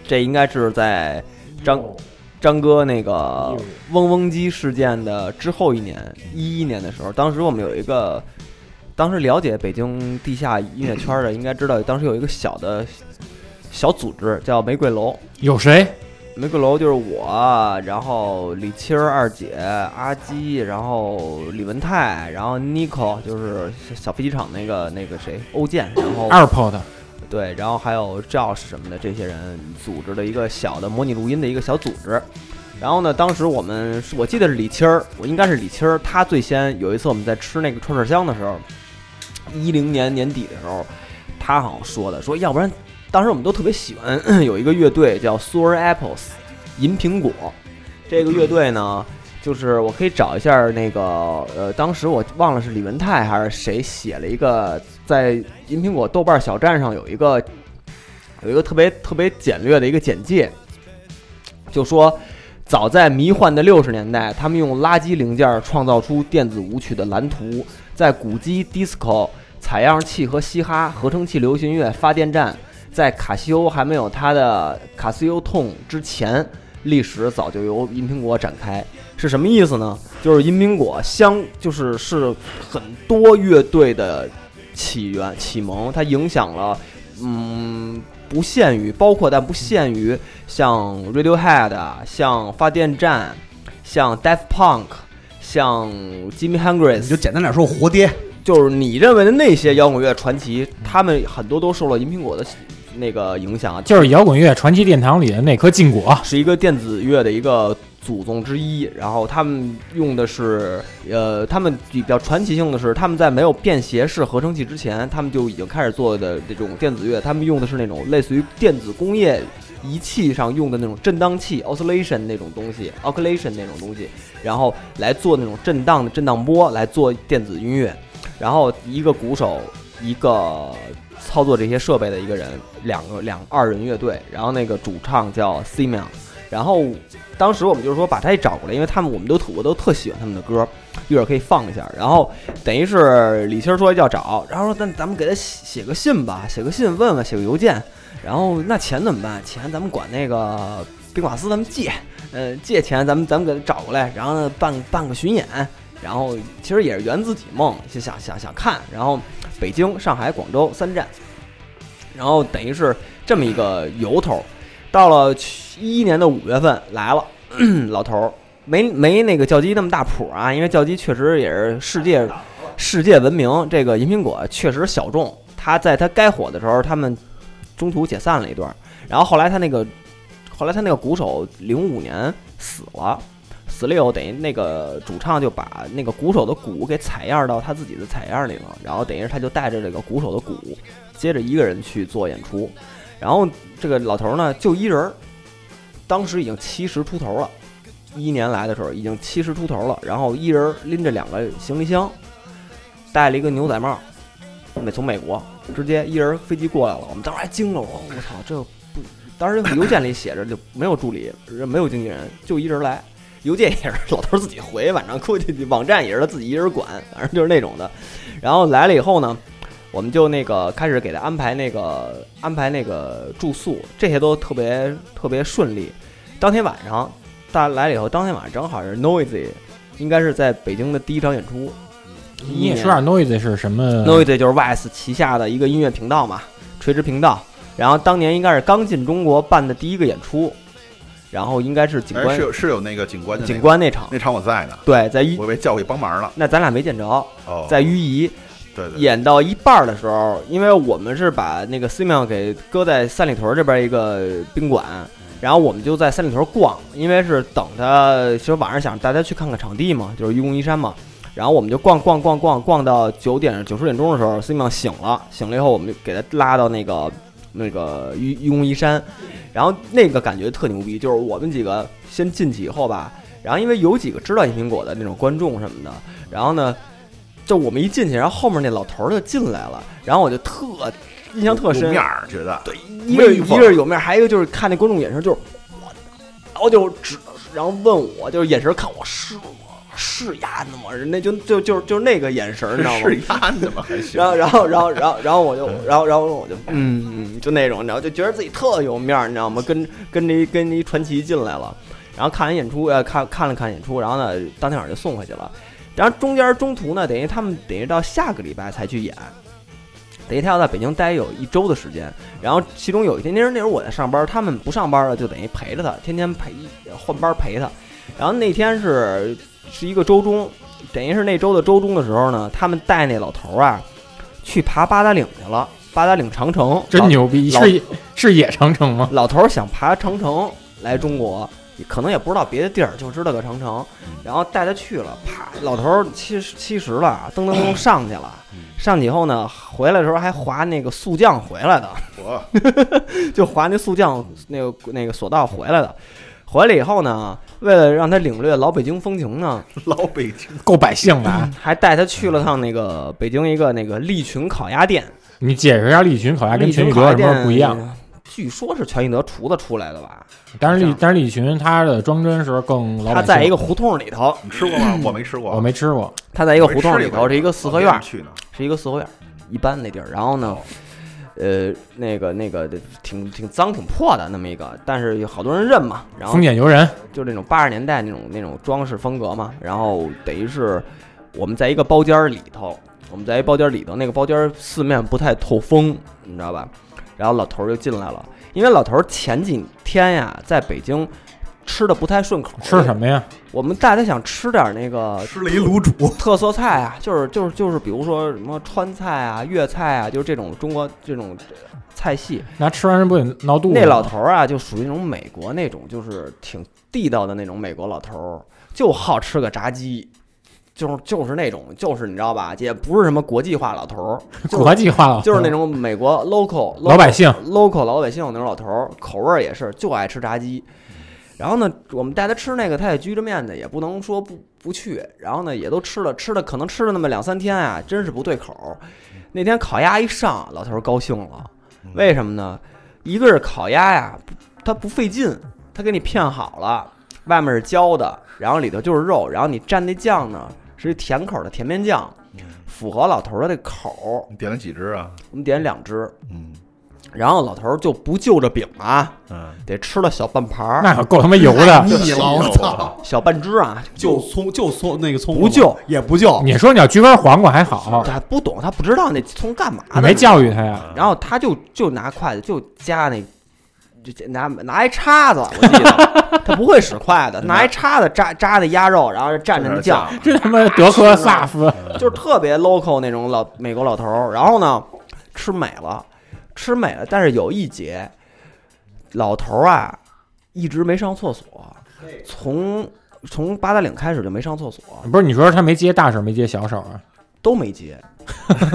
Speaker 1: 这应该是在张张哥那个嗡嗡机事件的之后一年，一一年的时候，当时我们有一个，当时了解北京地下音乐圈的，应该知道，当时有一个小的小组织叫玫瑰楼。
Speaker 2: 有谁？
Speaker 1: 玫瑰楼就是我，然后李七儿二姐、阿基，然后李文泰，然后 Nico，就是小飞机场那个那个谁欧建，然后
Speaker 2: AirPod
Speaker 1: 对，然后还有 Josh 什么的这些人组织的一个小的模拟录音的一个小组织。然后呢，当时我们是我记得是李七儿，我应该是李七儿，他最先有一次我们在吃那个串串香的时候，一零年年底的时候，他好像说的，说要不然当时我们都特别喜欢 (clears throat) 有一个乐队叫 Sour Apples，银苹果。这个乐队呢，就是我可以找一下那个呃，当时我忘了是李文泰还是谁写了一个在银苹果豆瓣小站上有一个有一个特别特别简略的一个简介，就说。早在迷幻的六十年代，他们用垃圾零件创造出电子舞曲的蓝图，在古机、disco、采样器和嘻哈、合成器、流行乐、发电站，在卡西欧还没有它的卡西欧痛之前，历史早就由银苹果展开。是什么意思呢？就是银苹果相，就是是很多乐队的起源启蒙，它影响了，嗯，不限于，包括但不限于像 Radiohead 啊、像发电站、像 Death Punk、像 Jimmy h e n d r i
Speaker 6: 你
Speaker 1: x
Speaker 6: 就简单点说，活爹，
Speaker 1: 就是你认为的那些摇滚乐传奇，他们很多都受了银苹果的那个影响，啊
Speaker 2: 就是摇滚乐传奇殿堂里的那颗禁果，
Speaker 1: 是一个电子乐的一个祖宗之一。然后他们用的是，呃，他们比较传奇性的是，他们在没有便携式合成器之前，他们就已经开始做的这种电子乐，他们用的是那种类似于电子工业仪器上用的那种振荡器 （oscillation） 那种东西，oscillation 那种东西，然后来做那种震荡的震荡波来做电子音乐，然后一个鼓手，一个操作这些设备的一个人，两个两二人乐队，然后那个主唱叫 Simeon，然后当时我们就是说把他也找过来，因为他们我们都土我都特喜欢他们的歌，一会儿可以放一下。然后等于是李青说要找，然后说那咱们给他写写个信吧，写个信问问，写个邮件。然后那钱怎么办？钱咱们管那个宾馆司咱们借，呃，借钱咱们咱们给他找过来，然后呢办办个巡演。然后其实也是圆自己梦，就想想想看。然后北京、上海、广州三站，然后等于是这么一个由头。到了一一年的五月份来了， (clears throat) 老头儿没没那个教基那么大谱啊，因为教基确实也是世界世界闻名，这个银苹果确实小众。他在他该火的时候，他们中途解散了一段儿，然后后来他那个后来他那个鼓手零五年死了。死了以后，等于那个主唱就把那个鼓手的鼓给采样到他自己的采样里了，然后等于是他就带着这个鼓手的鼓，接着一个人去做演出，然后这个老头儿呢就一人儿，当时已经七十出头了，一一年来的时候已经七十出头了，然后一人儿拎着两个行李箱，戴了一个牛仔帽，美从美国直接一人儿飞机过来了，我们当时还惊了，我说我操这不，当时邮件里写着就没有助理，没有经纪人，就一人来。邮件也是老头儿自己回，反正估计网站也是他自己一人管，反正就是那种的。然后来了以后呢，我们就那个开始给他安排那个安排那个住宿，这些都特别特别顺利。当天晚上，大家来了以后，当天晚上正好是 Noisy，应该是在北京的第一场演出。嗯
Speaker 2: 你也说点 noise 是什么
Speaker 1: Noisy 就是 Vice 旗下的一个音乐频道嘛，垂直频道。然后当年应该是刚进中国办的第一个演出，然后应该是景
Speaker 9: 哎，
Speaker 1: 观
Speaker 9: 是有是有那个警官的那个
Speaker 1: 景观那场，
Speaker 9: 那场我在呢，
Speaker 1: 对，在一
Speaker 9: 我被叫去帮忙了。
Speaker 1: 那咱俩没见着，
Speaker 9: 哦，
Speaker 1: 在盱眙
Speaker 9: 对对，
Speaker 1: 演到一半儿的时候，因为我们是把那个 s i m o n 给搁在三里屯这边一个宾馆，然后我们就在三里屯逛，因为是等他，其实晚上想带他去看看场地嘛，就是愚公移山嘛。然后我们就逛逛逛逛逛到九点九十点钟的时候 s i m o n 醒了，醒了以后我们就给他拉到那个那个愚愚公移山，然后那个感觉特牛逼，就是我们几个先进去以后吧，然后因为有几个知道银苹果的那种观众什么的，然后呢，就我们一进去，然后后面那老头儿就进来了，然后我就特印象特
Speaker 9: 有
Speaker 1: 深
Speaker 9: 面，儿觉得
Speaker 1: 对，一个
Speaker 9: 威
Speaker 1: 一
Speaker 9: 风
Speaker 1: 个是有面儿，还有一个就是看那观众眼神就是我，然后就指，然后问我，就是眼神看我是我是呀那么人家就就就就是那个眼神儿，你知道吗？
Speaker 9: 是压的吗？还行
Speaker 1: (laughs) 然。后，然后，然后，然后，然后我就，然后，然后我就，嗯，嗯就那种，你知道，就觉得自己特有面儿，你知道吗？跟跟着一跟着一传奇进来了，然后看完演出，呃，看看了看演出，然后呢，当天晚上就送回去了。然后中间中途呢，等于他们等于到下个礼拜才去演，等于他要在北京待有一周的时间。然后其中有一天，那时候那时候我在上班，他们不上班了，就等于陪着他，天天陪换班陪他。然后那天是是一个周中，等于是那周的周中的时候呢，他们带那老头儿啊去爬八达岭去了，八达岭长城，
Speaker 2: 真
Speaker 1: 老
Speaker 2: 牛逼，
Speaker 1: 老
Speaker 2: 是是野长
Speaker 1: (laughs)
Speaker 2: 城吗？
Speaker 1: 老头儿想爬长城来中国，可能也不知道别的地儿，就知道个长城，然后带他去了。啪，老头儿七十七十了，噔噔噔上去了。上去以后呢，回来的时候还滑那个速降回来的，
Speaker 9: 我
Speaker 1: 就滑那速降那个那个索道回来的。回来以后呢，为了让他领略老北京风情呢，
Speaker 9: 老北京
Speaker 2: 够百姓的啊！
Speaker 1: 还带他去了趟那个北京一个那个利群烤鸭店。
Speaker 2: 你解释一下利群烤鸭跟
Speaker 1: 利
Speaker 2: 全
Speaker 1: 群
Speaker 2: 聚
Speaker 1: 烤鸭
Speaker 2: 德有什么
Speaker 1: 店
Speaker 2: 不一样？？
Speaker 1: 据说是全聚德厨子出来的吧？
Speaker 2: 但是
Speaker 1: 这
Speaker 2: 利
Speaker 1: 样
Speaker 2: 但是利群它的装帧是更
Speaker 1: 他
Speaker 2: 老百姓。
Speaker 1: 在一个胡同里头，
Speaker 9: 你吃过吗？我没吃过，
Speaker 2: 我没吃过，
Speaker 1: 他在一
Speaker 9: 一啊
Speaker 1: 个胡同里头，是一个四合院儿，
Speaker 9: 去呢，
Speaker 1: 是一个四合院儿，一般那地儿。然后呢，呃，那个那个挺挺脏挺破的那么一个，但是有好多人认嘛。然后
Speaker 2: 丰俭由人，
Speaker 1: 就那种八十年代那种那种装饰风格嘛。然后等于是我们在一个包间儿里头，我们在一包间儿里头，那个包间儿四面不太透风，你知道吧？然后老头儿就进来了，因为老头儿前几天呀在北京吃的不太顺口，
Speaker 2: 吃什么呀？
Speaker 1: 我们大家想吃点儿那个
Speaker 9: 吃了一卤煮，
Speaker 1: 特色菜啊，就是就是就是，比如说什么川菜啊、粤菜啊，就是这种中国这种菜系。
Speaker 2: 那吃完人不得闹肚子吗？
Speaker 1: 那老头儿啊，就属于那种美国那种，就是挺地道的那种美国老头儿，就好吃个炸鸡，就是就是那种，就是你知道吧，也不是什么国际化老头
Speaker 2: (laughs)
Speaker 1: 儿，就是
Speaker 2: 国际化了，
Speaker 1: 就是那种美国 local
Speaker 2: 啊嗯老百姓
Speaker 1: local 老百姓那种老头儿，口味儿也是就爱吃炸鸡。然后呢，我们带他吃那个，他也拘着面子，也不能说不不去。然后呢，也都吃了，吃了可能吃了那么两三天啊，真是不对口儿。那天烤鸭一上，老头儿高兴了，
Speaker 2: 嗯
Speaker 1: 为什么呢？一个是烤鸭呀，不它不费劲，它给你片好了，外面是焦的，然后里头就是肉，然后你蘸那酱呢是甜口的甜面酱，
Speaker 2: 嗯
Speaker 1: 符合老头儿的这口儿。
Speaker 9: 你点了几只啊？
Speaker 1: 我们点两只，
Speaker 9: 嗯
Speaker 1: 然后老头儿就不就着饼啊，
Speaker 9: 嗯，
Speaker 1: 得吃了小半盘儿，
Speaker 2: 哦那可够他妈油的。
Speaker 6: 腻了，
Speaker 1: 哎
Speaker 6: 我操！
Speaker 1: 小半只啊，
Speaker 6: 就葱就葱那个葱
Speaker 1: 不就
Speaker 6: 也不就，
Speaker 2: 你说你要焗根黄瓜还好，
Speaker 1: 他不懂，他不知道那葱干嘛
Speaker 2: 你
Speaker 1: 的，
Speaker 2: 没教育他
Speaker 1: (laughs)
Speaker 2: 呀？
Speaker 1: 然后他就就拿筷子就夹那，就就拿拿一叉子，我记
Speaker 2: (laughs)
Speaker 1: 得他不会使筷子，拿一叉子扎扎那鸭肉，然后蘸着那酱，啊
Speaker 9: 啊
Speaker 2: 这他妈德克萨斯
Speaker 1: 就是啊特别 local 那种老美国老头儿。然后呢，吃美了，吃美了，但是有一节，老头儿啊一直没上厕所，从从八达岭开始就没上厕所，
Speaker 2: 不是？你说他没接大手没接小手啊？
Speaker 1: 都没
Speaker 6: (laughs)
Speaker 1: 接。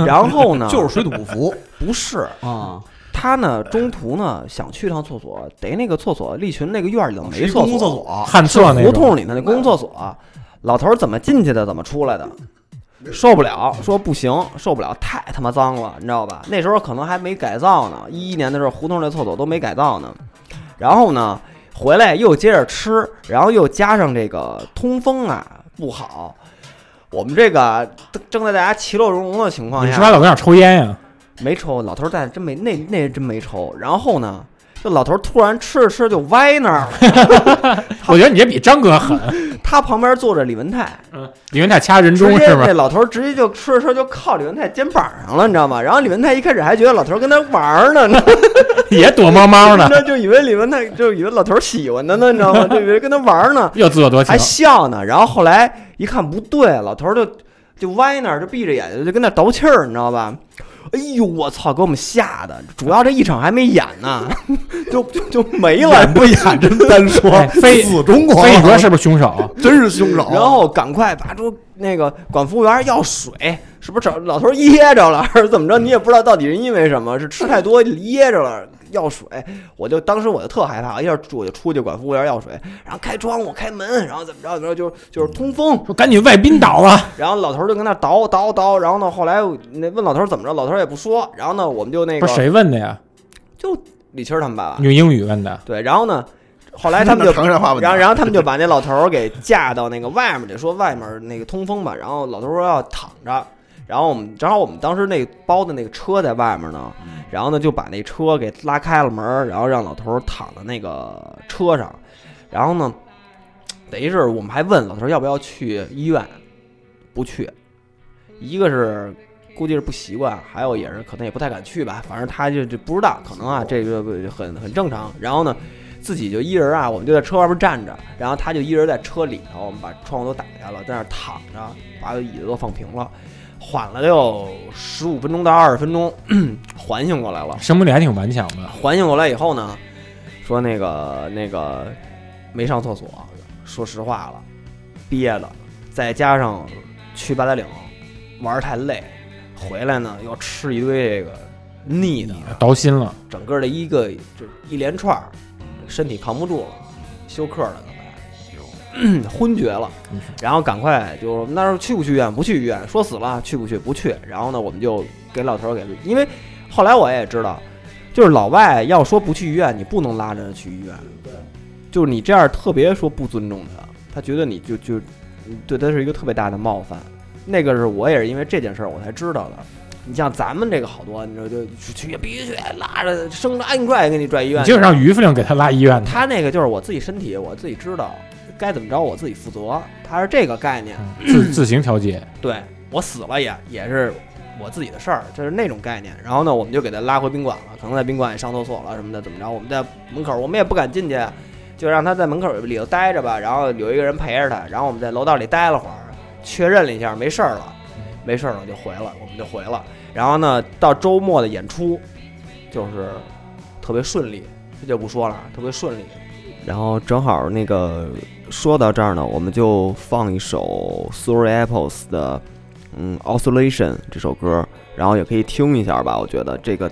Speaker 1: 然后呢，
Speaker 6: 就是水土不服
Speaker 1: 不是
Speaker 6: 啊，
Speaker 1: 他呢，中途呢想去趟厕所，得那个厕所，利群那个院儿里头没
Speaker 6: 是一
Speaker 1: 厕
Speaker 6: 公共厕
Speaker 1: 所，
Speaker 6: 所，
Speaker 2: 旱厕那
Speaker 1: 胡
Speaker 2: 种
Speaker 1: 同里头那公共厕所，老头儿怎么进去的，怎么出来的，受不了，说不行，受不了，太他妈脏了，你知道吧？那时候可能还没改造呢，一一年的时候胡同那厕所都没改造呢。然后呢，回来又接着吃，然后又加上这个通风啊不好，我们这个正正在大家其乐融融的情况
Speaker 2: 你
Speaker 1: 下，
Speaker 2: 是不是老跟那儿抽烟呀？
Speaker 1: 没抽，老头儿在真没那那真没抽。然后呢，这老头儿突然吃着吃着就歪那儿了。
Speaker 2: 我觉得你这比张哥狠。
Speaker 1: 他旁边坐着李文泰，
Speaker 2: 李文泰掐人中
Speaker 1: 直接
Speaker 2: 是吧
Speaker 1: 这？老头儿直接就吃着吃着就靠李文泰肩膀上了，你知道吗？然后李文泰一开始还觉得老头儿跟他玩儿呢，呢
Speaker 2: (laughs) 也躲猫
Speaker 1: (laughs)
Speaker 2: 猫呢，
Speaker 1: 那就以为李文泰就以为老头儿喜欢他呢，你知道吗？就以为跟他玩儿
Speaker 6: (laughs)
Speaker 1: 呢，
Speaker 2: 又自作多情
Speaker 1: 还。
Speaker 2: 哎
Speaker 1: 笑呢。然后后来一看不对，老头儿就就歪那儿，就闭着眼睛就跟那儿倒气儿，你知道吧？哎呦，我操！给我们吓的，主要这一场还没演呢， (laughs) 就就就没了，
Speaker 6: 演不演真单
Speaker 1: (laughs)
Speaker 6: 说
Speaker 1: 啊
Speaker 2: 哎，非
Speaker 6: 死中国，
Speaker 2: 所以你说是不是凶手？啊
Speaker 6: 真是凶手。
Speaker 1: 然后赶快拔出那个管服务员要水，是不是找老头噎着了， (laughs) 还是怎么着？你也不知道到底是因为什么，是吃太多噎着了要水。我就当时我就特害怕，一下我就出去管服务员要水，然后开窗户开门，然后怎么着怎么着就就是通风。
Speaker 2: 说赶紧外宾倒啊！
Speaker 1: 然后老头就跟那叨叨叨，然后呢后来那问老头怎么着，老头也不说。然后呢我们就那
Speaker 2: 不是
Speaker 1: 个
Speaker 2: 谁问的呀？
Speaker 1: 就李青儿他们爸爸
Speaker 2: 用英语问的。
Speaker 1: 对，然后呢后来他们就
Speaker 9: 长沙话问
Speaker 1: 然后，
Speaker 9: 的，
Speaker 1: 然后他们就把那老头儿给架到那个外面去，说外面那个通风吧。然后老头儿说要躺着，然后我们正好我们当时那包的那个车在外面呢，然后呢就把那车给拉开了门儿，然后让老头儿躺在那个车上，然后呢，等于是我们还问老头儿要不要去医院，不去，一个是。估计是不习惯，还有也是可能也不太敢去吧，反正他就就不知道，可能啊这个很很正常。然后呢，自己就一人啊，我们就在车外边站着，然后他就一人在车里头，我们把窗户都打开了，在那儿躺着，把椅子都放平了，缓了得有十五分钟到二十分钟， (clears throat) 缓醒过来了。
Speaker 2: 生命力还挺顽强的，
Speaker 1: 缓醒过来以后呢，说那个那个没上厕所，说实话了，憋的，再加上去八达岭玩儿太累，回来呢又吃一堆这个腻的，
Speaker 2: 倒心了。
Speaker 1: 整个的一个就一连串儿，身体扛不住了，休克了，刚 (clears throat) 才昏厥了，嗯然后赶快就那时候去不去医院？不去医院，说死了去不去？不去。然后呢，我们就给老头儿给，因为后来我也知道，就是老外要说不去医院，你不能拉着他去医院，就是你这样特别说不尊重他，他觉得你就就对他是一个特别大的冒犯。那个是我也是因为这件事儿我才知道的。你像咱们这个好多，你知道就去必须去拉着生着硬拽给你拽医院
Speaker 2: 你
Speaker 1: 去，
Speaker 2: 就让于司令给他拉
Speaker 1: (laughs)
Speaker 2: 医院去。
Speaker 1: 他那个就是我自己身体，我自己知道该怎么着，我自己负责，他是这个概念。
Speaker 2: 嗯自自行调节，
Speaker 1: 对我死了也也是我自己的事儿，就是那种概念。然后呢，我们就给他拉回宾馆了，可能在宾馆也上厕所了什么的，怎么着？我们在门口，我们也不敢进去，就让他在门口里头待着吧。然后有一个人陪着他，然后我们在楼道里待了会儿，确认了一下，没事儿了，没事儿了就回了，我们就回了。然后呢，到周末的啊演出就是特别顺利，这就不说了，特别顺利。
Speaker 8: 然后正好那个说到这儿呢，我们就放一首 Sorry Apples 的嗯 Oscillation 这首歌，然后也可以听一下吧。我觉得这个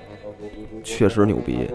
Speaker 8: 确实牛逼。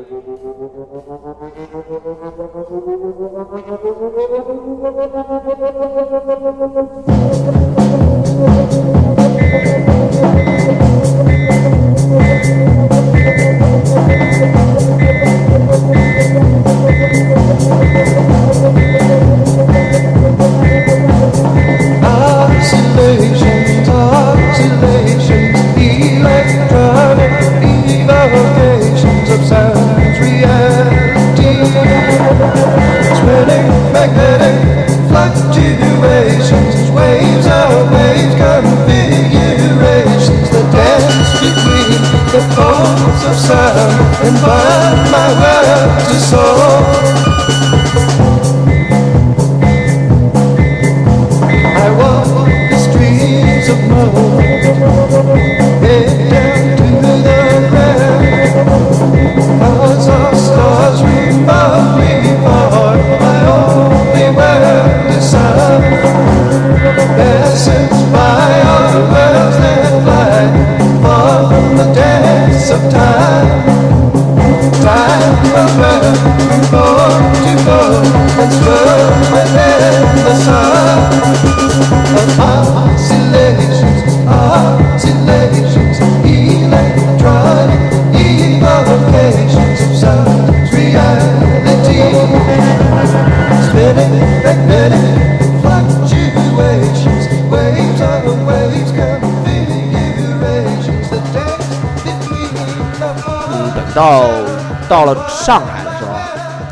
Speaker 1: 到到了上海的时候，啊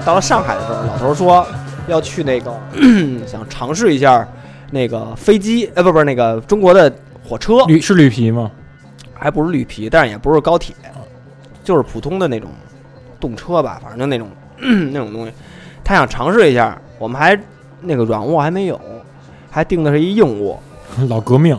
Speaker 1: 到了上海的时候，老头儿说要去那个， (clears throat) 想尝试一下那个飞机，呃，不不，那个中国的火车，
Speaker 2: 绿是绿皮吗？ (laughs)
Speaker 1: 还不是绿皮，但是也不是高铁，就是普通的那种动车吧，反正就那种 (clears throat) 那种东西。他想尝试一下，我们还那个软卧还没有，还订的是一硬卧。
Speaker 2: 老革命，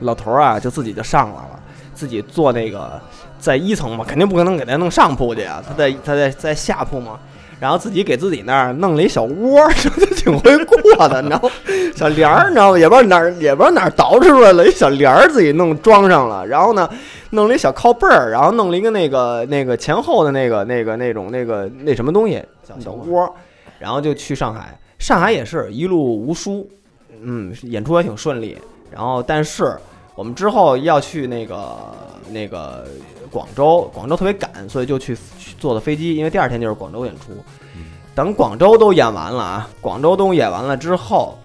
Speaker 1: 老头儿啊，就自己就上来了，自己坐那个在一层嘛，肯定不可能给他弄上铺去啊，他在他在在下铺嘛，然后自己给自己那儿弄了一小窝儿， (laughs) 就挺会过的，你知道吗？小帘儿，你知道吗？也不知道哪儿也不知道哪儿捯饬出来了一小帘儿，自己弄装上了，然后呢，弄了一小靠背儿，然后弄了一个那个那个前后的那个那个那种那个那什么东西小小窝儿，然后就去上海，上海也是一路无书，嗯，演出也挺顺利，然后但是我们之后要去那个那个广州，广州特别赶，所以就去去坐的飞机，因为第二天就是广州演出。等广州都演完了啊，广州都演完了之后，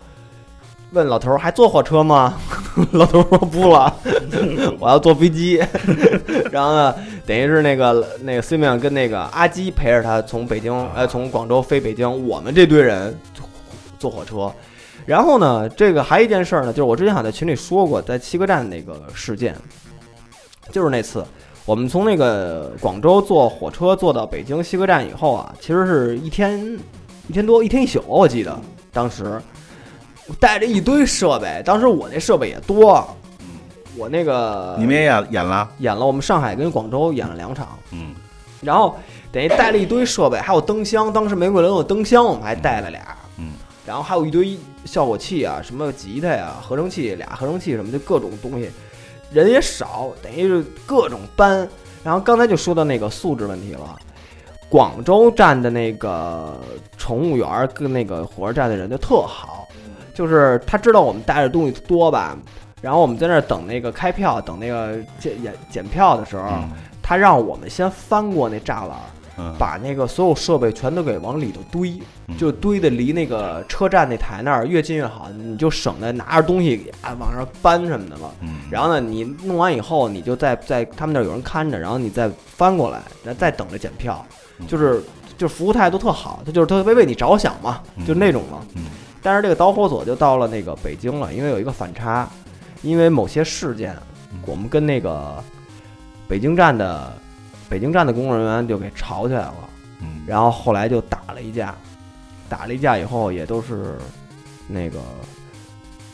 Speaker 1: 问老头儿还坐火车吗？ (laughs) 老头儿说不了， (laughs) 我要坐飞机。 (laughs) 然后呢，等于是那个那个 Simon 跟那个阿基陪着他从北京呃从广州飞北京，我们这堆人坐火车。然后呢，这个还有一件事儿呢，就是我之前好像在群里说过，在七哥站那个事件，就是那次我们从那个广州坐火车坐到北京西客站以后啊，其实是一天一天多一天一宿，我记得当时我带着一堆设备，当时我那设备也多，
Speaker 9: 嗯
Speaker 1: 我那个
Speaker 9: 你们也演演了，
Speaker 1: 演了我们上海跟广州演了两场，
Speaker 9: 嗯，
Speaker 1: 然后等于带了一堆设备，还有灯箱，当时玫瑰轮有灯箱，我们还带了俩，
Speaker 9: 嗯，
Speaker 1: 然后还有一堆效果器啊，什么吉他呀、合成器俩合成器什么的各种东西，人也少，等于是各种班。然后刚才就说到那个素质问题了，广州站的那个乘务员儿跟那个火车站的人就特好，就是他知道我们带的东西多吧，然后我们在那儿等那个开票、等那个检检检票的时候，
Speaker 9: 嗯
Speaker 1: 他让我们先翻过那栅栏儿，
Speaker 9: 嗯，
Speaker 1: 把那个所有设备全都给往里头堆，
Speaker 9: 嗯
Speaker 1: 就堆的离那个车站那台那儿越近越好，你就省得拿着东西啊往上搬什么的了。
Speaker 9: 嗯，
Speaker 1: 然后呢，你弄完以后，你就在在他们那儿有人看着，然后你再翻过来，然后再等着检票，
Speaker 9: 嗯
Speaker 1: 就是就是服务态度特好，他就是特别为你着想嘛，
Speaker 9: 嗯
Speaker 1: 就那种嘛。
Speaker 9: 嗯
Speaker 1: 但是这个导火索就到了那个北京了，因为有一个反差，因为某些事件
Speaker 9: 嗯，
Speaker 1: 我们跟那个北京站的北京站的工作人员就给吵起来了。
Speaker 9: 嗯，
Speaker 1: 然后后来就打了一架，打了一架以后也都是那个，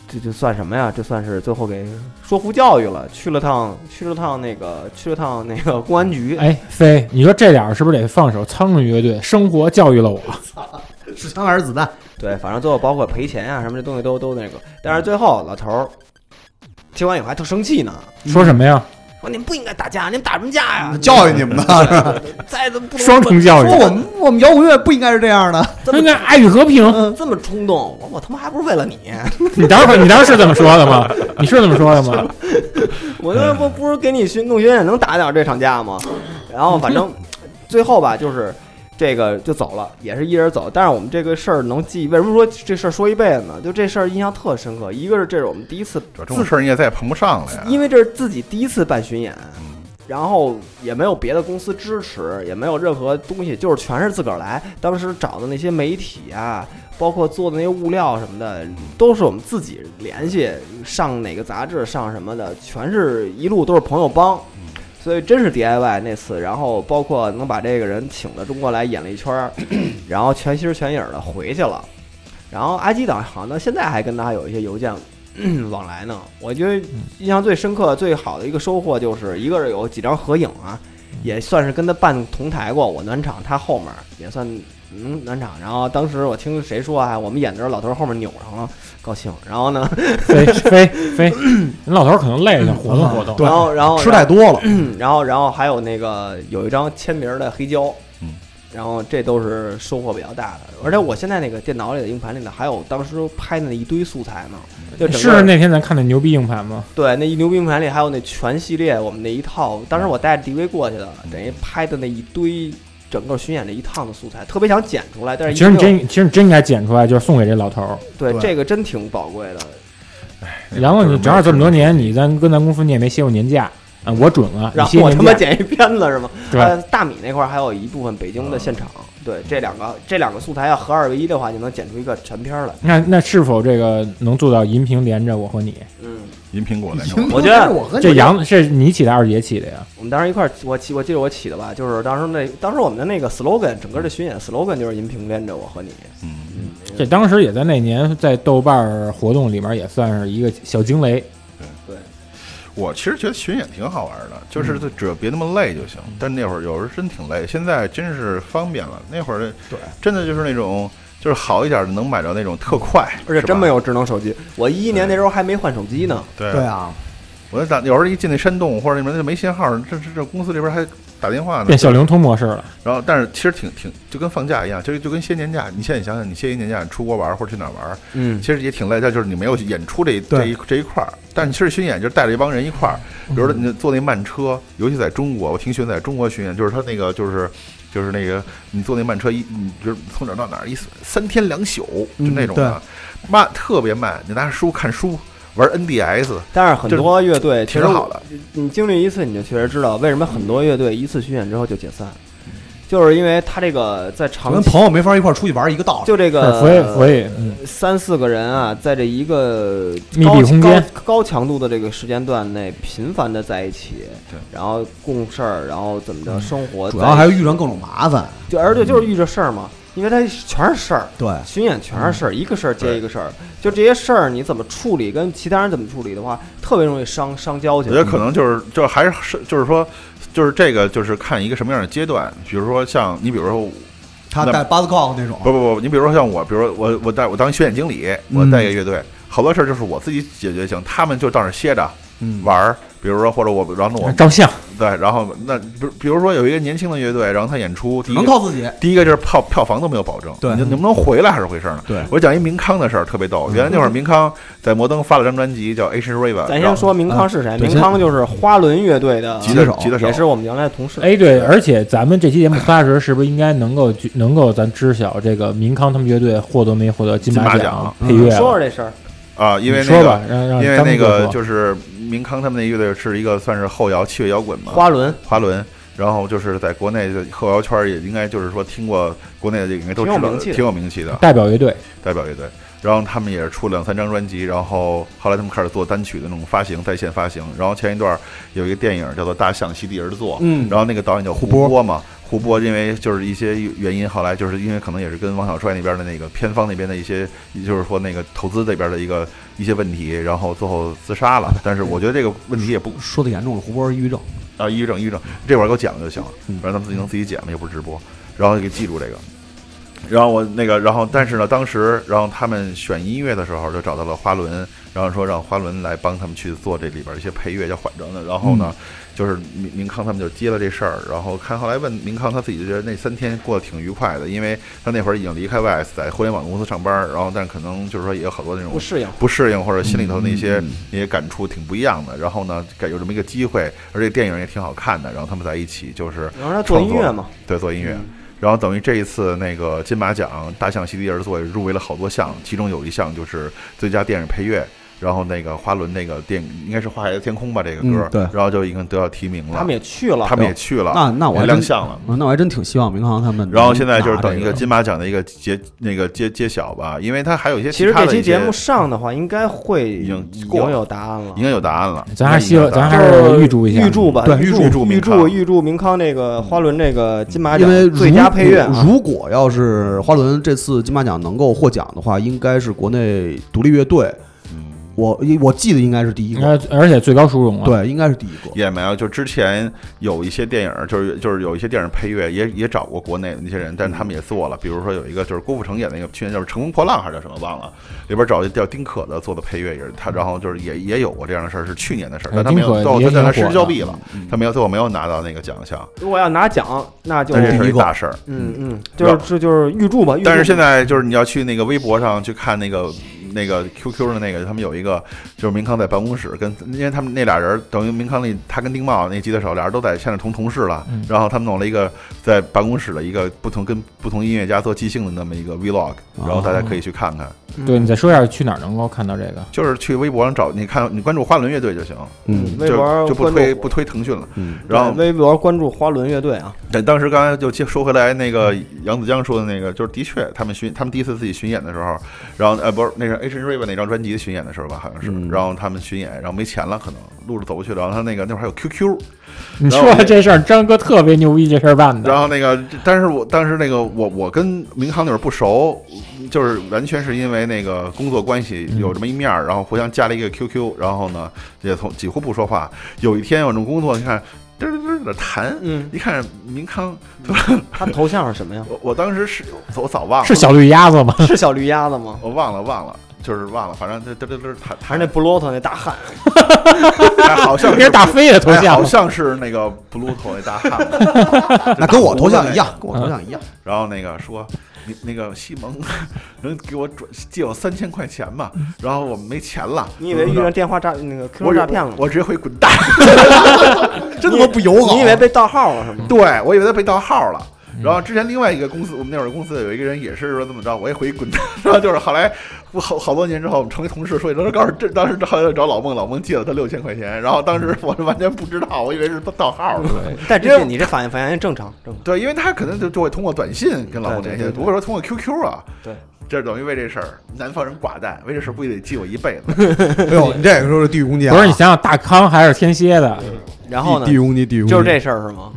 Speaker 1: 这就算什么呀？这算是最后给说服教育了，去了趟去了趟那个去了趟那个
Speaker 2: 哎
Speaker 1: 公安局，
Speaker 2: 哎，飞，你说这俩是不是得放首苍蝇乐队《生活教育了我》？
Speaker 6: 是枪还是子弹？
Speaker 1: 对，反正最后包括赔钱啊什么这东西都都那个，但是最后老头儿听完以后还特生气呢，
Speaker 2: 说什么呀？
Speaker 1: 说你们不应该打架，你们打什么架呀？ (laughs)
Speaker 6: 教育你们呢？
Speaker 1: 再怎么嗯不能
Speaker 2: 双重教育
Speaker 6: 说，我们我们摇滚乐不应该是这样的。
Speaker 1: 这
Speaker 2: 应
Speaker 1: 么
Speaker 2: 该爱与和平。
Speaker 1: 嗯这么冲动，我我他妈还不是为了你？
Speaker 2: 你当时你当时是这么说的吗？
Speaker 1: (laughs)
Speaker 2: 你是这么说的吗？
Speaker 1: 我那不不是给你巡弄巡演能打点这场架吗？然后反正最后吧，就是这个就走了，也是一人走。但是我们这个事儿能记，为什么说这事儿说一辈子呢？就这事儿印象特深刻。一个是这是我们第一次，
Speaker 9: 这种事儿你也再也碰不上了呀。
Speaker 1: 因为这是自己第一次办巡演，
Speaker 9: 嗯
Speaker 1: 然后也没有别的公司支持，也没有任何东西，就是全是自个儿来。当时找的那些媒体啊，包括做的那些物料什么的，都是我们自己联系，上哪个杂志上什么的，全是一路都是朋友帮。所以真是 DIY 那次，然后包括能把这个人请到中国来演了一圈儿，然后全心全影的回去了。然后阿基党好像到现在还跟他有一些邮件往来呢。我觉得印象最深刻、最好的一个收获就是，一个是有几张合影啊，也算是跟他办同台过，我暖场，他后面也算嗯暖场。然后当时我听谁说啊，我们演的时候老头儿后面扭上了，高兴。然后呢，
Speaker 2: 飞飞飞，
Speaker 1: (laughs)
Speaker 2: 人老头儿可能累了，活动活动。
Speaker 6: 对
Speaker 1: 然后然后嗯
Speaker 6: 吃太多了，
Speaker 1: 然后然后还有那个有一张签名的黑胶，
Speaker 9: 嗯，
Speaker 1: 然后这都是收获比较大的。而且我现在那个电脑里的硬盘里呢，还有当时拍的那一堆素材呢，就整个
Speaker 2: 哎是那天咱看的牛逼硬盘吗？
Speaker 1: 对那一牛逼硬盘里还有那全系列我们那一套，当时我带着 DV 过去的，等于拍的那一堆整个巡演的一趟的素材，特别想剪出来，但是
Speaker 2: 其实你
Speaker 1: 哎一定
Speaker 2: 真，其实你真应该剪出来，就是送给这老头儿。
Speaker 1: 对
Speaker 6: 对
Speaker 1: 这个真挺宝贵的。哎
Speaker 2: 然后你正好这么多年，你咱跟咱公司你也没歇过年假啊，我准了，你
Speaker 1: 然后
Speaker 2: 歇
Speaker 1: 我
Speaker 2: 年
Speaker 1: 他妈
Speaker 2: 假。
Speaker 1: 剪一片子是吗？
Speaker 2: 对，
Speaker 1: 呃，大米那块儿还有一部分北京的现场，对这两个这两个素材要合二为一的话，就能剪出一个全片儿来。
Speaker 2: 那那是否这个能做到银屏连着我和你？
Speaker 1: 嗯，
Speaker 9: 银苹果来着，
Speaker 1: 我觉得
Speaker 6: 我和你
Speaker 2: 这杨是你起的还是爷起的呀？
Speaker 1: 我们当时一块儿，我起我记得我起的吧，就是当时那当时我们的那个 slogan，整个的巡演 slogan 就是“银屏连着我和你
Speaker 9: 嗯，
Speaker 2: 这当时也在那年在豆瓣儿活动里面也算是一个小惊雷。
Speaker 9: 我其实觉得巡演挺好玩的，就是只要别那么累就行。但那会儿有时候真挺累，现在真是方便了。那会儿对，真的就是那种就是好一点的，能买着那种特快，”，
Speaker 1: 而且
Speaker 9: 是吧
Speaker 1: 真没有智能手机。我一一年那时候还没换手机呢，
Speaker 9: 对
Speaker 6: 对啊，
Speaker 9: 我打有时候一进那山洞或者那边就没信号，这这这公司这边还打电话呢，
Speaker 2: 变小灵通模式了，
Speaker 9: 然后，但是其实挺挺就跟放假一样，就就跟歇年假。你现在你想想，你歇一年假，你出国玩儿或者去哪儿玩儿，
Speaker 1: 嗯
Speaker 9: 其，实也挺累。但就是你没有演出这一
Speaker 6: 对
Speaker 9: 这一这一块儿，但你其实巡演就是带着一帮人一块儿，比如说你坐那慢车，尤其在中国，我挺喜欢在中国巡演，就是他那个就是就是那个你坐那慢车一，你就是从哪儿到哪儿一三天两宿，就那种的，慢特别慢。你拿着书看书，玩 NDS，
Speaker 1: 但是很多乐队其
Speaker 9: 挺
Speaker 1: 实
Speaker 9: 好的。
Speaker 1: 你经历一次，你就确实知道为什么很多乐队一次巡演之后就解散，就是因为他这个在
Speaker 6: 我
Speaker 1: 长
Speaker 6: 跟
Speaker 1: 期
Speaker 6: 朋友没法一块儿出去玩一个道理。
Speaker 1: 就这
Speaker 9: 呃
Speaker 2: 是佛爷佛
Speaker 1: 个
Speaker 2: 爷，嗯，
Speaker 1: 三四个人啊，在这一个
Speaker 2: 密
Speaker 1: 高
Speaker 2: 闭空间
Speaker 1: 高高强度的这个时间段内频繁的在一起
Speaker 9: 对，
Speaker 1: 然后共事儿，然后怎么着生活在一起，
Speaker 6: 主要还是遇上各种麻烦，
Speaker 1: 就而且就是遇着事儿嘛，因为它全是事儿，
Speaker 6: 对，
Speaker 1: 巡演全是事儿，一个事儿接一个事儿，就这些事儿你怎么处理，跟其他人怎么处理的话，特别容易伤伤交
Speaker 9: 我
Speaker 1: 情。
Speaker 9: 觉得可能就是就还是是就是说，就是这个就是看一个什么样的阶段。比如说像你，比如说
Speaker 6: 他
Speaker 9: 那
Speaker 6: 带 b u z c o 那种，
Speaker 9: 不不不，你比如说像我，比如说我我带我当巡演经理，
Speaker 2: 嗯
Speaker 9: 我带一个乐队，好多事儿就是我自己解决行，他们就到那儿歇着
Speaker 6: 嗯，
Speaker 9: 玩儿。比如说或者我，然后我
Speaker 2: 照相，
Speaker 9: 对，然后那比如比如说有一个年轻的乐队，然后他演出，第
Speaker 6: 只
Speaker 9: 一
Speaker 6: 能
Speaker 9: 个
Speaker 6: 靠自己。
Speaker 9: 第一个就是票票房都没有保证，
Speaker 6: 对
Speaker 9: 你能不能回来还是回事儿呢？
Speaker 6: 对
Speaker 9: 我讲一明康的事儿，特别逗。
Speaker 2: 嗯
Speaker 9: 原来那会儿明康在摩登发了张专辑叫《Asian River》，
Speaker 1: 咱先说明康是谁？
Speaker 6: 对
Speaker 1: 明康就是花轮乐队的
Speaker 9: 啊吉
Speaker 6: 他
Speaker 9: 他
Speaker 6: 手
Speaker 9: 吉他手
Speaker 1: 也是我们原来的同事。
Speaker 2: 哎，对，而且咱们这期节目发的时候，是不是应该能够去能够咱知晓这个民康他们乐队获得没获得金
Speaker 9: 金马
Speaker 2: 奖
Speaker 9: 奖
Speaker 2: 配乐了？
Speaker 1: 说说这事儿，
Speaker 9: 啊，因为
Speaker 2: 你
Speaker 9: 那
Speaker 2: 说
Speaker 9: 个
Speaker 2: 吧，让让
Speaker 9: 因为
Speaker 2: 张
Speaker 9: 那
Speaker 2: 哥
Speaker 9: 个
Speaker 2: 说
Speaker 9: 就是明康他们那乐队是一个算是后摇器乐摇滚嘛，
Speaker 1: 花轮
Speaker 9: 花轮，然后就是在国内的后摇圈儿也应该就是说听过国内的应该都知道
Speaker 1: 挺有名气的
Speaker 9: 挺有名
Speaker 1: (laughs)
Speaker 9: 气的
Speaker 2: 代表乐队，
Speaker 9: 代表乐队。然后他们也是出了两三张专辑，然后后来他们开始做单曲的那种发行，在线发行。然后前一段有一个电影叫做《大象席地而坐》，
Speaker 6: 嗯
Speaker 9: 然后那个导演叫胡
Speaker 6: 波
Speaker 9: 波嘛，胡波因为就是一些原因，后来就是因为可能也是跟王小帅那边的那个片方那边的一些，就是说那个投资这边的一个一些问题，然后最后自杀了。但是我觉得这个问题也不
Speaker 6: 说的严重了，胡波儿抑郁症，
Speaker 9: 啊，抑郁症，抑郁症，这会儿给我讲就行了
Speaker 6: 嗯，
Speaker 9: 反正他们自己能自己剪嘛，又不是直播，然后就给记住这个。然后我那个，然后但是呢，当时然后他们选音乐的时候就找到了花轮，然后说让花轮来帮他们去做这里边一些配乐叫缓筝的。然后呢，就是明明康他们就接了这事儿，然后看后来问明康他自己就觉得那三天过得挺愉快的，因为他那会儿已经离开 YS 在互联网公司上班，然后但可能就是说也有好多那种
Speaker 1: 不适应。
Speaker 9: 不适应或者心里头那些那些感触挺不一
Speaker 1: 嗯
Speaker 9: 样的。然后呢，给有这么一个机会，而且电影也挺好看的。然后他们在一起就是
Speaker 1: 然后他做音乐嘛，
Speaker 9: 对，做音乐。
Speaker 1: 嗯
Speaker 9: 然后等于这一次那个金马奖大象席地而坐也入围了好多项，其中有一项就是最佳电影配乐。然后那个花轮那个电应该是《花海的天空》吧，这个歌，
Speaker 6: 嗯对
Speaker 9: 然后就已经得到提名了。
Speaker 1: 他们也去了
Speaker 9: 他，们也去了，
Speaker 6: 那那我还
Speaker 9: 也
Speaker 6: 真
Speaker 9: 亮相
Speaker 1: 嗯
Speaker 9: 了。
Speaker 6: 啊那我还真挺希望明航他们能拿这。
Speaker 9: 然后现在就是等一个金马奖的一个揭那个揭揭晓吧，因为它还有一些
Speaker 1: 其实
Speaker 9: 他
Speaker 1: 这
Speaker 9: 的
Speaker 1: 期
Speaker 9: 一些
Speaker 1: 节目上的话，应该会已
Speaker 9: 经过
Speaker 1: 经
Speaker 9: 了
Speaker 1: 有答案了
Speaker 9: 已。经有答案了。
Speaker 2: 咱还是希望
Speaker 9: 应该有答
Speaker 2: 咱
Speaker 9: 案
Speaker 2: 还是预祝一下，
Speaker 1: 预祝吧，
Speaker 9: 对
Speaker 1: 预
Speaker 9: 预祝
Speaker 1: 祝
Speaker 9: 明
Speaker 1: 预
Speaker 9: 康
Speaker 1: 祝预祝明康这个花轮这个金马
Speaker 6: 因
Speaker 1: 奖
Speaker 6: 为如
Speaker 1: 最佳配乐啊，
Speaker 6: 如果要是花轮这次金马奖能够获奖的话，应该是国内独立乐队，
Speaker 9: 嗯，
Speaker 6: 我我记得应该是第一
Speaker 2: 应
Speaker 6: 个，
Speaker 2: 该呃而且最高殊荣了。，
Speaker 6: 对，应该是第一个。
Speaker 9: 也没啊有，就之前有一些电影，就是就是有一些电影配乐也也找过国内的那些人，但是他们也做了，比如说有一个就是郭富城演那个去年就是《乘风破浪》还是叫什么忘了，里边找一叫丁可的做的配乐也是他，然后就是也也有过这样的事儿，是去年的事儿，但他没有
Speaker 2: 哎丁可
Speaker 9: 最后
Speaker 2: 也
Speaker 9: 他但他
Speaker 2: 挺火
Speaker 9: 失之交臂了，
Speaker 2: 嗯
Speaker 9: 他没有最后没有拿到那个奖项，
Speaker 1: 如果要拿奖，那就
Speaker 9: 但这是一大事儿。
Speaker 1: 嗯嗯，就是这就是预祝吧。预祝
Speaker 9: (laughs) 但是现在就是你要去那个微博上去看那个那个 QQ 的那个，他们有一个就是明康在办公室跟，因为他们那俩人等于明康那他跟丁茂那吉他手俩人都在现在同同事了，
Speaker 2: 嗯
Speaker 9: 然后他们弄了一个在办公室的一个不同跟不同音乐家做即兴的那么一个 vlog，然后大家可以去看看，
Speaker 2: 对你再说一下去哪儿能够看到这个？
Speaker 9: 就是去微博上找你看你关注花轮乐队就行，
Speaker 1: 嗯，微博
Speaker 9: 就就不
Speaker 1: 关注
Speaker 9: 推
Speaker 1: 我
Speaker 9: 不推腾讯了，
Speaker 6: 嗯
Speaker 9: 然后
Speaker 1: 对微博关注花轮乐队啊，
Speaker 9: 但当时刚才就接说回来，那个杨子江说的那个，就是的确，他们巡，他们第一次自己巡演的时候，然后呃，不是那是 H Raven 那张专辑巡演的时候吧，好像是，
Speaker 6: 嗯
Speaker 9: 然后他们巡演，然后没钱了，可能路着走不去了，然后他那个那会儿还有 QQ，
Speaker 2: 你
Speaker 9: 然后我
Speaker 2: 说这事儿，张哥特别牛逼，这事儿办
Speaker 9: 然
Speaker 2: 的。
Speaker 9: 后那个，但是我当时那个我我跟明航那会儿不熟，就是完全是因为那个工作关系有这么一面儿，然后互相加了一个 QQ，然后呢也从几乎不说话。有一天有这种工作，你看嘚儿嘚儿嘚儿的弹，
Speaker 1: 嗯，
Speaker 9: 一看明康，？
Speaker 1: 他们头像是什么呀
Speaker 9: (laughs) 我我当时是我早忘了
Speaker 2: 是小绿鸭子吗？
Speaker 1: 是小驴鸭子吗？
Speaker 9: 我忘了忘了，就是忘了，反正这这这他
Speaker 1: 还是那布洛特那大汉？
Speaker 9: 那好
Speaker 6: (laughs)
Speaker 9: 像
Speaker 2: 给
Speaker 9: 是
Speaker 2: 人打飞的头
Speaker 9: 哎
Speaker 2: 像
Speaker 9: 好
Speaker 2: 吗。
Speaker 9: 像是那个 blue 头那大汉，
Speaker 6: 那跟我头像一样，跟我头像一样。
Speaker 9: 然后那个说。你那个西蒙能给我转借我三千块钱吗？然后我没钱了，
Speaker 1: 你以为遇上电话诈那个
Speaker 9: 我
Speaker 1: QQ 诈骗了吗？
Speaker 9: 我直接回滚蛋。
Speaker 6: 真他妈不友好。
Speaker 1: 你以为被盗号了是吗？
Speaker 9: 对我以为他被盗号了。
Speaker 1: 嗯
Speaker 9: 然后之前另外一个公司，我们那会儿公司有一个人也是说这么着，我也回滚蛋。 (laughs) 然后就是后来我好好多年之后，我们成为同事，所以都是告诉这当时后来找老孟，老孟借了他六千块钱。然后当时我是完全不知道，我以为是他盗号了。
Speaker 1: 但
Speaker 9: 因
Speaker 1: 这
Speaker 9: 为
Speaker 1: 你这反应反应正常正常。
Speaker 9: 对，因为他可能就就会通过短信跟老孟
Speaker 1: 对
Speaker 9: 联
Speaker 1: 对对
Speaker 9: 系，
Speaker 1: 对
Speaker 9: 不会说通过 QQ 啊。
Speaker 1: 对，
Speaker 9: 这等于为这事儿，南方人寡淡，为这事儿估计得记我一辈子。
Speaker 1: (laughs)
Speaker 6: 哎呦，你这个说是地狱攻击啊，
Speaker 2: 不是，你想想，大康还是天蝎的，
Speaker 1: 然后呢
Speaker 6: 地，狱攻击，地狱攻击，
Speaker 1: 就是这事儿是吗？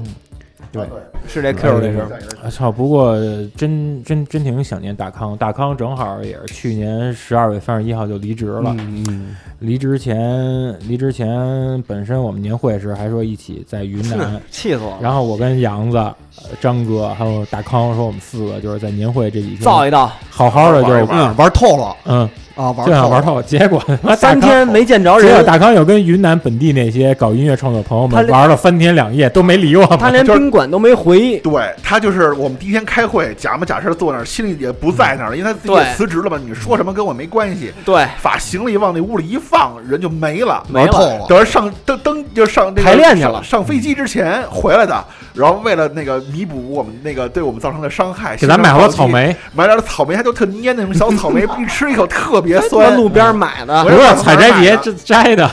Speaker 2: 对，嗯
Speaker 1: 是这 Q 这事儿吗。
Speaker 2: 我啊操！不过真真真挺想念大康，大康正好也是去年十二月三十一号就离职了。
Speaker 6: 嗯。嗯
Speaker 2: 离职前，离职前本身我们年会时还说一起在云南，
Speaker 1: 气死我了！
Speaker 2: (laughs) 嗯然后我跟杨子、呃张哥还有大康说我们四个就是在年会这几
Speaker 1: 造
Speaker 2: 天
Speaker 1: 一道，
Speaker 2: 好好的
Speaker 9: 玩一
Speaker 2: 就
Speaker 9: 玩
Speaker 6: 嗯，玩透了
Speaker 2: 嗯
Speaker 6: 啊，玩
Speaker 2: 就想玩
Speaker 6: 透了。
Speaker 2: 透，结果他妈大
Speaker 1: 三
Speaker 2: 康
Speaker 1: 天没见着
Speaker 2: 结果
Speaker 1: 人，
Speaker 2: 大康有跟云南本地那些搞音乐创作朋友
Speaker 1: 他
Speaker 2: 们
Speaker 1: 连
Speaker 2: 玩了三天两夜都没理我
Speaker 1: 他
Speaker 2: 们，
Speaker 1: 连
Speaker 9: 就是
Speaker 1: 宾馆都没回。
Speaker 9: 对他就是我们第一天开会，假模假式坐那儿，心里也不在那儿，因为他自己也
Speaker 1: 对
Speaker 9: 辞职了嘛。你说什么跟我没关系，
Speaker 1: 对，
Speaker 9: 把行李往那屋里一放，人就没了。
Speaker 1: 没
Speaker 6: 玩透
Speaker 1: 了。
Speaker 6: 了，啊
Speaker 9: 等着上登登就上那个
Speaker 1: 排练去了
Speaker 9: 上上飞机之前回来的，然后为了那个弥补我们那个对我们造成的伤害，
Speaker 2: 给咱买了草，莓，
Speaker 9: 买点草莓，还都特捏那种小草莓， (laughs) 一吃一口特别
Speaker 1: 在
Speaker 9: 酸，
Speaker 1: 路边买
Speaker 9: 我
Speaker 2: 不
Speaker 1: 的，
Speaker 9: 也
Speaker 2: 是
Speaker 9: 买
Speaker 2: 采摘
Speaker 9: 了
Speaker 2: 节这摘的，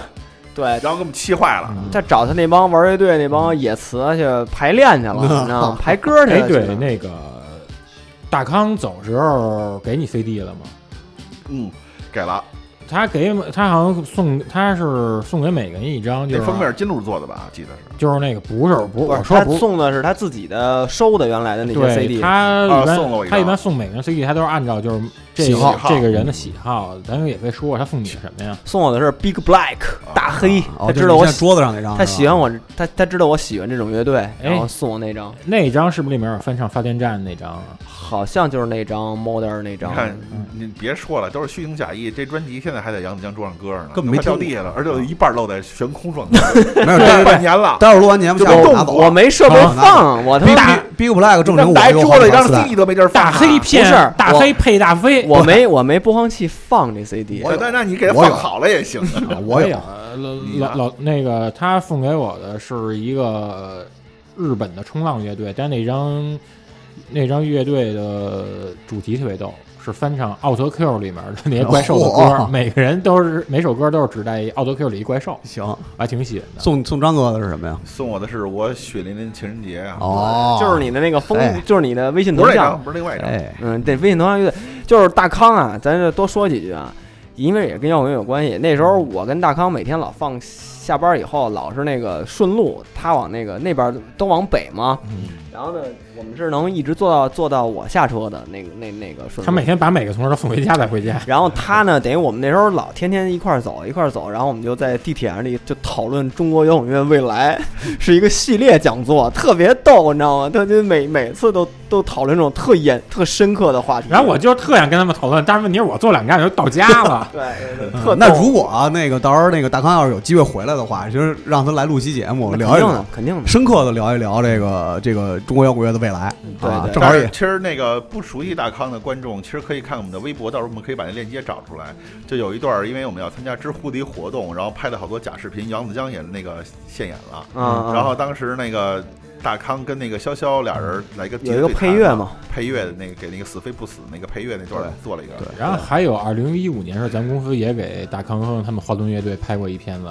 Speaker 1: 对，
Speaker 9: 然后给我们气坏了。
Speaker 2: 嗯
Speaker 1: 他找他那帮玩乐队那帮野词去排练去了，你知道吗？排歌去
Speaker 2: 哎，
Speaker 1: 了。
Speaker 2: 对，那个大康走时候给你 CD 了吗？
Speaker 9: 嗯，给了，
Speaker 2: 他给他好像送，他是送给每个人一张，就
Speaker 9: 那
Speaker 2: 是
Speaker 9: 封面是金鹿做的吧？记得是
Speaker 2: 就是那个不是不是
Speaker 1: 不
Speaker 2: 我
Speaker 1: 是
Speaker 2: 说
Speaker 1: 他
Speaker 2: 不是，
Speaker 1: 送的是他自己的收的原来的那些
Speaker 2: 对
Speaker 1: CD，
Speaker 2: 他一
Speaker 9: 啊
Speaker 2: 般
Speaker 9: 送了我一张
Speaker 2: 他一般送每个人 CD，他都是按照就是这
Speaker 6: 喜
Speaker 2: 个
Speaker 6: 好
Speaker 2: 这个人的喜好，咱们也可以说他送你什么呀？
Speaker 1: 送我的是 Big Black 大黑，
Speaker 6: 哦
Speaker 1: 他
Speaker 6: 就是
Speaker 1: 知道
Speaker 6: 你
Speaker 1: 我
Speaker 6: 在
Speaker 1: 喜
Speaker 6: 桌子上那张，
Speaker 1: 他喜欢
Speaker 6: 我，
Speaker 1: 我，他他知道我喜欢这种乐队，然后送我那张，
Speaker 2: 那一张是不是里面有翻唱发电站那张啊？
Speaker 1: 好像就是那张 Modern 那张
Speaker 9: 你。看，你嗯别说了，都是虚情假意。这专辑现在还在杨子江桌上搁着呢，
Speaker 6: 根本没
Speaker 9: 都快掉
Speaker 6: 听
Speaker 9: 地下了，而且有一半露在悬空状态，
Speaker 6: 没有，
Speaker 9: 大半
Speaker 6: 待
Speaker 9: 年了。
Speaker 6: 待会儿录完节目
Speaker 9: 就
Speaker 6: 下
Speaker 9: 没
Speaker 6: 午我
Speaker 9: 动
Speaker 6: 拿走
Speaker 1: 我
Speaker 6: 了。
Speaker 1: 没设备放，我他
Speaker 6: ，Big
Speaker 1: 妈
Speaker 6: Big Black 正经我
Speaker 9: 白
Speaker 6: 又
Speaker 9: 桌
Speaker 6: 好
Speaker 9: 了
Speaker 6: 几
Speaker 9: 一张
Speaker 6: 张磁带
Speaker 9: CD 都没地儿放
Speaker 2: 大
Speaker 9: 啊，
Speaker 2: 黑片，
Speaker 1: 不是
Speaker 2: 大黑配大飞，
Speaker 1: 我没我没播放器放这 CD，
Speaker 9: 那那你给他
Speaker 6: 我有
Speaker 9: 放好了也行。
Speaker 6: 啊我有，
Speaker 2: 呃老
Speaker 9: 你呢
Speaker 2: 老老那个他送给我的是一个日本的冲浪乐队，但那张那张乐队的主题特别逗，是翻唱《奥特 Q》里面的那些怪兽的歌，
Speaker 6: 哦
Speaker 2: 每个人都是每首歌都是指代《奥特 Q》里一怪
Speaker 6: (laughs)
Speaker 2: 兽，
Speaker 6: 行，
Speaker 2: 我还挺喜欢的。
Speaker 6: 送送张哥的是什么呀？
Speaker 9: 送我的是我血淋淋情人节啊，
Speaker 6: 哦，
Speaker 1: 就是你的那个封
Speaker 6: 哎，
Speaker 1: 就是你的微信
Speaker 9: 不
Speaker 1: 头
Speaker 9: 是那
Speaker 1: 像
Speaker 9: 张，，不是另外一张。
Speaker 6: 哎，
Speaker 1: 嗯，对，微信头像乐队就是大康啊，咱这多说几句啊，因为也跟摇滚乐有关系。那时候我跟大康每天老放下班以后，老是那个顺路，他往那个那边都往北嘛，然后呢，我们是能一直坐到坐到我下车的那个那那个顺路。
Speaker 2: 他每天把每个同事都送回家再回家，
Speaker 1: 然后他呢，等于我们那时候老天天一块儿走一块儿走，然后我们就在地铁上里就讨论中国摇滚乐未来， (laughs) 是一个系列讲座，特别逗，你知道吗？他就每每次都都讨论这种特严特深刻的话题。。
Speaker 2: 然后我就特想跟他们讨论，但是问题是我坐两站就到家了
Speaker 6: (laughs)
Speaker 1: 对对对特
Speaker 6: 那
Speaker 1: 逗
Speaker 6: 如果啊那个到时候那个大康要是有机会回来的话，就是让他来录期节目，
Speaker 1: 那
Speaker 6: 聊
Speaker 1: 肯
Speaker 6: 一
Speaker 1: 定
Speaker 6: 聊
Speaker 1: 的，，肯定的，
Speaker 6: 深刻的聊一聊这个这个中国摇滚乐的未来
Speaker 1: 对
Speaker 6: 啊，
Speaker 1: 对
Speaker 6: 正好
Speaker 9: 但
Speaker 6: 也
Speaker 9: 是其实那个不熟悉大康的观众，其实可以看我们的微博，到时候我们可以把那链接找出来。就有一段儿，因为我们要参加知乎的一活动，然后拍了好多假视频，杨子江也那个现演了。
Speaker 1: 嗯，
Speaker 9: 然后当时那个大康跟那个潇潇俩人来个
Speaker 1: 有一个配乐嘛，
Speaker 9: 配乐的那个给那个死非不死那个配乐那段儿做了一个。
Speaker 2: 然后还有二零一五年的时候，咱们公司也给大康亨他们华东乐队拍过一片子，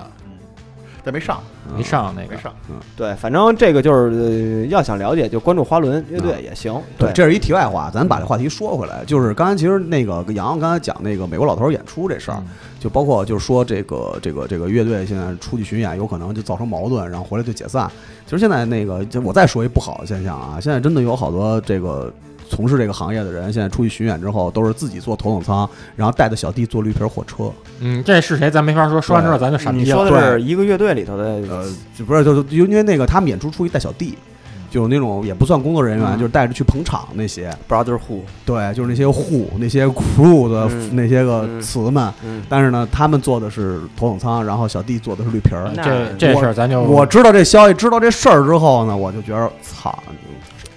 Speaker 9: 但没上，
Speaker 6: 嗯
Speaker 2: 没上那
Speaker 9: 没
Speaker 2: 个。
Speaker 9: 上。
Speaker 1: 对，反正这个就是、呃要想了解，就关注花轮乐队也行。
Speaker 6: 嗯对，这是一题外话，咱把这话题说回来，就是刚才其实那个洋洋刚才讲那个美国老头儿演出
Speaker 1: 嗯
Speaker 6: 这
Speaker 2: 嗯
Speaker 6: 事儿，就包括就是说这个这个这个乐队现在出去巡演有可能就造成矛盾，然后回来就解散。其实现在那个，就我再说一不好的现象啊，现在真的有好多这个。从事这个行业的人，现在出去巡演之后，都是自己坐头等舱，然后带着小弟坐绿皮儿火车。
Speaker 2: 嗯，这是谁咱没法说，说完之后咱就傻
Speaker 1: 你
Speaker 2: 逼
Speaker 1: 说
Speaker 2: 了。
Speaker 1: 的是一个乐队里头的，
Speaker 6: 呃，就不是，就是因为那个他们演出出去带小弟，就是那种也不算工作人员，
Speaker 1: 嗯
Speaker 6: 就是带着去捧场那些。
Speaker 1: Brotherhood，
Speaker 6: 对，就是那些户、那些 crew 的、
Speaker 1: 嗯
Speaker 6: 那些个
Speaker 1: 嗯
Speaker 6: 词们，
Speaker 1: 嗯，
Speaker 6: 但是呢，他们坐的是头等舱，然后小弟坐的是绿皮儿
Speaker 2: 嗯。
Speaker 1: 那
Speaker 2: 这这事儿咱就
Speaker 6: 我知道这消息，知道这事儿之后呢，我就觉得，操，你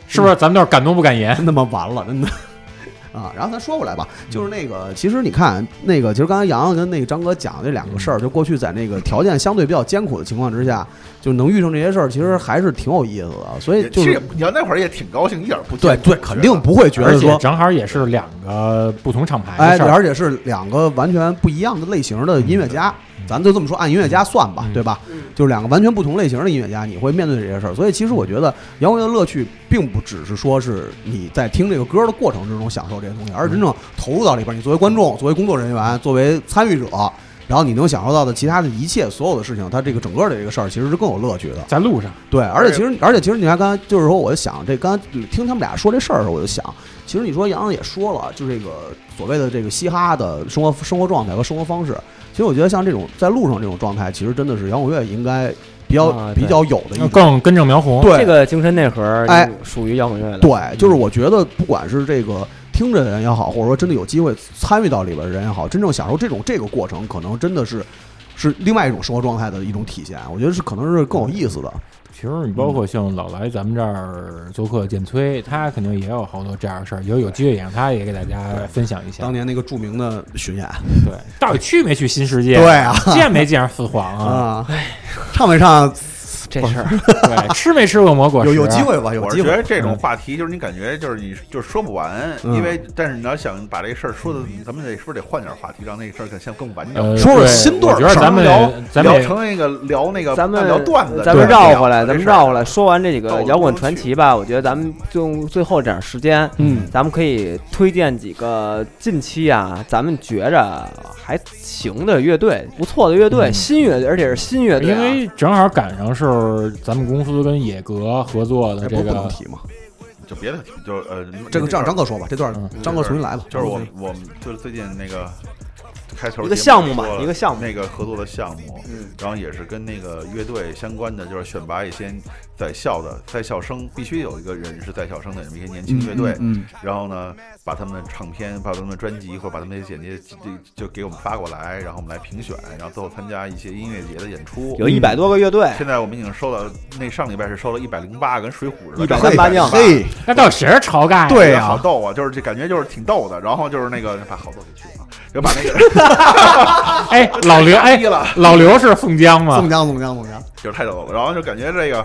Speaker 2: 是不是咱们都是敢怒不敢言？
Speaker 6: 真他妈完了，真的。 (laughs) 啊，然后咱说回来吧，就是那个，其实你看，那个，其实刚才洋洋跟那个张哥讲这两个事儿，就过去在那个条件相对比较艰苦的情况之下，就能遇上这些事儿，其实还是挺有意思的。所以
Speaker 9: 也
Speaker 6: 就
Speaker 9: 其实也
Speaker 6: 是
Speaker 9: 你要那会儿也挺高兴，一点儿不
Speaker 6: 对
Speaker 9: 艰苦
Speaker 6: 对，肯定不会觉
Speaker 2: 而
Speaker 6: 得
Speaker 2: 且
Speaker 6: 说
Speaker 2: 正好也是两个不同厂牌
Speaker 6: 哎，
Speaker 2: 的事儿。
Speaker 6: 而且是两个完全不一样的类型的音乐家，
Speaker 2: 嗯
Speaker 6: 咱就这么说，按音乐家算吧，
Speaker 2: 嗯
Speaker 6: 对吧？就是两个完全不同类型的音乐家，你会面对这些事儿。所以其实我觉得摇滚乐的乐趣并不只是说是你在听这个歌的过程之中享受这些东西，而是真正投入到里边，你作为观众、作为工作人员、作为参与者。然后你能享受到的其他的一切所有的事情，它这个整个的这个事儿其实是更有乐趣的。
Speaker 2: 在路上，
Speaker 6: 对，而且其实，而且其实，你看刚才就是说，我就想这刚才嗯听他们俩说这事儿的时候，我就想，其实你说杨洋也说了，就这个所谓的这个嘻哈的生活生活状态和生活方式，其实我觉得像这种在路上这种状态，其实真的是摇滚乐应该比较、
Speaker 1: 啊对
Speaker 6: 比较有的一种。
Speaker 2: 更根正苗红。
Speaker 6: 对，
Speaker 1: 这个精神内核，
Speaker 6: 哎，
Speaker 1: 属于摇滚乐的。嗯
Speaker 6: 对，就是我觉得不管是这个听着的人也好，或者说真的有机会参与到里边的人也好，真正享受这种这个过程，可能真的是是另外一种生活状态的一种体现。我觉得是可能是更有意思的。
Speaker 2: 其实你包括像老来咱们这儿做客建崔，他肯定也有好多这样的事儿，以后有机会也让他也给大家分享一下
Speaker 6: 当。年那个著名的巡演，
Speaker 2: 对，到底去没去新世界？
Speaker 6: 对啊，
Speaker 2: 见没见着四皇啊？
Speaker 6: 啊，唱没唱？
Speaker 1: 这事儿，
Speaker 2: 对，吃没吃过魔果
Speaker 6: 有
Speaker 2: 实
Speaker 6: 有
Speaker 2: 啊
Speaker 6: 机。会吧，有
Speaker 9: 我
Speaker 6: 机
Speaker 9: 是觉
Speaker 6: 会。
Speaker 9: 得这
Speaker 2: 嗯
Speaker 9: 种话题就是你感觉就是你就是说不完，
Speaker 6: 嗯
Speaker 9: 因为但是你要想把这事儿说的，咱们得是不是得换点话题，让那事儿更像更完整。
Speaker 2: 呃，
Speaker 6: 说说
Speaker 2: 对
Speaker 6: 新队儿
Speaker 2: 我觉得咱们
Speaker 9: 聊
Speaker 2: 咱们
Speaker 9: 聊
Speaker 2: 也
Speaker 9: 成那个聊那个
Speaker 1: 咱们
Speaker 9: 聊呃段子，
Speaker 1: 咱们
Speaker 9: 对啊
Speaker 1: 绕回来，
Speaker 9: 聊
Speaker 1: 咱们
Speaker 9: 这事儿
Speaker 1: 绕回来，说完这几个
Speaker 9: 到
Speaker 1: 摇滚传奇吧，我觉得咱们就用最后这点时间，
Speaker 6: 嗯，
Speaker 1: 咱们可以推荐几个近期啊，咱们觉着还行的乐队，不错的乐队，
Speaker 2: 嗯
Speaker 1: 新乐队，而且是新乐队啊、
Speaker 2: 因为正好赶上是咱们公司跟野格合作的
Speaker 6: 这
Speaker 2: 这
Speaker 1: 哎
Speaker 6: 不是不能
Speaker 2: 个
Speaker 6: 提嘛？
Speaker 9: 就就别的就呃
Speaker 6: 这个这样，张哥说吧，这段
Speaker 2: 嗯
Speaker 6: 张哥重新来吧。嗯
Speaker 9: 就是我们我们就是最近那个开头
Speaker 1: 一个
Speaker 9: 节目
Speaker 1: 项目吧
Speaker 9: 说了
Speaker 1: 一个项目嗯
Speaker 9: 那个合作的项目，然后也是跟那个乐队相关的，就是选拔一些在校的在校生，必须有一个人是在校生的一些年轻乐队，
Speaker 6: 嗯，
Speaker 9: 然后呢，把他们的唱片、把他们的专辑或者把他们的简介就就给我们发过来，然后我们来评选，然后最后参加一些音乐节的演出。
Speaker 1: 有一百多个乐队，
Speaker 9: 现在我们已经收了，那上礼拜是收了一百零八跟水浒似的，
Speaker 1: 138
Speaker 9: 138
Speaker 1: 酱吧
Speaker 6: 嘿，
Speaker 2: 那到底谁是晁盖？
Speaker 6: 对呀
Speaker 9: 好逗啊，就是这感觉就是挺逗的。然后就是那个把好逗给去了，啊就把那个
Speaker 6: (laughs)
Speaker 2: 哎，老刘，哎，老刘是宋江吗
Speaker 6: 宋？江，宋江，宋江，
Speaker 9: 就是太逗了，然后就感觉这个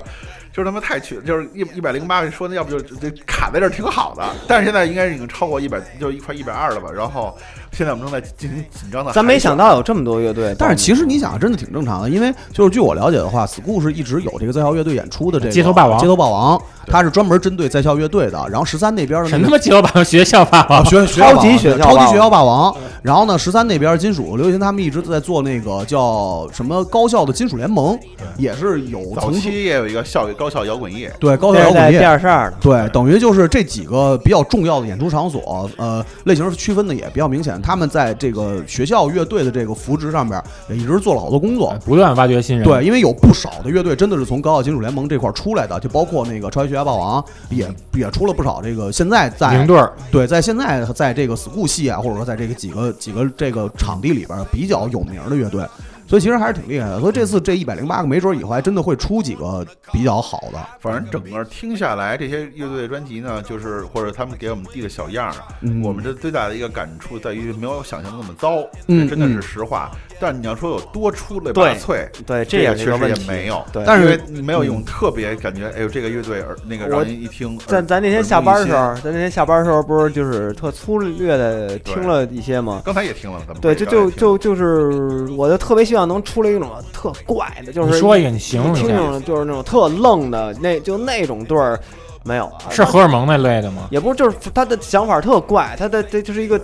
Speaker 9: 就是他妈太缺，就是一一百零八，说那要不就这卡在这儿挺好的，但是现在应该是已经超过一百，就一快一百二了吧。然后现在我们正在进行紧张的海选，
Speaker 1: 咱没想到有这么多乐队，
Speaker 6: 但是其实你想，真的挺正常的，因为就是据我了解的话，school 是一直有这个在校乐队演出的这个
Speaker 2: 街头霸王
Speaker 6: 街头霸王，他是专门针对在校乐队的。然后十三那边的那
Speaker 2: 什
Speaker 6: 个
Speaker 2: 么街头霸王学校霸
Speaker 6: 啊，
Speaker 2: 王？
Speaker 6: 学学校
Speaker 1: 超级
Speaker 6: 霸王
Speaker 1: 学校
Speaker 6: 超
Speaker 1: 霸
Speaker 6: 级
Speaker 1: 王
Speaker 6: 学校霸王。然后呢，十三那边金属流行，他们一直在做那个叫什么高校的金属联盟，也是有
Speaker 9: 早
Speaker 6: 曾经
Speaker 9: 期也有一个校高校摇滚夜，
Speaker 6: 对高校摇
Speaker 1: 在在
Speaker 6: 滚
Speaker 1: 第
Speaker 6: 乐。
Speaker 1: 二十二呢，
Speaker 6: 对，等于就是这几个比较重要的演出场所，呃，类型区分的也比较明显。他们在这个学校乐队的这个扶植上面，也一直做了好多工作。
Speaker 2: 不断挖掘新人。
Speaker 6: 对，因为有不少的乐队真的是从高校金属联盟这块儿出来的，就包括那个超级学校霸王，也也出了不少这个现在在
Speaker 2: 营队儿
Speaker 6: 对，在现在在这个 school 系啊，或者说在这个几个几个这个场地里边儿比较有名儿的乐队，所以其实还是挺厉害的。所以这次这一百零八个，没准儿以后还真的会出几个比较好的。
Speaker 9: 反正整个听下来，这些乐队的专辑呢，就是或者他们给我们递的小样儿，啊
Speaker 6: 嗯
Speaker 9: 我们这最大的一个感触在于没有想象的那么糟，
Speaker 6: 嗯
Speaker 9: 这真的
Speaker 6: 嗯
Speaker 9: 是实话。但你要说有多出类拔
Speaker 1: 对
Speaker 9: 萃，
Speaker 1: 对，
Speaker 9: 这
Speaker 1: 也
Speaker 9: 个
Speaker 1: 是一
Speaker 9: 确
Speaker 1: 个
Speaker 9: 实
Speaker 1: 问
Speaker 9: 也
Speaker 1: 题。
Speaker 9: 没有。
Speaker 1: 对，嗯
Speaker 6: 但是
Speaker 9: 因为你没有一种特别感觉，哎呦，这个乐队耳那个让
Speaker 1: 我
Speaker 9: 人一听。
Speaker 1: 咱
Speaker 9: 耳
Speaker 1: 咱那天
Speaker 9: 耳
Speaker 1: 下
Speaker 9: 目一
Speaker 1: 班的时
Speaker 9: 新
Speaker 1: 候，咱那天下班的时候不是就是特粗略的听了一些吗？
Speaker 9: 刚才也听了，咱们
Speaker 1: 对，
Speaker 9: 这
Speaker 1: 就就
Speaker 9: 刚才也听
Speaker 1: 就
Speaker 9: 了
Speaker 1: 就是，我就特别希望能出来一种特怪的，就是
Speaker 2: 你说一个，你形容
Speaker 1: 听
Speaker 2: 一
Speaker 1: 那
Speaker 2: 下，
Speaker 1: 种就是那种特愣的，那就那种队儿没有啊，
Speaker 2: 是荷尔蒙那类的吗？
Speaker 1: 也不是，就是他的想法特怪，他的这就是一个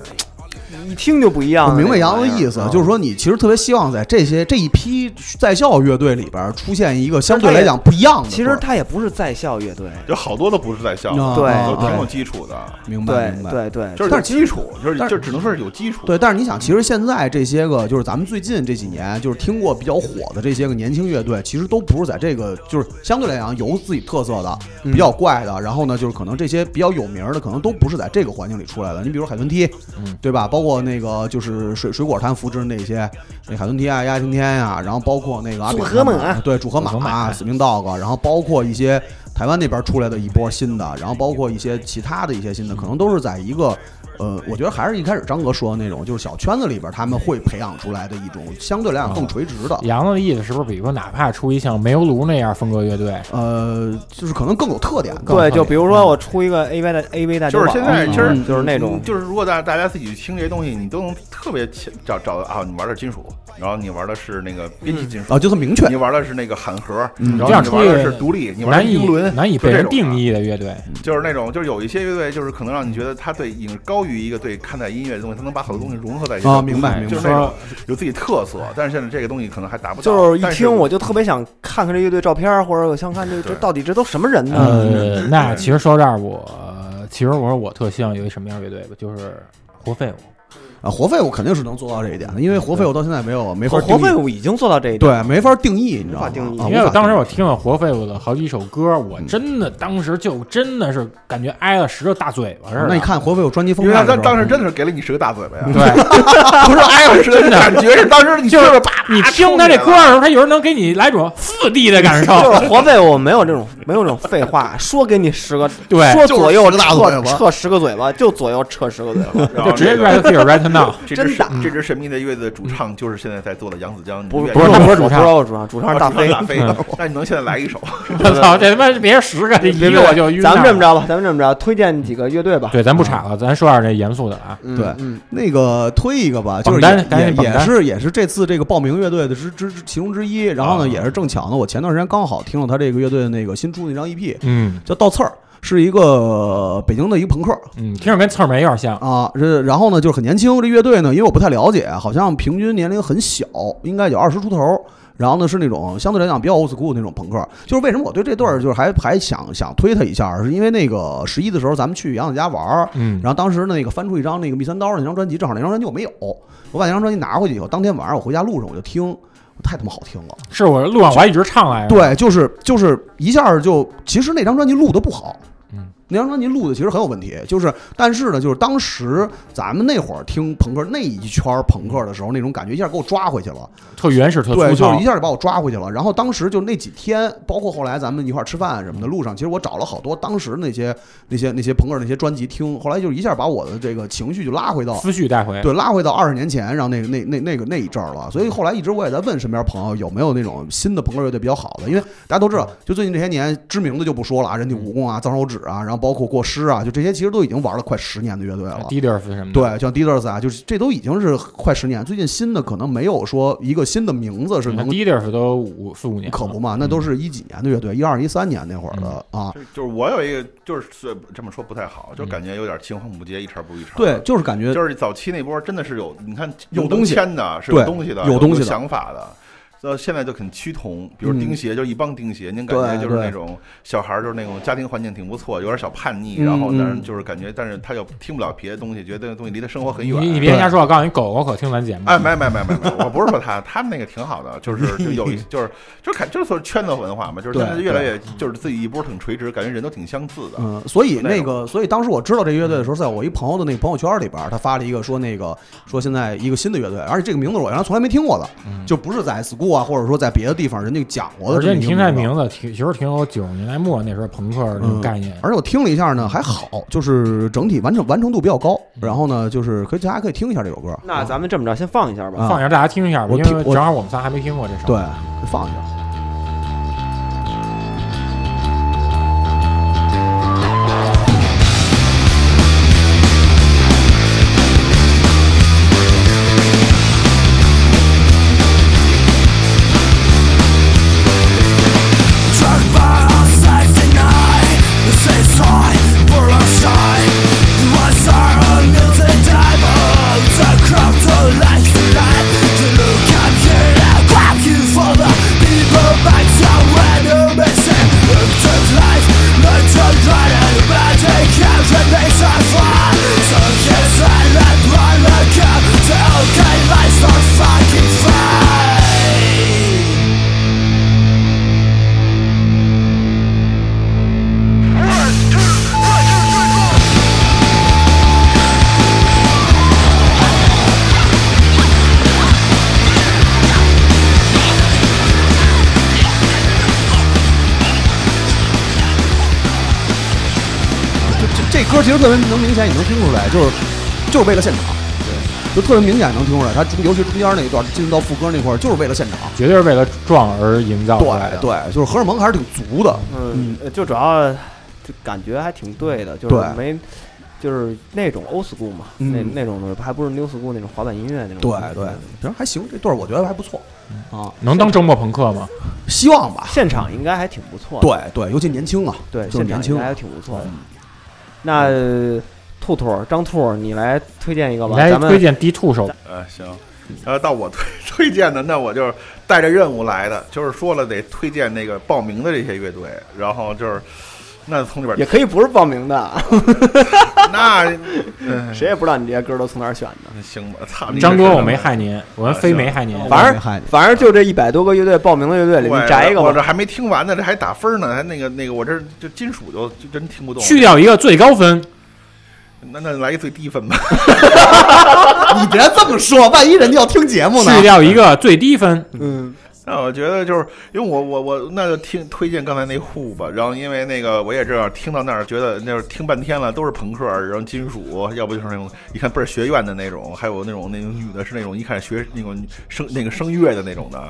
Speaker 1: 一听就不一样
Speaker 6: 我
Speaker 1: 啊的那种玩
Speaker 6: 明白
Speaker 1: 意儿。
Speaker 6: 杨的意思，啊
Speaker 1: 嗯
Speaker 6: 就是说你其实特别希望在这些这一批在校乐队里边儿出现一个相对
Speaker 1: 但是它
Speaker 6: 来
Speaker 1: 也
Speaker 6: 讲不一样的歌儿。
Speaker 1: 其实他也不是在校乐队，
Speaker 9: 有好多都不是在校，
Speaker 6: 啊
Speaker 1: 对
Speaker 6: 啊
Speaker 9: 都挺有
Speaker 6: 啊
Speaker 9: 基础的，
Speaker 6: 明白
Speaker 1: 对
Speaker 6: 明白。
Speaker 1: 对对，
Speaker 9: 就是有
Speaker 6: 但是其
Speaker 9: 基础，就是
Speaker 6: 但是
Speaker 9: 就只能说是有基础。
Speaker 6: 对，但是你想，其实现在这些个就是咱们最近这几年就是听过比较火的这些个年轻乐队，其实都不是在这个就是相对来讲有自己特色的、比较怪的，然后呢，就是可能这些比较有名儿的，可能都不是在这个环境里出来的。你比如海豚踢，
Speaker 2: 嗯
Speaker 6: 对吧？包括那个就是水水果摊扶植的那些，那海豚踢啊、鸭青天呀、然后包括那个阿
Speaker 1: 组
Speaker 6: 炳
Speaker 1: 合
Speaker 6: 他们
Speaker 1: 猛啊
Speaker 6: 对，主河
Speaker 2: 组合
Speaker 6: 马、
Speaker 2: 猛
Speaker 6: 啊、
Speaker 2: 啊
Speaker 6: 死命 dog，然后包括一些台湾那边出来的一波新的，然后包括一些其他的一些新的，可能都是在一个呃，我觉得还是一开始张哥说的那种，就是小圈子里边他们会培养出来的一种相对来讲更垂直的，
Speaker 2: 杨子的意思是不是，比如说哪怕出一像煤油炉那样风格乐队，
Speaker 6: 呃，就是可能更有特点的。
Speaker 1: 对，就比如说我出一个 AV 的 AV 大
Speaker 9: 就是现在，
Speaker 1: 嗯
Speaker 9: 其实
Speaker 1: 就是那种
Speaker 9: 嗯就是如果大大家自己去听这些东西，你都能特别切找找到啊，你玩的是金属，然后你玩的是那
Speaker 1: 嗯
Speaker 9: 个编辑金属，
Speaker 1: 哦
Speaker 6: 啊，就这么明确
Speaker 9: 你，玩的是那个喊盒，
Speaker 6: 嗯
Speaker 9: 然
Speaker 2: 这
Speaker 9: 后
Speaker 2: 样
Speaker 9: 你
Speaker 2: 出
Speaker 9: 玩的
Speaker 2: 去
Speaker 9: 是独立，你玩的
Speaker 2: 难
Speaker 9: 是
Speaker 2: 以
Speaker 9: 英伦，
Speaker 2: 难以
Speaker 9: 就
Speaker 2: 被
Speaker 9: 这
Speaker 2: 人
Speaker 9: 种啊
Speaker 2: 定
Speaker 9: 的。
Speaker 2: 义的乐队，
Speaker 9: 就是那种，就是有一些乐队，就是可能让你觉得他对影高于一个对看待音乐的东西，他能把好多东西融合在一起
Speaker 6: 啊明白
Speaker 9: 就是
Speaker 2: 明白
Speaker 9: 那种有自己特色，但是现在这个东西可能还达不到。
Speaker 1: 就是一
Speaker 9: 但
Speaker 1: 听我就特别想看看这乐队照片儿，或者我想看这这
Speaker 9: 对
Speaker 1: 到底这都什么人呢？
Speaker 2: 呃，那其实说到这儿，我其实我说我特希望有一什么样的乐队吧，就是活废物。
Speaker 6: 啊，活废物肯定是能做到这一点的，因为活废物到现在没有没法
Speaker 1: 活
Speaker 6: 定
Speaker 1: 活
Speaker 6: 义
Speaker 1: 废物已经做到这一点，
Speaker 6: 对没法定义，你知道吗？
Speaker 1: 无法定义
Speaker 6: 啊
Speaker 2: 因为我当时。
Speaker 6: 无法定义
Speaker 2: 我听了活废物的好几首歌，我真的当时就真的是感觉挨了十个大嘴巴似的。
Speaker 6: 啊哦那你看活废物专辑封
Speaker 9: 因为
Speaker 6: 面的
Speaker 9: 他
Speaker 6: 时候，
Speaker 9: 当当时真的是给了你十个大嘴巴呀，
Speaker 2: 对，
Speaker 9: 不是挨 (laughs) 我是
Speaker 2: (laughs) 真的
Speaker 9: 感觉是当时你
Speaker 2: 就
Speaker 9: 就是是啪，
Speaker 2: 你听他这歌的时候，他有人能给你来种四 D 的感受。
Speaker 1: 就是活废物没有这种没有这种废话，说给你十个，
Speaker 2: 对
Speaker 1: 说左右
Speaker 6: 就是十个大
Speaker 1: 扯
Speaker 6: 嘴巴
Speaker 1: 扯十个嘴巴，就左右扯十个嘴巴。
Speaker 9: 然后
Speaker 2: 就直接
Speaker 9: 这个
Speaker 2: right here right
Speaker 9: (laughs)
Speaker 2: now，
Speaker 9: 这
Speaker 1: 真的
Speaker 9: 支神这支神秘的乐队的主唱就是现在在做的杨子江，
Speaker 1: 不
Speaker 9: 你
Speaker 1: 是
Speaker 9: 愿
Speaker 2: 不是
Speaker 9: 意
Speaker 2: 他
Speaker 1: 不
Speaker 2: 不
Speaker 1: 是
Speaker 2: 是主唱
Speaker 1: 不是主唱，主唱
Speaker 9: 啊
Speaker 1: 是大
Speaker 9: 主唱
Speaker 1: 飞。
Speaker 9: 大飞
Speaker 2: 嗯，
Speaker 9: 那你能现在来一首？
Speaker 2: 我操，这他妈别十个，这一个我就晕了。
Speaker 1: 咱们这么着吧，咱们这么着，推荐几个乐队吧。
Speaker 2: 对，咱不岔了，咱说点这严肃的啊。
Speaker 1: 嗯
Speaker 6: 对
Speaker 1: 嗯，
Speaker 6: 那个推一个吧，就是
Speaker 2: 榜单
Speaker 6: 也
Speaker 2: 赶紧
Speaker 6: 也
Speaker 2: 榜
Speaker 6: 也
Speaker 2: 单
Speaker 6: 是也是这次这个报名乐队的之之之其中之一。然后呢，
Speaker 2: 啊
Speaker 6: 也是正巧呢，我前段时间刚好听了他这个乐队的那个新出的那张 EP，
Speaker 2: 嗯
Speaker 6: 叫《倒刺儿》，是一个北京的一个朋克
Speaker 2: 嗯，听着跟刺儿梅有点像。
Speaker 6: 啊。这然后呢，就是很年轻，这乐队呢，因为我不太了解，好像平均年龄很小，应该有二十出头。然后呢是那种相对来讲比较 old school 那种朋克。就是为什么我对这对儿就是还还想想推他一下，是因为那个十一的时候咱们去杨子家玩儿，
Speaker 2: 嗯，
Speaker 6: 然后当时那个翻出一张那个密三刀那张专辑，正好那张专辑我没有，我把那张专辑拿回去以后，当天晚上我回家路上我就听，太他妈好听了。
Speaker 2: 是我录完我还一直唱来着。，
Speaker 6: 对，就是就是一下就，其实那张专辑录的不好，
Speaker 2: 嗯，
Speaker 6: 那张专辑录的其实很有问题，就是但是呢，就是当时咱们那会儿听朋克那一圈儿朋克的时候，那种感觉一下给我抓回去了，
Speaker 2: 特原始，特粗糙。
Speaker 6: 对，就是一下就把我抓回去了。然后当时就那几天，包括后来咱们一块儿吃饭什么的，路上其实我找了好多当时那些那些那些朋克那些专辑听，后来就一下把我的这个情绪就拉回到
Speaker 2: 思绪带回。
Speaker 6: 对，拉回到二十年前，然后那个那那那个那一阵儿了。所以后来一直我也在问身边朋友有没有那种新的朋克乐队比较好的，因为大家都知道，就最近这些年知名的就不说了啊，人体蜈蚣啊、脏手指啊，然后包括过尸啊，就这些其实都已经玩了快十年的乐队了。
Speaker 2: d i d e r 什么的。
Speaker 6: 对，像 d e a l e r s 啊，就是这都已经是快十年。最近新的可能没有说一个新的名字是能
Speaker 2: d i d e r 都五四五年了，嗯
Speaker 6: 可不嘛，那都是一几年的乐队，一二一三年那会儿的啊。
Speaker 9: 就就是我有一个，就是是这么说不太好，就感觉有点青黄不接，一茬不如一茬。
Speaker 6: 对，，就是感觉
Speaker 9: 就是早期那波真的是有，你看
Speaker 6: 呃有
Speaker 9: 用
Speaker 6: 东西
Speaker 9: 签的，是
Speaker 6: 对
Speaker 9: 有东西的，
Speaker 6: 有
Speaker 9: 有
Speaker 6: 东西的
Speaker 9: 想法的。到现在就很趋同，比如
Speaker 6: 嗯
Speaker 9: 钉鞋，就一帮钉鞋，您感觉
Speaker 6: 对
Speaker 9: 就是
Speaker 6: 对
Speaker 9: 那种小孩儿，就是那种家庭环境挺不错，有点小叛逆，
Speaker 6: 嗯
Speaker 9: 然后但是
Speaker 6: 嗯
Speaker 9: 就是感觉，但是他又听不了别的东西，觉得这个东西离他生活很
Speaker 2: 你
Speaker 9: 远。
Speaker 2: 你别瞎说，我告诉你，狗狗可听咱节目。
Speaker 9: 哎，没没没没没，我不是说他，他们那个挺好的，就是就
Speaker 6: (laughs)
Speaker 9: 有一就是就是看就是说圈子文化嘛，就是现在
Speaker 6: 对
Speaker 9: 越来越就是自己一波挺垂直，感觉人都挺相似的。
Speaker 6: 嗯，所以
Speaker 9: 那
Speaker 6: 那
Speaker 9: 种
Speaker 6: 个，所以当时我知道这乐队的时
Speaker 2: 嗯
Speaker 6: 候，在我一朋友的那个朋友圈里边儿，他发了一个说那个说现在一个新的乐队，而且这个名字我原来从来没听过的，就不是在 school 啊，或者说在别的地方人家讲过
Speaker 2: 嗯
Speaker 6: 的。
Speaker 2: 而且你听这
Speaker 6: 字，
Speaker 2: 名字，挺其实挺有九十年代末那时候朋克那种
Speaker 6: 嗯
Speaker 2: 概念。
Speaker 6: 而且我听了一下呢，还好，就是整体完成完成度比较高。
Speaker 2: 嗯
Speaker 6: 然后呢，就是可以大家可以听一下这首歌，
Speaker 1: 那咱们这么着，先放一下吧。
Speaker 6: 啊
Speaker 2: 放一下，大家听一下吧，
Speaker 6: 我
Speaker 2: 因
Speaker 6: 听
Speaker 2: 为
Speaker 6: 我
Speaker 2: 正好我们仨还没听过这首。
Speaker 6: 对，放一下。就这这歌其实特别能明显，你能听出来，就是就是为了现场，对，就特别明显能听出来，它中尤其中间那一段进入到副歌那块儿，就是为了现场。
Speaker 2: 绝对是为了壮而营造出来
Speaker 6: 啊对啊
Speaker 2: 的。
Speaker 6: 对，就是荷尔蒙还是挺足的，
Speaker 1: 嗯，呃就主要就感觉还挺对的，就是
Speaker 6: 对
Speaker 1: 没就是那种 old school 嘛，
Speaker 6: 嗯
Speaker 1: 那那种东西还不是 new school 那种滑板音乐那种。
Speaker 6: 对对，其实还行，这段儿我觉得还不错啊，
Speaker 2: 能当周末朋克吗？
Speaker 6: 希望吧。
Speaker 1: 现场应该还挺不错的。
Speaker 6: 对对，尤其年轻啊，
Speaker 1: 对，
Speaker 6: 就是
Speaker 1: 现
Speaker 6: 年
Speaker 1: 场
Speaker 6: 轻
Speaker 1: 应该
Speaker 6: 啊。
Speaker 1: 还挺不错的。那呃兔兔儿张兔儿，你来推荐一个吧，
Speaker 2: 来
Speaker 1: 咱
Speaker 2: 推
Speaker 1: 们
Speaker 2: 荐第 two 首，
Speaker 9: 呃，行，呃，到我推 (laughs) 推荐的，那我就是带着任务来的，就是说了得推荐那个报名的这些乐队，然后就是那从里边
Speaker 1: 也可以不是报名的， (laughs)
Speaker 9: 那哎
Speaker 1: 谁也不知道你这些歌都从哪儿选的。
Speaker 9: 行吧，操你啊
Speaker 2: 张
Speaker 9: 这
Speaker 2: 哥
Speaker 9: 是
Speaker 2: 我没害您，我们非没害您。啊
Speaker 1: 反
Speaker 6: 没害
Speaker 1: 正
Speaker 6: 你
Speaker 1: 反正就这一百多个乐队报名的乐队里，
Speaker 9: 我
Speaker 1: 你摘一个
Speaker 9: 我这
Speaker 1: 吧。
Speaker 9: 还没听完呢，这还打分呢，还那个那个，我这这金属就就真听不懂。
Speaker 2: 去掉一个最高分，
Speaker 9: 那那来一最低分吧。
Speaker 6: (laughs) 你别这么说，万一人家要听节目呢？
Speaker 2: 去掉一个最低分。
Speaker 1: 嗯，
Speaker 9: 那我觉得就是因为我我我那就听推荐刚才那户吧，然后因为那个我也知道听到那儿觉得那是听半天了都是朋克，然后金属，要不就是那种一看倍儿学院的那种，还有那种那种女的是那种一看学那种声那个声乐的那种的，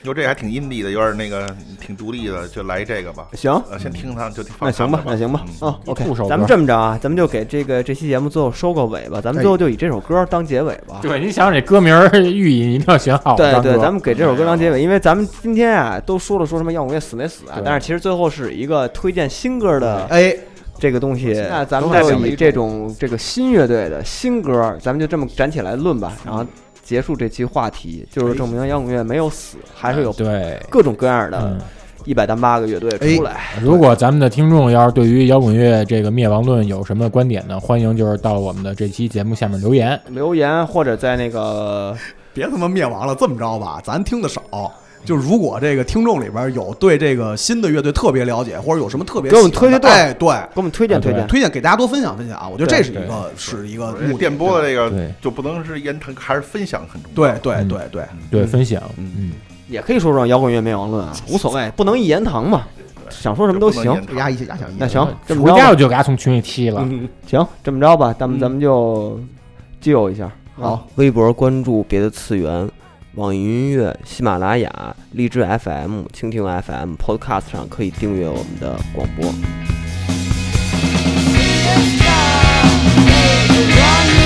Speaker 9: 你说这还挺阴地的，有点那个挺独立的，就来这个吧。
Speaker 1: 行，
Speaker 9: 呃，先听他就听
Speaker 1: 那
Speaker 9: 放他
Speaker 1: 行吧，那行吧，
Speaker 9: 嗯
Speaker 1: 啊，OK，
Speaker 2: 酷手
Speaker 1: 咱们
Speaker 2: 歌哎
Speaker 1: 这么着啊，咱们就给这个这期节目最后收个尾吧，咱们最后就以这首歌当结尾吧。
Speaker 2: 对，你想想这歌名儿 (laughs) 寓意一定要选好。
Speaker 1: 对
Speaker 2: 张
Speaker 1: 对，
Speaker 2: 哥
Speaker 1: 咱们给这首歌当
Speaker 9: 哎
Speaker 1: 结尾，因为咱们今天啊都说了说什么摇滚乐死没死啊，
Speaker 2: 对
Speaker 1: 但是其实最后是一个推荐新歌的
Speaker 6: 哎，
Speaker 1: 这个东西，那咱们
Speaker 9: 都代
Speaker 1: 就
Speaker 9: 表了
Speaker 1: 以
Speaker 9: 一
Speaker 1: 这种这个新乐队的新歌，咱们就这么展起来论吧，然后。结束这期话题，就是证明摇滚乐没有死，还是有
Speaker 2: 哎对，
Speaker 1: 各种各样的
Speaker 2: 嗯，
Speaker 1: 一百单八个乐队出来。
Speaker 2: 如果咱们的听众要是对于摇滚乐这个灭亡论有什么观点呢，欢迎就是到我们的这期节目下面留言。
Speaker 11: 留言或者在那个
Speaker 6: 别他妈灭亡了，这么着吧，咱听的少。就如果这个听众里边有对这个新的乐队特别了解，或者有什么特别
Speaker 1: 给我们
Speaker 6: 喜欢的
Speaker 1: 推推
Speaker 6: 哎，对，
Speaker 1: 给我们推荐
Speaker 2: 啊对
Speaker 1: 推荐，
Speaker 6: 推荐给大家多分享分享啊！我觉得这是一
Speaker 2: 对
Speaker 6: 个是一个
Speaker 9: 而且
Speaker 6: 目的
Speaker 9: 电波的这个
Speaker 2: 对
Speaker 9: 就不能是言谈，还是分享很重要。
Speaker 6: 对对
Speaker 2: 嗯
Speaker 6: 对对，
Speaker 2: 对，分享，嗯，
Speaker 1: 也可以说说摇滚乐灭亡论啊，无所谓，不能一言堂嘛，想说什么都
Speaker 9: 就不能
Speaker 1: 行
Speaker 9: 言。
Speaker 6: 不压一下压小一。
Speaker 1: 那行，这么
Speaker 2: 回家
Speaker 1: 着
Speaker 2: 我
Speaker 1: 吧，
Speaker 2: 就给他从群里踢了。
Speaker 1: 嗯，行，这么着吧，咱
Speaker 11: 嗯
Speaker 1: 们咱们就就一下。
Speaker 6: 好，
Speaker 1: 微博关注别的次元，网易云音乐、喜马拉雅、荔枝 FM、蜻蜓 FM、Podcast 上可以订阅我们的广播。
Speaker 12: Run